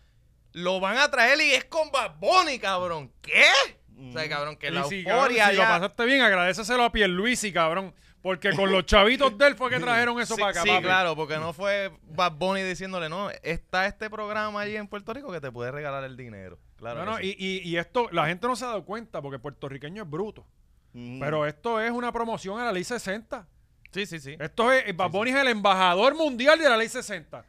[SPEAKER 2] lo van a traer y es con Bad Bunny, cabrón. ¿Qué? O sea, cabrón, que
[SPEAKER 1] Mm. Y
[SPEAKER 2] la
[SPEAKER 1] si, cabrón,
[SPEAKER 2] euforia
[SPEAKER 1] si
[SPEAKER 2] ya-
[SPEAKER 1] lo pasaste bien, agradeceselo a Pierluisi, cabrón. Porque con los chavitos de él fue que trajeron eso
[SPEAKER 2] Sí,
[SPEAKER 1] para acá,
[SPEAKER 2] sí,
[SPEAKER 1] papi.
[SPEAKER 2] claro, porque no fue Bad Bunny diciéndole, no, está este programa allí en Puerto Rico que te puede regalar el dinero. Claro.
[SPEAKER 1] No, no,
[SPEAKER 2] que sí.
[SPEAKER 1] y, y- y esto, la gente no se ha dado cuenta porque el puertorriqueño es bruto. Pero esto es una promoción a la ley 60.
[SPEAKER 2] sí, Mm. sí, sí.
[SPEAKER 1] Esto es, eh, Bad Bunny es el embajador mundial de la ley 60.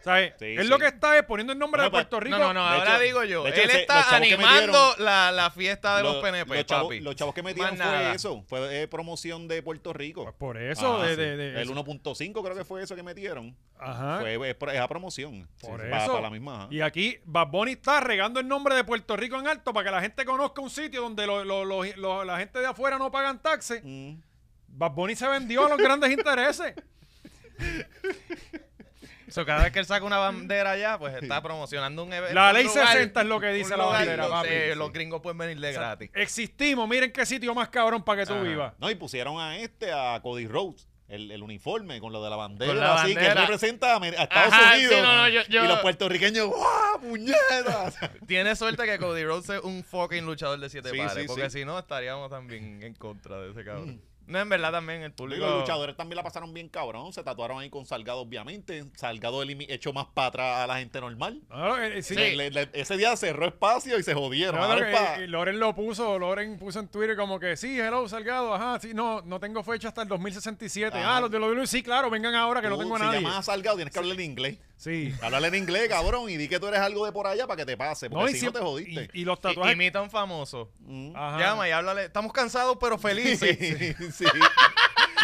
[SPEAKER 1] O sea, es-
[SPEAKER 3] Sí,
[SPEAKER 1] es lo
[SPEAKER 3] sí.
[SPEAKER 1] que está es poniendo el nombre
[SPEAKER 3] No,
[SPEAKER 1] de
[SPEAKER 3] pero-
[SPEAKER 1] Puerto Rico.
[SPEAKER 2] No, no, no,
[SPEAKER 3] de
[SPEAKER 2] ahora
[SPEAKER 3] hecho-
[SPEAKER 2] digo yo.
[SPEAKER 3] de hecho,
[SPEAKER 2] él
[SPEAKER 3] ese-
[SPEAKER 2] está
[SPEAKER 3] los chavos que
[SPEAKER 2] animando
[SPEAKER 3] metieron-
[SPEAKER 2] la, la fiesta de los,
[SPEAKER 3] Lo-
[SPEAKER 2] PNP,
[SPEAKER 3] los chavos,
[SPEAKER 2] papi.
[SPEAKER 3] los chavos que metieron
[SPEAKER 2] Más nada.
[SPEAKER 3] fue eso. Fue eh, promoción de Puerto Rico.
[SPEAKER 1] Pues por eso,
[SPEAKER 3] Ah,
[SPEAKER 1] de,
[SPEAKER 3] sí.
[SPEAKER 1] de- de-
[SPEAKER 3] el 1.5 creo que fue eso que metieron.
[SPEAKER 1] Ajá.
[SPEAKER 3] Fue es pro- esa promoción.
[SPEAKER 1] Por
[SPEAKER 3] Sí,
[SPEAKER 1] eso.
[SPEAKER 3] sí, Para, para la misma. ajá.
[SPEAKER 1] Y aquí Bad Bunny está regando el nombre de Puerto Rico en alto para que la gente conozca un sitio donde lo- lo- lo- lo- la gente de afuera no pagan taxes.
[SPEAKER 3] Mm.
[SPEAKER 1] Bad Bunny se vendió a los grandes intereses.
[SPEAKER 2] So, cada vez que él saca una bandera allá, pues está promocionando un evento.
[SPEAKER 1] La
[SPEAKER 2] un
[SPEAKER 1] ley
[SPEAKER 2] lugar-
[SPEAKER 1] 60 es lo que dice
[SPEAKER 2] un
[SPEAKER 1] la
[SPEAKER 2] lugar
[SPEAKER 1] bandera,
[SPEAKER 2] donde
[SPEAKER 1] papi.
[SPEAKER 2] Los gringos pueden venir de gratis.
[SPEAKER 1] Existimos, miren qué sitio más cabrón para que tú
[SPEAKER 2] Ajá.
[SPEAKER 1] vivas.
[SPEAKER 3] No, y pusieron a este, a Cody Rhodes, el, el uniforme con lo de la bandera.
[SPEAKER 2] Con la
[SPEAKER 3] así que
[SPEAKER 2] bandera.
[SPEAKER 3] él representa a, Amer- a Estados
[SPEAKER 2] Ajá, sí,
[SPEAKER 3] Unidos.
[SPEAKER 2] no, no, yo- yo-
[SPEAKER 3] Y los puertorriqueños, ¡guau, puñetas!
[SPEAKER 2] Tiene suerte que Cody Rhodes es un fucking luchador de siete
[SPEAKER 3] Sí,
[SPEAKER 2] pares,
[SPEAKER 3] sí,
[SPEAKER 2] porque
[SPEAKER 3] sí.
[SPEAKER 2] si no estaríamos también en contra de ese cabrón. No, en verdad también el
[SPEAKER 3] Y
[SPEAKER 2] público...
[SPEAKER 3] los luchadores también la pasaron bien cabrón. Se tatuaron ahí con Salgado, obviamente. Salgado elimi- echó más para atrás a la gente normal.
[SPEAKER 1] No, eh, eh, sí.
[SPEAKER 3] Le- le- le- ese día cerró espacio y se jodieron.
[SPEAKER 1] No, no,
[SPEAKER 3] Ahora
[SPEAKER 1] que-
[SPEAKER 3] es pa-
[SPEAKER 1] y Loren lo puso, Loren puso en Twitter como que sí, hello, Salgado, ajá, sí, no, no tengo fecha hasta el 2067.
[SPEAKER 3] Ajá.
[SPEAKER 1] Ah, los de los sí, claro, vengan ahora que no
[SPEAKER 3] Tú,
[SPEAKER 1] tengo a
[SPEAKER 3] si
[SPEAKER 1] nadie.
[SPEAKER 3] llamas a Salgado, tienes que hablar en inglés.
[SPEAKER 1] Sí.
[SPEAKER 3] Hablarle en inglés, cabrón, y di que tú eres algo de por allá para que te pase. Porque
[SPEAKER 1] No, y
[SPEAKER 3] si
[SPEAKER 1] siempre-
[SPEAKER 3] no te jodiste.
[SPEAKER 1] Y, ah, y los
[SPEAKER 2] I-
[SPEAKER 1] tatuajes.
[SPEAKER 2] Imita a un famoso.
[SPEAKER 3] Mm.
[SPEAKER 1] Ajá.
[SPEAKER 2] Llama y háblale. Estamos cansados pero felices.
[SPEAKER 3] sí.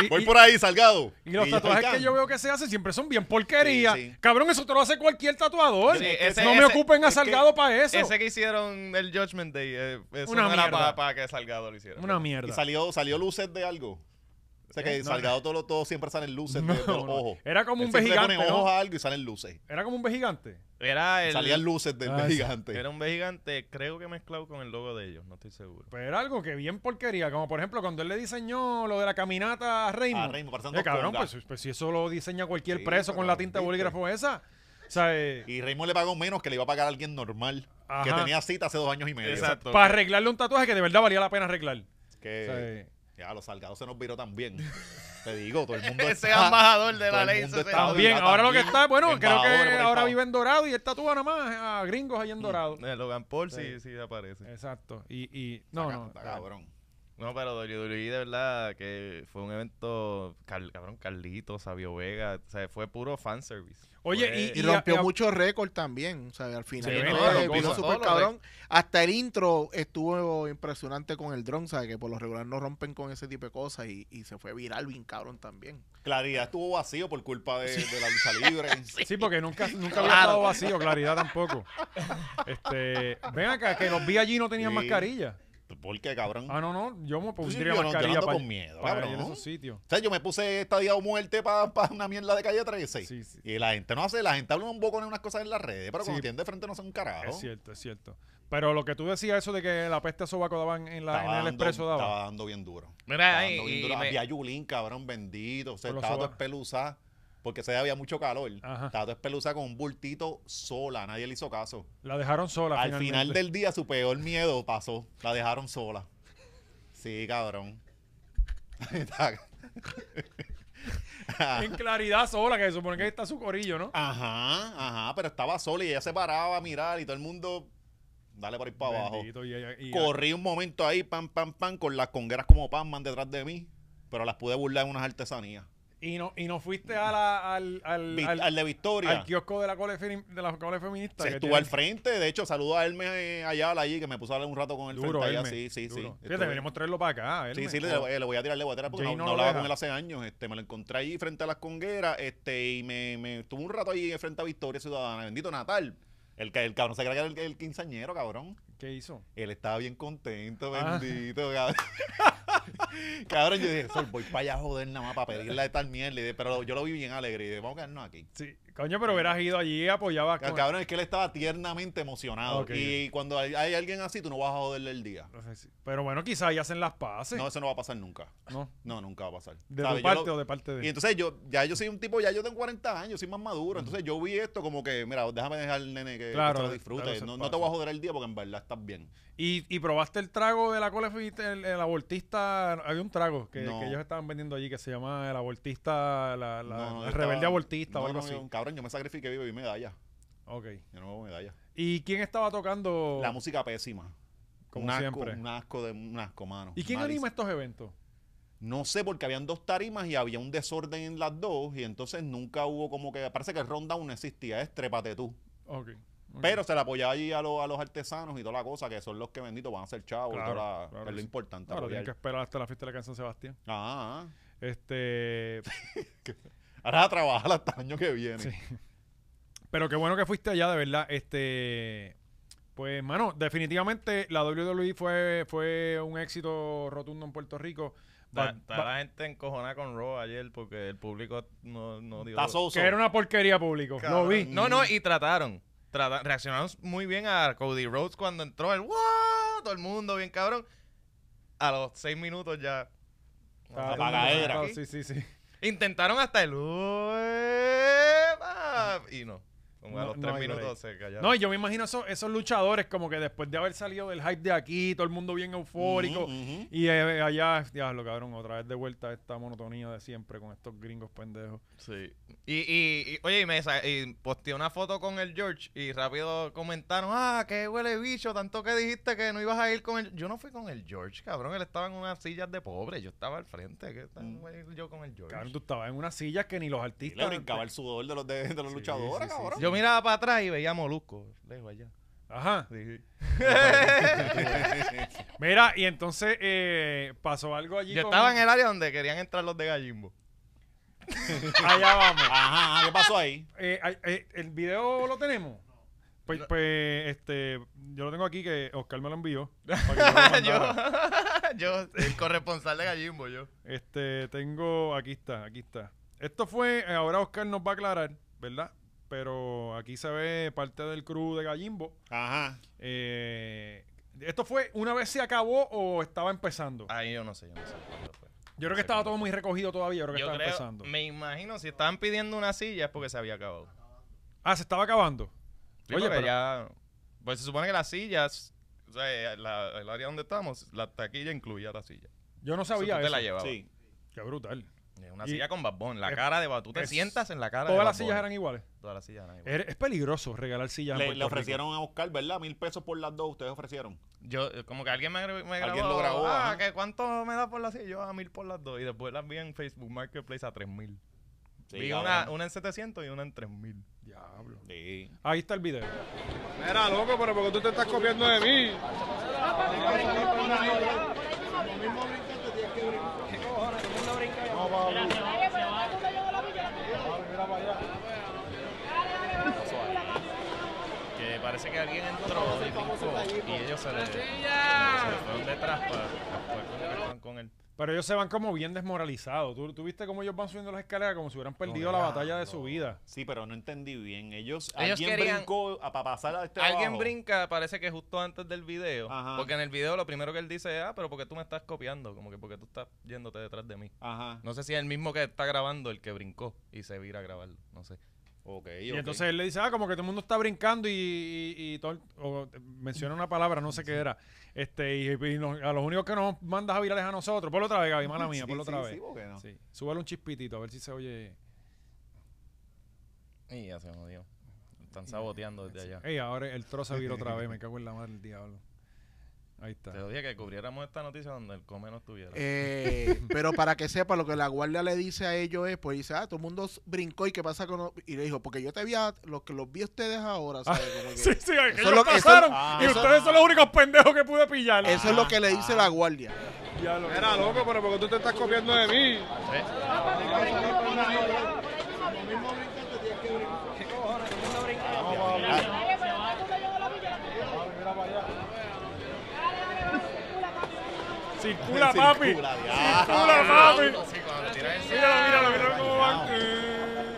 [SPEAKER 1] Y-
[SPEAKER 3] Voy
[SPEAKER 1] y-
[SPEAKER 3] por ahí, Salgado.
[SPEAKER 1] Y los
[SPEAKER 3] yo,
[SPEAKER 1] tatuajes que
[SPEAKER 3] "Can".
[SPEAKER 1] yo veo que se hacen siempre son bien porquería.
[SPEAKER 3] Sí, sí.
[SPEAKER 1] Cabrón, eso te lo hace cualquier tatuador.
[SPEAKER 2] Sí, ese-
[SPEAKER 1] no me
[SPEAKER 2] ese-
[SPEAKER 1] ocupen a
[SPEAKER 2] es que-
[SPEAKER 1] Salgado para eso.
[SPEAKER 2] Ese que hicieron el Judgment Day, eh, eso
[SPEAKER 1] Una
[SPEAKER 2] no era
[SPEAKER 1] mierda.
[SPEAKER 2] para que Salgado lo hiciera.
[SPEAKER 1] Una
[SPEAKER 3] Y
[SPEAKER 1] mierda.
[SPEAKER 3] salió, salió luces de algo. O sea que
[SPEAKER 1] Eh, no,
[SPEAKER 3] Salgado todo, lo- todo siempre salen luces
[SPEAKER 1] No,
[SPEAKER 3] de, de los
[SPEAKER 1] no.
[SPEAKER 3] ojos.
[SPEAKER 1] Era como
[SPEAKER 3] Él
[SPEAKER 1] un
[SPEAKER 3] siempre le
[SPEAKER 1] vejigante,
[SPEAKER 3] pone
[SPEAKER 1] ¿no?
[SPEAKER 3] ojos a algo y salen luces.
[SPEAKER 1] Era como un pez gigante.
[SPEAKER 2] Era el
[SPEAKER 3] Salían luces del
[SPEAKER 1] Ah, sí.
[SPEAKER 3] vejigante.
[SPEAKER 2] Era un B gigante, creo que mezclado con el logo de ellos, no estoy seguro.
[SPEAKER 1] Pero era algo que bien porquería. Como por ejemplo cuando él le diseñó lo de la caminata a Raymond.
[SPEAKER 3] Ah, Raymond, parecen
[SPEAKER 1] Eh,
[SPEAKER 3] dos
[SPEAKER 1] cabrón,
[SPEAKER 3] congas.
[SPEAKER 1] pues, pues si eso lo diseña cualquier
[SPEAKER 3] Sí,
[SPEAKER 1] preso con la
[SPEAKER 3] pero,
[SPEAKER 1] tinta
[SPEAKER 3] ¿viste?
[SPEAKER 1] bolígrafo esa. O sea, eh,
[SPEAKER 3] Y Raymond le pagó menos que le iba a pagar a alguien normal que
[SPEAKER 1] Ajá.
[SPEAKER 3] tenía cita hace dos años y medio.
[SPEAKER 2] Exacto.
[SPEAKER 1] para arreglarle un tatuaje que de verdad valía la pena arreglar.
[SPEAKER 3] Que
[SPEAKER 1] O sea, eh,
[SPEAKER 3] ya los salgados se nos viró también. Te digo, todo el mundo
[SPEAKER 2] Ese
[SPEAKER 3] está-
[SPEAKER 2] embajador de
[SPEAKER 3] Ah, todo
[SPEAKER 2] la
[SPEAKER 3] el
[SPEAKER 2] ley.
[SPEAKER 3] mundo
[SPEAKER 2] ese
[SPEAKER 3] está
[SPEAKER 2] señor.
[SPEAKER 1] También,
[SPEAKER 3] verdad,
[SPEAKER 1] ahora lo que
[SPEAKER 3] también.
[SPEAKER 1] está, bueno,
[SPEAKER 3] Bien
[SPEAKER 1] creo
[SPEAKER 3] embajador
[SPEAKER 1] que
[SPEAKER 3] por ahí
[SPEAKER 1] ahora
[SPEAKER 3] pa'
[SPEAKER 1] vive en Dorado y él tatúa nada más a gringos allá
[SPEAKER 3] Mm,
[SPEAKER 1] en Dorado.
[SPEAKER 2] Eh, Logan Paul sí,
[SPEAKER 1] Sí.
[SPEAKER 2] sí aparece.
[SPEAKER 1] Exacto. Y, y no,
[SPEAKER 3] Está-
[SPEAKER 1] no.
[SPEAKER 3] está
[SPEAKER 1] está-
[SPEAKER 3] cabrón.
[SPEAKER 2] No, pero WWE de verdad que fue un evento, Car- cabrón, Carlito, Sabio Vega, o sea, fue puro fanservice.
[SPEAKER 1] Oye,
[SPEAKER 2] Fue-
[SPEAKER 1] y-
[SPEAKER 4] Y rompió
[SPEAKER 1] a- a-
[SPEAKER 4] muchos récords también, o sea, al final.
[SPEAKER 1] Eh, Sí,
[SPEAKER 4] fue-
[SPEAKER 1] no, rompió
[SPEAKER 4] vino
[SPEAKER 1] todos
[SPEAKER 4] súper
[SPEAKER 2] los
[SPEAKER 4] cabrón. Hasta el intro estuvo impresionante con el dron, ¿sabes? Que por lo regular no rompen con ese tipo de cosas y, y se fue viral bien cabrón también.
[SPEAKER 3] Claridad estuvo vacío por culpa de, de la lucha libre.
[SPEAKER 1] Sí, porque nunca, nunca había estado vacío, claridad tampoco. Este, ven acá, que los vi allí y no tenían
[SPEAKER 3] Sí.
[SPEAKER 1] mascarilla.
[SPEAKER 3] ¿Por qué, cabrón?
[SPEAKER 1] Ah, no, no, yo me
[SPEAKER 3] sí,
[SPEAKER 1] pondría
[SPEAKER 3] yo no- yo
[SPEAKER 1] mascarilla
[SPEAKER 3] ando
[SPEAKER 1] para,
[SPEAKER 3] con miedo,
[SPEAKER 1] para
[SPEAKER 3] cabrón.
[SPEAKER 1] ir a esos sitios.
[SPEAKER 3] O sea, yo me puse estadiado muerte para una mierda de calle 13.
[SPEAKER 1] Sí, sí.
[SPEAKER 3] Y la gente no hace, la gente habla un poco en unas cosas en las redes, pero
[SPEAKER 1] Sí.
[SPEAKER 3] cuando tienen de frente no son un carajo.
[SPEAKER 1] Es cierto, es cierto. Pero lo que tú decías, eso de que la peste a sobaco daban en, la,
[SPEAKER 3] Estaba
[SPEAKER 1] en el
[SPEAKER 3] dando-
[SPEAKER 1] expreso daba.
[SPEAKER 3] Estaba dando bien duro.
[SPEAKER 2] Mira,
[SPEAKER 3] Estaba
[SPEAKER 2] ahí,
[SPEAKER 3] dando bien
[SPEAKER 2] y
[SPEAKER 3] duro.
[SPEAKER 2] me-
[SPEAKER 3] Había Yulín, cabrón, bendito. O sea,
[SPEAKER 1] Con los
[SPEAKER 3] estaba todo
[SPEAKER 1] sobacos.
[SPEAKER 3] espeluzada. Porque se había mucho calor.
[SPEAKER 1] Ajá.
[SPEAKER 3] Estaba todo espeluzada con un bultito sola. Nadie le hizo caso.
[SPEAKER 1] La dejaron sola.
[SPEAKER 3] Al final
[SPEAKER 1] finalmente.
[SPEAKER 3] del día, su peor miedo pasó. La dejaron sola. Sí, cabrón.
[SPEAKER 1] En claridad sola, que se supone que ahí está su corillo, ¿no?
[SPEAKER 3] Ajá, ajá, pero estaba sola y ella se paraba a mirar y todo el mundo, dale por ahí para abajo.
[SPEAKER 1] Bendito, y- y- y-
[SPEAKER 3] Corrí un momento ahí, pam, pam, pam, con las congueras como Pac-Man detrás de mí, pero las pude burlar en unas artesanías.
[SPEAKER 1] Y no, y no fuiste a la- al, al,
[SPEAKER 3] Vi-
[SPEAKER 1] al-
[SPEAKER 3] al, de Victoria,
[SPEAKER 1] al kiosco de la cole, femi- de la cole feminista.
[SPEAKER 3] se
[SPEAKER 1] que
[SPEAKER 3] estuvo
[SPEAKER 1] tiene-
[SPEAKER 3] al frente, de hecho, saludo a Hermes eh, Ayala allí, que me puso a hablar un rato con él
[SPEAKER 1] Duro,
[SPEAKER 3] frente allá,
[SPEAKER 1] Hermes,
[SPEAKER 3] sí, sí,
[SPEAKER 1] duro.
[SPEAKER 3] sí.
[SPEAKER 1] Fíjate,
[SPEAKER 3] Estuve-
[SPEAKER 1] deberíamos traerlo para acá.
[SPEAKER 3] Sí,
[SPEAKER 1] Hermes.
[SPEAKER 3] sí, le, le voy a tirar, le voy a tirar porque
[SPEAKER 1] Jay
[SPEAKER 3] no,
[SPEAKER 1] no
[SPEAKER 3] no
[SPEAKER 1] lo
[SPEAKER 3] hablaba
[SPEAKER 1] deja.
[SPEAKER 3] con él hace años. Este, me lo encontré allí frente a las congueras este, y me, me estuvo un rato allí frente a Victoria Ciudadana. Bendito Natal. El, ca- el cabrón se crea el, el quinceañero, cabrón.
[SPEAKER 1] ¿Qué hizo?
[SPEAKER 3] Él estaba bien contento,
[SPEAKER 1] Ah.
[SPEAKER 3] bendito, cabrón. cabrón, yo dije, "Sol, voy para allá a joder nada más para pedirle de tal mierda. Y de- Pero yo lo vi bien alegre y dije, vamos a quedarnos aquí.
[SPEAKER 1] Sí, coño, pero hubieras ido allí y apoyabas.
[SPEAKER 3] Ca-
[SPEAKER 1] con-
[SPEAKER 3] Cabrón, es que él estaba tiernamente emocionado.
[SPEAKER 1] Ok.
[SPEAKER 3] Y cuando hay, hay alguien así, tú no vas a joderle el día.
[SPEAKER 1] No sé si- Pero bueno, quizás ahí hacen las paces.
[SPEAKER 3] No,
[SPEAKER 1] No,
[SPEAKER 3] eso no va a pasar nunca. No, nunca va a pasar.
[SPEAKER 1] ¿De
[SPEAKER 3] ¿Sabes?
[SPEAKER 1] tu
[SPEAKER 3] Yo
[SPEAKER 1] parte
[SPEAKER 3] lo-
[SPEAKER 1] o de parte de
[SPEAKER 3] Y entonces yo, ya yo soy un tipo, ya yo tengo 40 años, soy más maduro. Entonces yo vi esto como que, mira, déjame dejar al nene que, que
[SPEAKER 1] Claro,
[SPEAKER 3] se lo
[SPEAKER 1] dale
[SPEAKER 3] disfrute.
[SPEAKER 1] ese
[SPEAKER 3] No, no te
[SPEAKER 1] espacio.
[SPEAKER 3] voy a joder el día porque en verdad estás bien.
[SPEAKER 1] ¿Y, y probaste el trago de la cole feminista? El, el abortista. Había un trago que,
[SPEAKER 3] No.
[SPEAKER 1] que ellos estaban vendiendo allí que se llama el abortista, la, la-
[SPEAKER 3] No, no,
[SPEAKER 1] el
[SPEAKER 3] yo
[SPEAKER 1] rebelde
[SPEAKER 3] estaba-
[SPEAKER 1] abortista o
[SPEAKER 3] no,
[SPEAKER 1] algo
[SPEAKER 3] no,
[SPEAKER 1] así.
[SPEAKER 3] yo- Cabrón, yo me sacrifiqué vivo y medalla.
[SPEAKER 1] Ok.
[SPEAKER 3] Yo no me voy medalla.
[SPEAKER 1] ¿Y quién estaba tocando?
[SPEAKER 3] La música pésima.
[SPEAKER 1] Oh. Como
[SPEAKER 3] un asco,
[SPEAKER 1] siempre.
[SPEAKER 3] Un asco de un asco, mano.
[SPEAKER 1] ¿Y quién
[SPEAKER 3] Malísimo.
[SPEAKER 1] anima estos eventos?
[SPEAKER 3] No sé, porque habían dos tarimas y había un desorden en las dos. Y entonces nunca hubo como que. Parece que el rundown no existía, es trépate tú.
[SPEAKER 1] Ok. ok.
[SPEAKER 3] Pero se le apoyaba allí a, lo- a los artesanos y toda la cosa, que son los que bendito van a ser chavos. y
[SPEAKER 1] Claro,
[SPEAKER 3] toda la-
[SPEAKER 1] claro
[SPEAKER 3] es
[SPEAKER 1] que
[SPEAKER 3] lo
[SPEAKER 1] sí.
[SPEAKER 3] importante.
[SPEAKER 1] Claro,
[SPEAKER 3] apoyar.
[SPEAKER 1] tienen que esperar hasta la fiesta de la canción Sebastián.
[SPEAKER 3] Ah, ah.
[SPEAKER 1] Este,
[SPEAKER 3] Ahora a trabajar hasta el año que viene.
[SPEAKER 1] Sí. pero qué bueno que fuiste allá, de verdad. Este, pues, mano, definitivamente la WWE fue, fue un éxito rotundo en Puerto Rico.
[SPEAKER 2] Está,
[SPEAKER 1] Ba-
[SPEAKER 2] está
[SPEAKER 1] ba-
[SPEAKER 2] la gente encojonada con Raw ayer porque el público no, no dio.
[SPEAKER 3] Está soso.
[SPEAKER 1] que era una porquería público. Lo vi.
[SPEAKER 2] No, no, y trataron. Trata- reaccionaron muy bien a Cody Rhodes cuando entró el ¡Wow! Todo el mundo bien cabrón. A los seis minutos ya.
[SPEAKER 1] Está-
[SPEAKER 3] Apagadera.
[SPEAKER 1] Ah, Sí, sí, sí.
[SPEAKER 2] Intentaron hasta el ¡Uepa! y no. Como a
[SPEAKER 1] No,
[SPEAKER 2] los
[SPEAKER 1] no
[SPEAKER 2] tres
[SPEAKER 1] hay break.
[SPEAKER 2] minutos se callaron.
[SPEAKER 1] No, y yo me imagino esos, esos luchadores como que después de haber salido del hype de aquí, todo el mundo bien
[SPEAKER 2] Mm,
[SPEAKER 1] eufórico.
[SPEAKER 3] Ujú, ujú.
[SPEAKER 1] Y eh, allá, diablo, cabrón, otra vez de vuelta esta monotonía de siempre con estos gringos pendejos.
[SPEAKER 2] Sí. Y, y, y- oye, y me sa- y posteé una foto con el George y rápido comentaron, ah, que huele bicho, tanto que dijiste que no ibas a ir con el... Yo no fui con el George, cabrón, él estaba en unas sillas de pobre, yo estaba al frente, ¿qué tal voy a ir yo con el George?
[SPEAKER 1] Cabrón, tú estabas en unas sillas que ni los
[SPEAKER 3] Y
[SPEAKER 1] artistas.
[SPEAKER 3] le brincaba el sudor de los, de, de los luchadores,
[SPEAKER 1] sí, sí,
[SPEAKER 3] cabrón.
[SPEAKER 2] Yo miraba para atrás y veía a Molusco, lejos allá.
[SPEAKER 1] Ajá.
[SPEAKER 2] Sí, sí.
[SPEAKER 1] Mira, y entonces eh, pasó algo allí.
[SPEAKER 2] Yo
[SPEAKER 1] con-
[SPEAKER 2] estaba en el área donde querían entrar los de Gallimbo.
[SPEAKER 1] Allá vamos.
[SPEAKER 3] Ajá, ajá, ¿qué pasó ahí?
[SPEAKER 1] Eh, ay, eh, ¿El video lo tenemos? Pues,
[SPEAKER 2] No.
[SPEAKER 1] pues, este, yo lo tengo aquí que Oscar me lo envió. para que yo lo mandara.
[SPEAKER 2] yo, el corresponsal de Gallimbo, yo.
[SPEAKER 1] Este, tengo, aquí está, aquí está. Esto fue, eh, ahora Oscar nos va a aclarar, ¿verdad? Pero aquí se ve parte del crew de Gallimbo.
[SPEAKER 3] Ajá.
[SPEAKER 1] Eh, ¿Esto fue una vez se acabó o estaba empezando?
[SPEAKER 2] Ahí yo no sé, yo no sé cuándo fue.
[SPEAKER 1] Yo creo que estaba todo muy recogido todavía, yo creo que
[SPEAKER 2] Yo
[SPEAKER 1] estaba
[SPEAKER 2] creo-
[SPEAKER 1] empezando.
[SPEAKER 2] me imagino, si estaban pidiendo una silla es porque se había acabado.
[SPEAKER 1] Ah, se estaba acabando.
[SPEAKER 2] Sí,
[SPEAKER 1] Oye,
[SPEAKER 2] porque
[SPEAKER 1] pero-
[SPEAKER 2] ya. Pues se supone que las sillas, o sea, eh, la- el área donde estamos, la taquilla incluía la silla.
[SPEAKER 1] Yo no
[SPEAKER 2] Eso tú
[SPEAKER 1] sabía
[SPEAKER 2] te
[SPEAKER 1] eso.
[SPEAKER 2] la llevabas.
[SPEAKER 3] Sí.
[SPEAKER 1] Qué brutal.
[SPEAKER 2] Es Una
[SPEAKER 1] Y-
[SPEAKER 2] silla con babón,
[SPEAKER 1] es-
[SPEAKER 2] la cara de babón. Tú te
[SPEAKER 1] es-
[SPEAKER 2] sientas en la cara de
[SPEAKER 1] Todas las
[SPEAKER 2] Bad Bunny.
[SPEAKER 1] sillas eran Eh. iguales.
[SPEAKER 2] Todas las sillas eran iguales.
[SPEAKER 1] Es es peligroso regalar sillas. en
[SPEAKER 3] Le,
[SPEAKER 1] Puerto
[SPEAKER 3] le
[SPEAKER 1] Rico.
[SPEAKER 3] ofrecieron a Oscar, ¿verdad? Mil pesos por las dos, ustedes ofrecieron.
[SPEAKER 2] Yo, eh, como que alguien me, gra- me grabó.
[SPEAKER 3] Alguien lo grabó,
[SPEAKER 2] Ah,
[SPEAKER 3] ajá.
[SPEAKER 2] que ¿cuánto me da por la silla? Yo a mil por las dos. Y después las vi en Facebook Marketplace a tres mil.
[SPEAKER 3] Sí,
[SPEAKER 2] vi
[SPEAKER 3] cabrón.
[SPEAKER 2] una, una en 700 y una en tres mil.
[SPEAKER 1] Diablo.
[SPEAKER 3] Sí.
[SPEAKER 1] Ahí está el video.
[SPEAKER 5] Mira, loco, pero ¿por qué tú te estás copiando de mí?
[SPEAKER 2] Que parece que alguien entró de pico y ellos se le, se le fueron detrás para después como que estaban con él.
[SPEAKER 1] Pero ellos se van como bien desmoralizados. ¿Tú, tú viste cómo ellos van subiendo las escaleras como si hubieran perdido
[SPEAKER 5] ah,
[SPEAKER 1] la batalla de su vida?
[SPEAKER 3] Sí, pero no entendí bien. Ellos,
[SPEAKER 2] Ellos
[SPEAKER 3] alguien
[SPEAKER 2] querían-
[SPEAKER 3] brincó a, para pasar a este
[SPEAKER 2] Alguien
[SPEAKER 3] abajo.
[SPEAKER 2] brinca, parece que justo antes del video.
[SPEAKER 3] Ajá.
[SPEAKER 2] Porque en el video lo primero que él dice es, ah, pero porque tú me estás copiando, como que porque tú estás yéndote detrás de mí.
[SPEAKER 3] Ajá.
[SPEAKER 2] No sé si es el mismo que está grabando el que brincó y se vira a grabarlo, no sé.
[SPEAKER 3] Ok,
[SPEAKER 1] Y
[SPEAKER 3] ok.
[SPEAKER 1] entonces él le dice, ah, como que todo el mundo está brincando y, y- y todo el- o, eh, menciona una palabra, no sé qué era. Este, y, y nos- a los únicos que nos mandas a virales a nosotros. Ponlo otra vez, Gaby, mala mía,
[SPEAKER 3] Sí,
[SPEAKER 1] ponlo otra
[SPEAKER 3] sí,
[SPEAKER 1] vez.
[SPEAKER 3] sí, ¿por qué no?
[SPEAKER 1] Sí. Súbale un chispitito a ver si se oye.
[SPEAKER 2] Y ya se jodió. Están saboteando desde allá.
[SPEAKER 1] Ey, ahora el trozo se viró otra vez, me cago en la madre del diablo. Ahí está.
[SPEAKER 2] Te dije que cubriéramos esta noticia donde el come no estuviera.
[SPEAKER 4] Eh, pero para que sepa, lo que la guardia le dice a ellos es, pues dice, ah, todo el mundo s- brincó y qué pasa con... los-?" Y le dijo, porque yo te vi, a- los que los vi a ustedes ahora, ¿sabes? Como que-
[SPEAKER 1] Sí, sí, que
[SPEAKER 4] es
[SPEAKER 1] ellos
[SPEAKER 4] lo que- eso-
[SPEAKER 1] pasaron
[SPEAKER 3] ah,
[SPEAKER 1] y
[SPEAKER 3] eso-
[SPEAKER 1] ustedes son los únicos pendejos que pude pillar.
[SPEAKER 4] Eso es lo que le dice
[SPEAKER 1] ah.
[SPEAKER 4] la guardia.
[SPEAKER 1] Diablo.
[SPEAKER 5] Mira, loco, pero ¿por qué tú te estás copiando de mí?
[SPEAKER 2] ¿Ves?
[SPEAKER 3] Ah,
[SPEAKER 1] Circula, papi.
[SPEAKER 3] Circula,
[SPEAKER 1] Circula,
[SPEAKER 3] diablo.
[SPEAKER 1] papi.
[SPEAKER 2] Sí, cuando le tiran el
[SPEAKER 1] Míralo, míralo, míralo cómo van. Eh.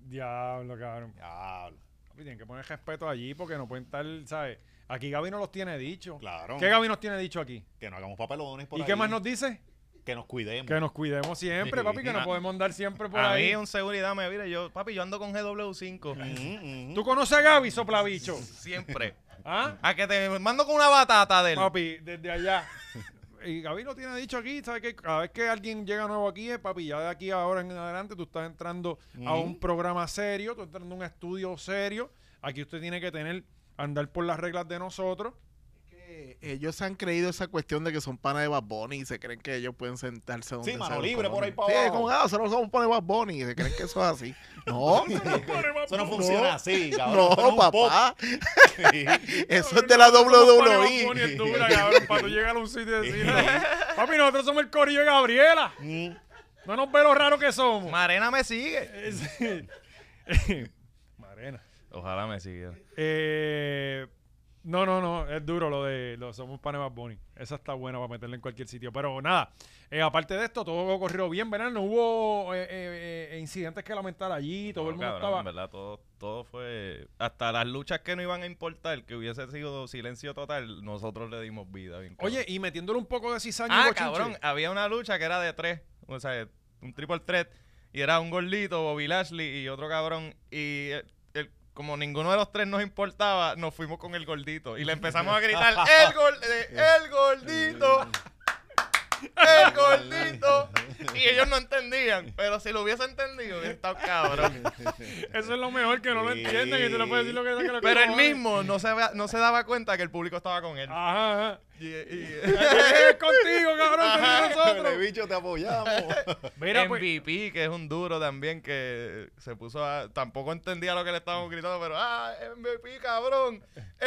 [SPEAKER 1] Diablo, cabrón.
[SPEAKER 3] Diablo.
[SPEAKER 1] Papi, tienen que poner respeto allí porque no pueden estar, ¿sabes? Aquí Gaby no los tiene dicho.
[SPEAKER 3] Claro.
[SPEAKER 1] ¿Qué Gaby nos tiene dicho aquí?
[SPEAKER 3] Que no hagamos papelones por
[SPEAKER 1] ¿Y
[SPEAKER 3] ahí.
[SPEAKER 1] qué más nos dice?
[SPEAKER 3] Que nos cuidemos.
[SPEAKER 1] Que nos cuidemos siempre,
[SPEAKER 3] Sí.
[SPEAKER 1] papi, que no
[SPEAKER 3] Ah.
[SPEAKER 1] podemos andar siempre por
[SPEAKER 2] A
[SPEAKER 1] ahí.
[SPEAKER 2] mí un seguridad me vira y yo, papi, yo ando con GW5.
[SPEAKER 3] Mm, mm.
[SPEAKER 1] ¿Tú conoces a Gaby, soplabicho?
[SPEAKER 2] Siempre.
[SPEAKER 1] ¿Ah?
[SPEAKER 2] A que te mando con una batata de él.
[SPEAKER 1] Papi, desde allá. Y Gaby lo tiene dicho aquí, ¿sabes qué? Cada vez que alguien llega nuevo aquí, es papi, ya de aquí a ahora en adelante tú estás entrando a un programa serio, tú estás entrando a un estudio serio. Aquí usted tiene que tener, andar por las reglas de nosotros.
[SPEAKER 4] Eh, ellos se han creído esa cuestión de que son pana de Bad Bunny y se creen que ellos pueden sentarse donde
[SPEAKER 3] Sí, mano
[SPEAKER 4] se los
[SPEAKER 3] libre por ahí
[SPEAKER 4] pongan.
[SPEAKER 3] pa'
[SPEAKER 4] Sí,
[SPEAKER 3] abajo.
[SPEAKER 4] como, ah, nosotros somos pana de Bad Bunny y se creen que eso es así. No,
[SPEAKER 3] Eso no funciona así, cabrón.
[SPEAKER 4] no,
[SPEAKER 3] Eso es un pop.
[SPEAKER 4] papá.
[SPEAKER 3] Sí.
[SPEAKER 4] Eso es de la E.
[SPEAKER 1] Pone
[SPEAKER 4] WWE.
[SPEAKER 1] es dura, cabrón, para tú llegar a un sitio y decirle, papi, nosotros somos el corillo de Gabriela.
[SPEAKER 3] Mm.
[SPEAKER 1] No nos ve lo raro que somos.
[SPEAKER 2] Marena me sigue.
[SPEAKER 1] Marena.
[SPEAKER 2] Ojalá me siga.
[SPEAKER 1] Eh, no, no, no, es duro lo de lo somos panes Bad Bunny. Esa está buena para meterla en cualquier sitio. Pero nada, eh, aparte de esto, todo corrió bien, ¿verdad? No hubo eh, eh, eh, incidentes que lamentar allí, todo el mundo estaba...
[SPEAKER 2] En verdad, todo, todo fue. Hasta las luchas que no iban a importar, que hubiese sido silencio total, nosotros le dimos vida. bien cabrón.
[SPEAKER 1] Oye, y metiéndole un poco de cizaña y
[SPEAKER 2] ah,
[SPEAKER 1] bochinche.
[SPEAKER 2] cabrón, había una lucha que era de tres. O sea, un triple threat. Y era un gordito, Bobby Lashley y otro cabrón. Y el- el- como ninguno de los tres nos importaba, nos fuimos con el gordito. Y le empezamos a gritar: ¡El, gor- eh, el gordito! ¡El gordito! y ellos no entendían. Pero si lo hubiese entendido, hubiera estado cabrón.
[SPEAKER 1] Eso es lo mejor, que no lo entienden y tú le puedes decir lo que sea.
[SPEAKER 2] Pero él mismo no se, va- no se daba cuenta que el público estaba con él.
[SPEAKER 1] Ajá, ajá.
[SPEAKER 2] Y- y-
[SPEAKER 1] Es contigo, cabrón, que
[SPEAKER 2] Ajá.
[SPEAKER 1] no nosotros.
[SPEAKER 3] Huele bicho, te apoyamos.
[SPEAKER 1] Mira, pues,
[SPEAKER 2] MVP, que es un duro también, que se puso a... Tampoco entendía lo que le estaban gritando, pero ¡ah, MVP, cabrón!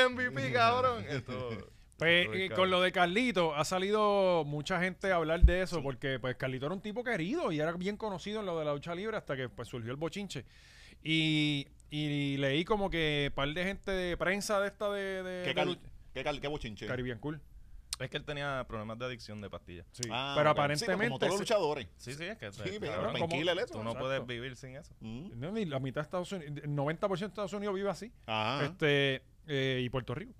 [SPEAKER 2] ¡MVP, cabrón! Esto-
[SPEAKER 1] pues,
[SPEAKER 2] Uy,
[SPEAKER 1] eh,
[SPEAKER 2] cabrón.
[SPEAKER 1] con lo de Carlito, ha salido mucha gente a hablar de eso, porque pues Carlito era un tipo querido y era bien conocido en lo de la lucha libre hasta que pues, surgió el bochinche. Y, y leí como que un par de gente de prensa de esta de, de-
[SPEAKER 3] ¿Qué,
[SPEAKER 1] de
[SPEAKER 3] cal,
[SPEAKER 1] lucha-
[SPEAKER 3] qué, cal, qué bochinche.
[SPEAKER 1] Caribbean Cool.
[SPEAKER 2] Es que él tenía problemas de adicción de pastillas.
[SPEAKER 1] Sí.
[SPEAKER 3] Ah,
[SPEAKER 1] pero
[SPEAKER 3] ok. Sí, como
[SPEAKER 1] aparentemente...
[SPEAKER 3] todos los
[SPEAKER 1] se-
[SPEAKER 3] luchadores.
[SPEAKER 2] Sí, sí, es que... pues,
[SPEAKER 3] Sí, pero
[SPEAKER 2] cabrón,
[SPEAKER 1] ¿cómo?
[SPEAKER 3] tranquila el
[SPEAKER 2] tú
[SPEAKER 3] eso.
[SPEAKER 2] no
[SPEAKER 1] Exacto.
[SPEAKER 2] puedes vivir sin eso.
[SPEAKER 3] Mm.
[SPEAKER 1] No, ni la mitad de Estados Unidos, el 90% de Estados Unidos vive así.
[SPEAKER 3] Ajá.
[SPEAKER 1] Este, eh, y Puerto Rico.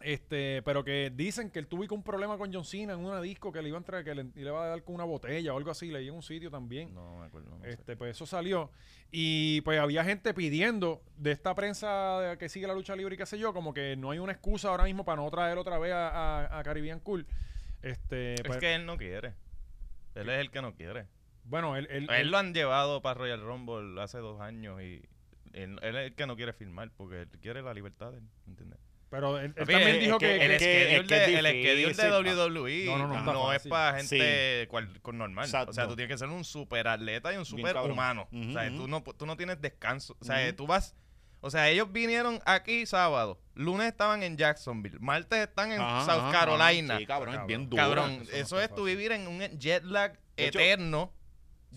[SPEAKER 1] Este, pero que dicen que él tuvo un problema con John Cena en una disco que le iban a traer, que le, le iba a dar con una botella o algo así, leí en un sitio también.
[SPEAKER 2] No me acuerdo. no sé.
[SPEAKER 1] Este, pues eso salió. Y pues había gente pidiendo de esta prensa de- que sigue la lucha libre y qué sé yo, como que no hay una excusa ahora mismo para no traer otra vez a, a- a Caribbean Cool. Este,
[SPEAKER 2] Es
[SPEAKER 1] pues,
[SPEAKER 2] que él no quiere. Él es el que no quiere.
[SPEAKER 1] bueno, él, él-
[SPEAKER 2] A él lo han llevado para Royal Rumble hace dos años y él, él es el que no quiere firmar porque él quiere la libertad de él, ¿entiendes?
[SPEAKER 1] pero él, él
[SPEAKER 2] Papi,
[SPEAKER 1] también
[SPEAKER 2] es
[SPEAKER 1] dijo
[SPEAKER 3] que
[SPEAKER 1] que,
[SPEAKER 2] El
[SPEAKER 3] Es que-
[SPEAKER 2] schedule
[SPEAKER 3] es que
[SPEAKER 2] de,
[SPEAKER 3] es
[SPEAKER 2] el schedule de WWE
[SPEAKER 3] difícil, Ah,
[SPEAKER 1] No,
[SPEAKER 2] no,
[SPEAKER 1] no, no, está
[SPEAKER 2] es
[SPEAKER 1] fácil.
[SPEAKER 2] para gente cual- con normal. O sea,
[SPEAKER 3] Exacto.
[SPEAKER 2] tú tienes que ser un super atleta y un
[SPEAKER 3] Bien
[SPEAKER 2] super
[SPEAKER 3] cabrón.
[SPEAKER 2] humano. O sea,
[SPEAKER 3] Ujú,
[SPEAKER 2] tú
[SPEAKER 3] ujú.
[SPEAKER 2] no, pu- tú no tienes descanso. O sea,
[SPEAKER 3] Ujú.
[SPEAKER 2] tú vas... O sea, ellos vinieron aquí sábado. Lunes estaban en Jacksonville. Martes están en
[SPEAKER 3] Ajá,
[SPEAKER 2] South
[SPEAKER 3] ajá, ajá.
[SPEAKER 2] Carolina.
[SPEAKER 3] Sí, cabrón, es bien duro.
[SPEAKER 2] Cabrón,
[SPEAKER 1] Eso no
[SPEAKER 2] eso
[SPEAKER 1] está
[SPEAKER 2] es tu
[SPEAKER 1] fácil.
[SPEAKER 2] vivir en un jet lag
[SPEAKER 3] De hecho,
[SPEAKER 2] eterno.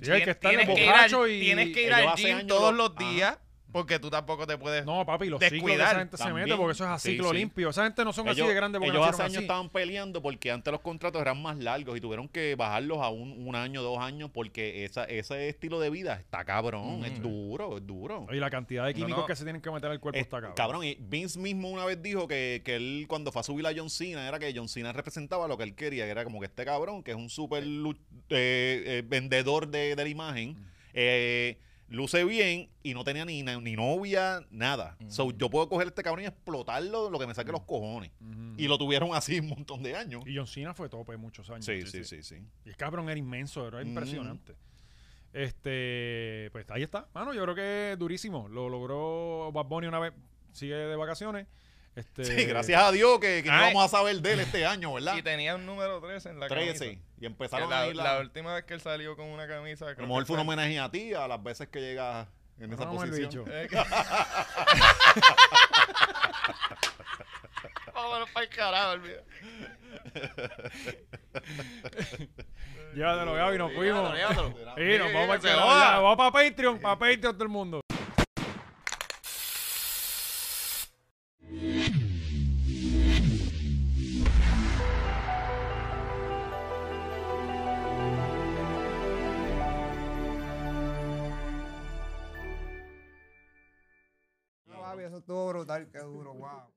[SPEAKER 1] Sí, hay que
[SPEAKER 2] Tien-
[SPEAKER 1] estar
[SPEAKER 2] tienes, que ir
[SPEAKER 1] borracho
[SPEAKER 2] al,
[SPEAKER 1] y-
[SPEAKER 2] tienes que ir
[SPEAKER 3] Ellos
[SPEAKER 2] al
[SPEAKER 3] hace
[SPEAKER 2] gym
[SPEAKER 3] años
[SPEAKER 2] todos
[SPEAKER 3] lo-
[SPEAKER 2] los
[SPEAKER 3] Ajá.
[SPEAKER 2] días porque tú tampoco te puedes...
[SPEAKER 1] No, papi, los ciclos de
[SPEAKER 2] Descuidar,
[SPEAKER 1] esa gente se
[SPEAKER 3] también.
[SPEAKER 1] mete porque eso es a
[SPEAKER 3] Sí,
[SPEAKER 1] ciclo
[SPEAKER 3] sí.
[SPEAKER 1] limpio. Esa gente no son así de grande porque
[SPEAKER 3] ellos hace
[SPEAKER 1] nacieron
[SPEAKER 3] años
[SPEAKER 1] así.
[SPEAKER 3] estaban peleando porque antes los contratos eran más largos y tuvieron que bajarlos a un, un año, dos años, porque esa, ese estilo de vida está cabrón,
[SPEAKER 2] Ujú.
[SPEAKER 3] es duro, es duro.
[SPEAKER 1] Y la cantidad de
[SPEAKER 2] No,
[SPEAKER 1] químicos
[SPEAKER 2] no.
[SPEAKER 1] que se tienen que meter al cuerpo
[SPEAKER 3] Es-
[SPEAKER 1] está cabrón.
[SPEAKER 3] Eh, cabrón, y Vince mismo una vez dijo que, que él cuando fue a subir a John Cena era que John Cena representaba lo que él quería, que era como que este cabrón, que es un super lu- eh, eh, vendedor de, de la imagen, eh, luce bien y no tenía ni, na- ni novia, nada. So, yo puedo coger a este cabrón y explotarlo lo que me saque los cojones.
[SPEAKER 1] Ujú.
[SPEAKER 3] Y lo tuvieron así un montón de años.
[SPEAKER 1] Y John Cena fue tope muchos años.
[SPEAKER 3] Sí, sí, sí, sí.
[SPEAKER 1] Y el cabrón era inmenso, era
[SPEAKER 3] Ujú.
[SPEAKER 1] impresionante. Este, pues ahí está. Mano, yo creo que durísimo. Lo logró Bad Bunny una vez, sigue de vacaciones. Este,
[SPEAKER 3] Sí, gracias a Dios que, que no
[SPEAKER 2] Eh, Ay.
[SPEAKER 3] vamos a saber de él este año, ¿verdad?
[SPEAKER 2] Y tenía un número 13 en la
[SPEAKER 3] 13.
[SPEAKER 2] camisa.
[SPEAKER 3] Y
[SPEAKER 2] Que
[SPEAKER 3] empezaron a
[SPEAKER 2] la,
[SPEAKER 3] ir la,
[SPEAKER 2] la última vez que él salió con una camisa...
[SPEAKER 3] A
[SPEAKER 2] creo
[SPEAKER 3] lo mejor
[SPEAKER 2] que
[SPEAKER 3] fue un
[SPEAKER 2] fue-
[SPEAKER 3] homenaje a ti, a las veces que llegas en esa
[SPEAKER 1] Vamos al bicho.
[SPEAKER 3] posición.
[SPEAKER 2] Eh, que- Vámonos para el carajo, olvida.
[SPEAKER 1] Llévatelo, Gaby, nos fuimos.
[SPEAKER 2] Llévatelo,
[SPEAKER 1] Sí, nos vamos para
[SPEAKER 2] Que se joda.
[SPEAKER 1] Vamos para Patreon, para Patreon todo el mundo.
[SPEAKER 6] Eso estuvo brutal, qué duro, wow.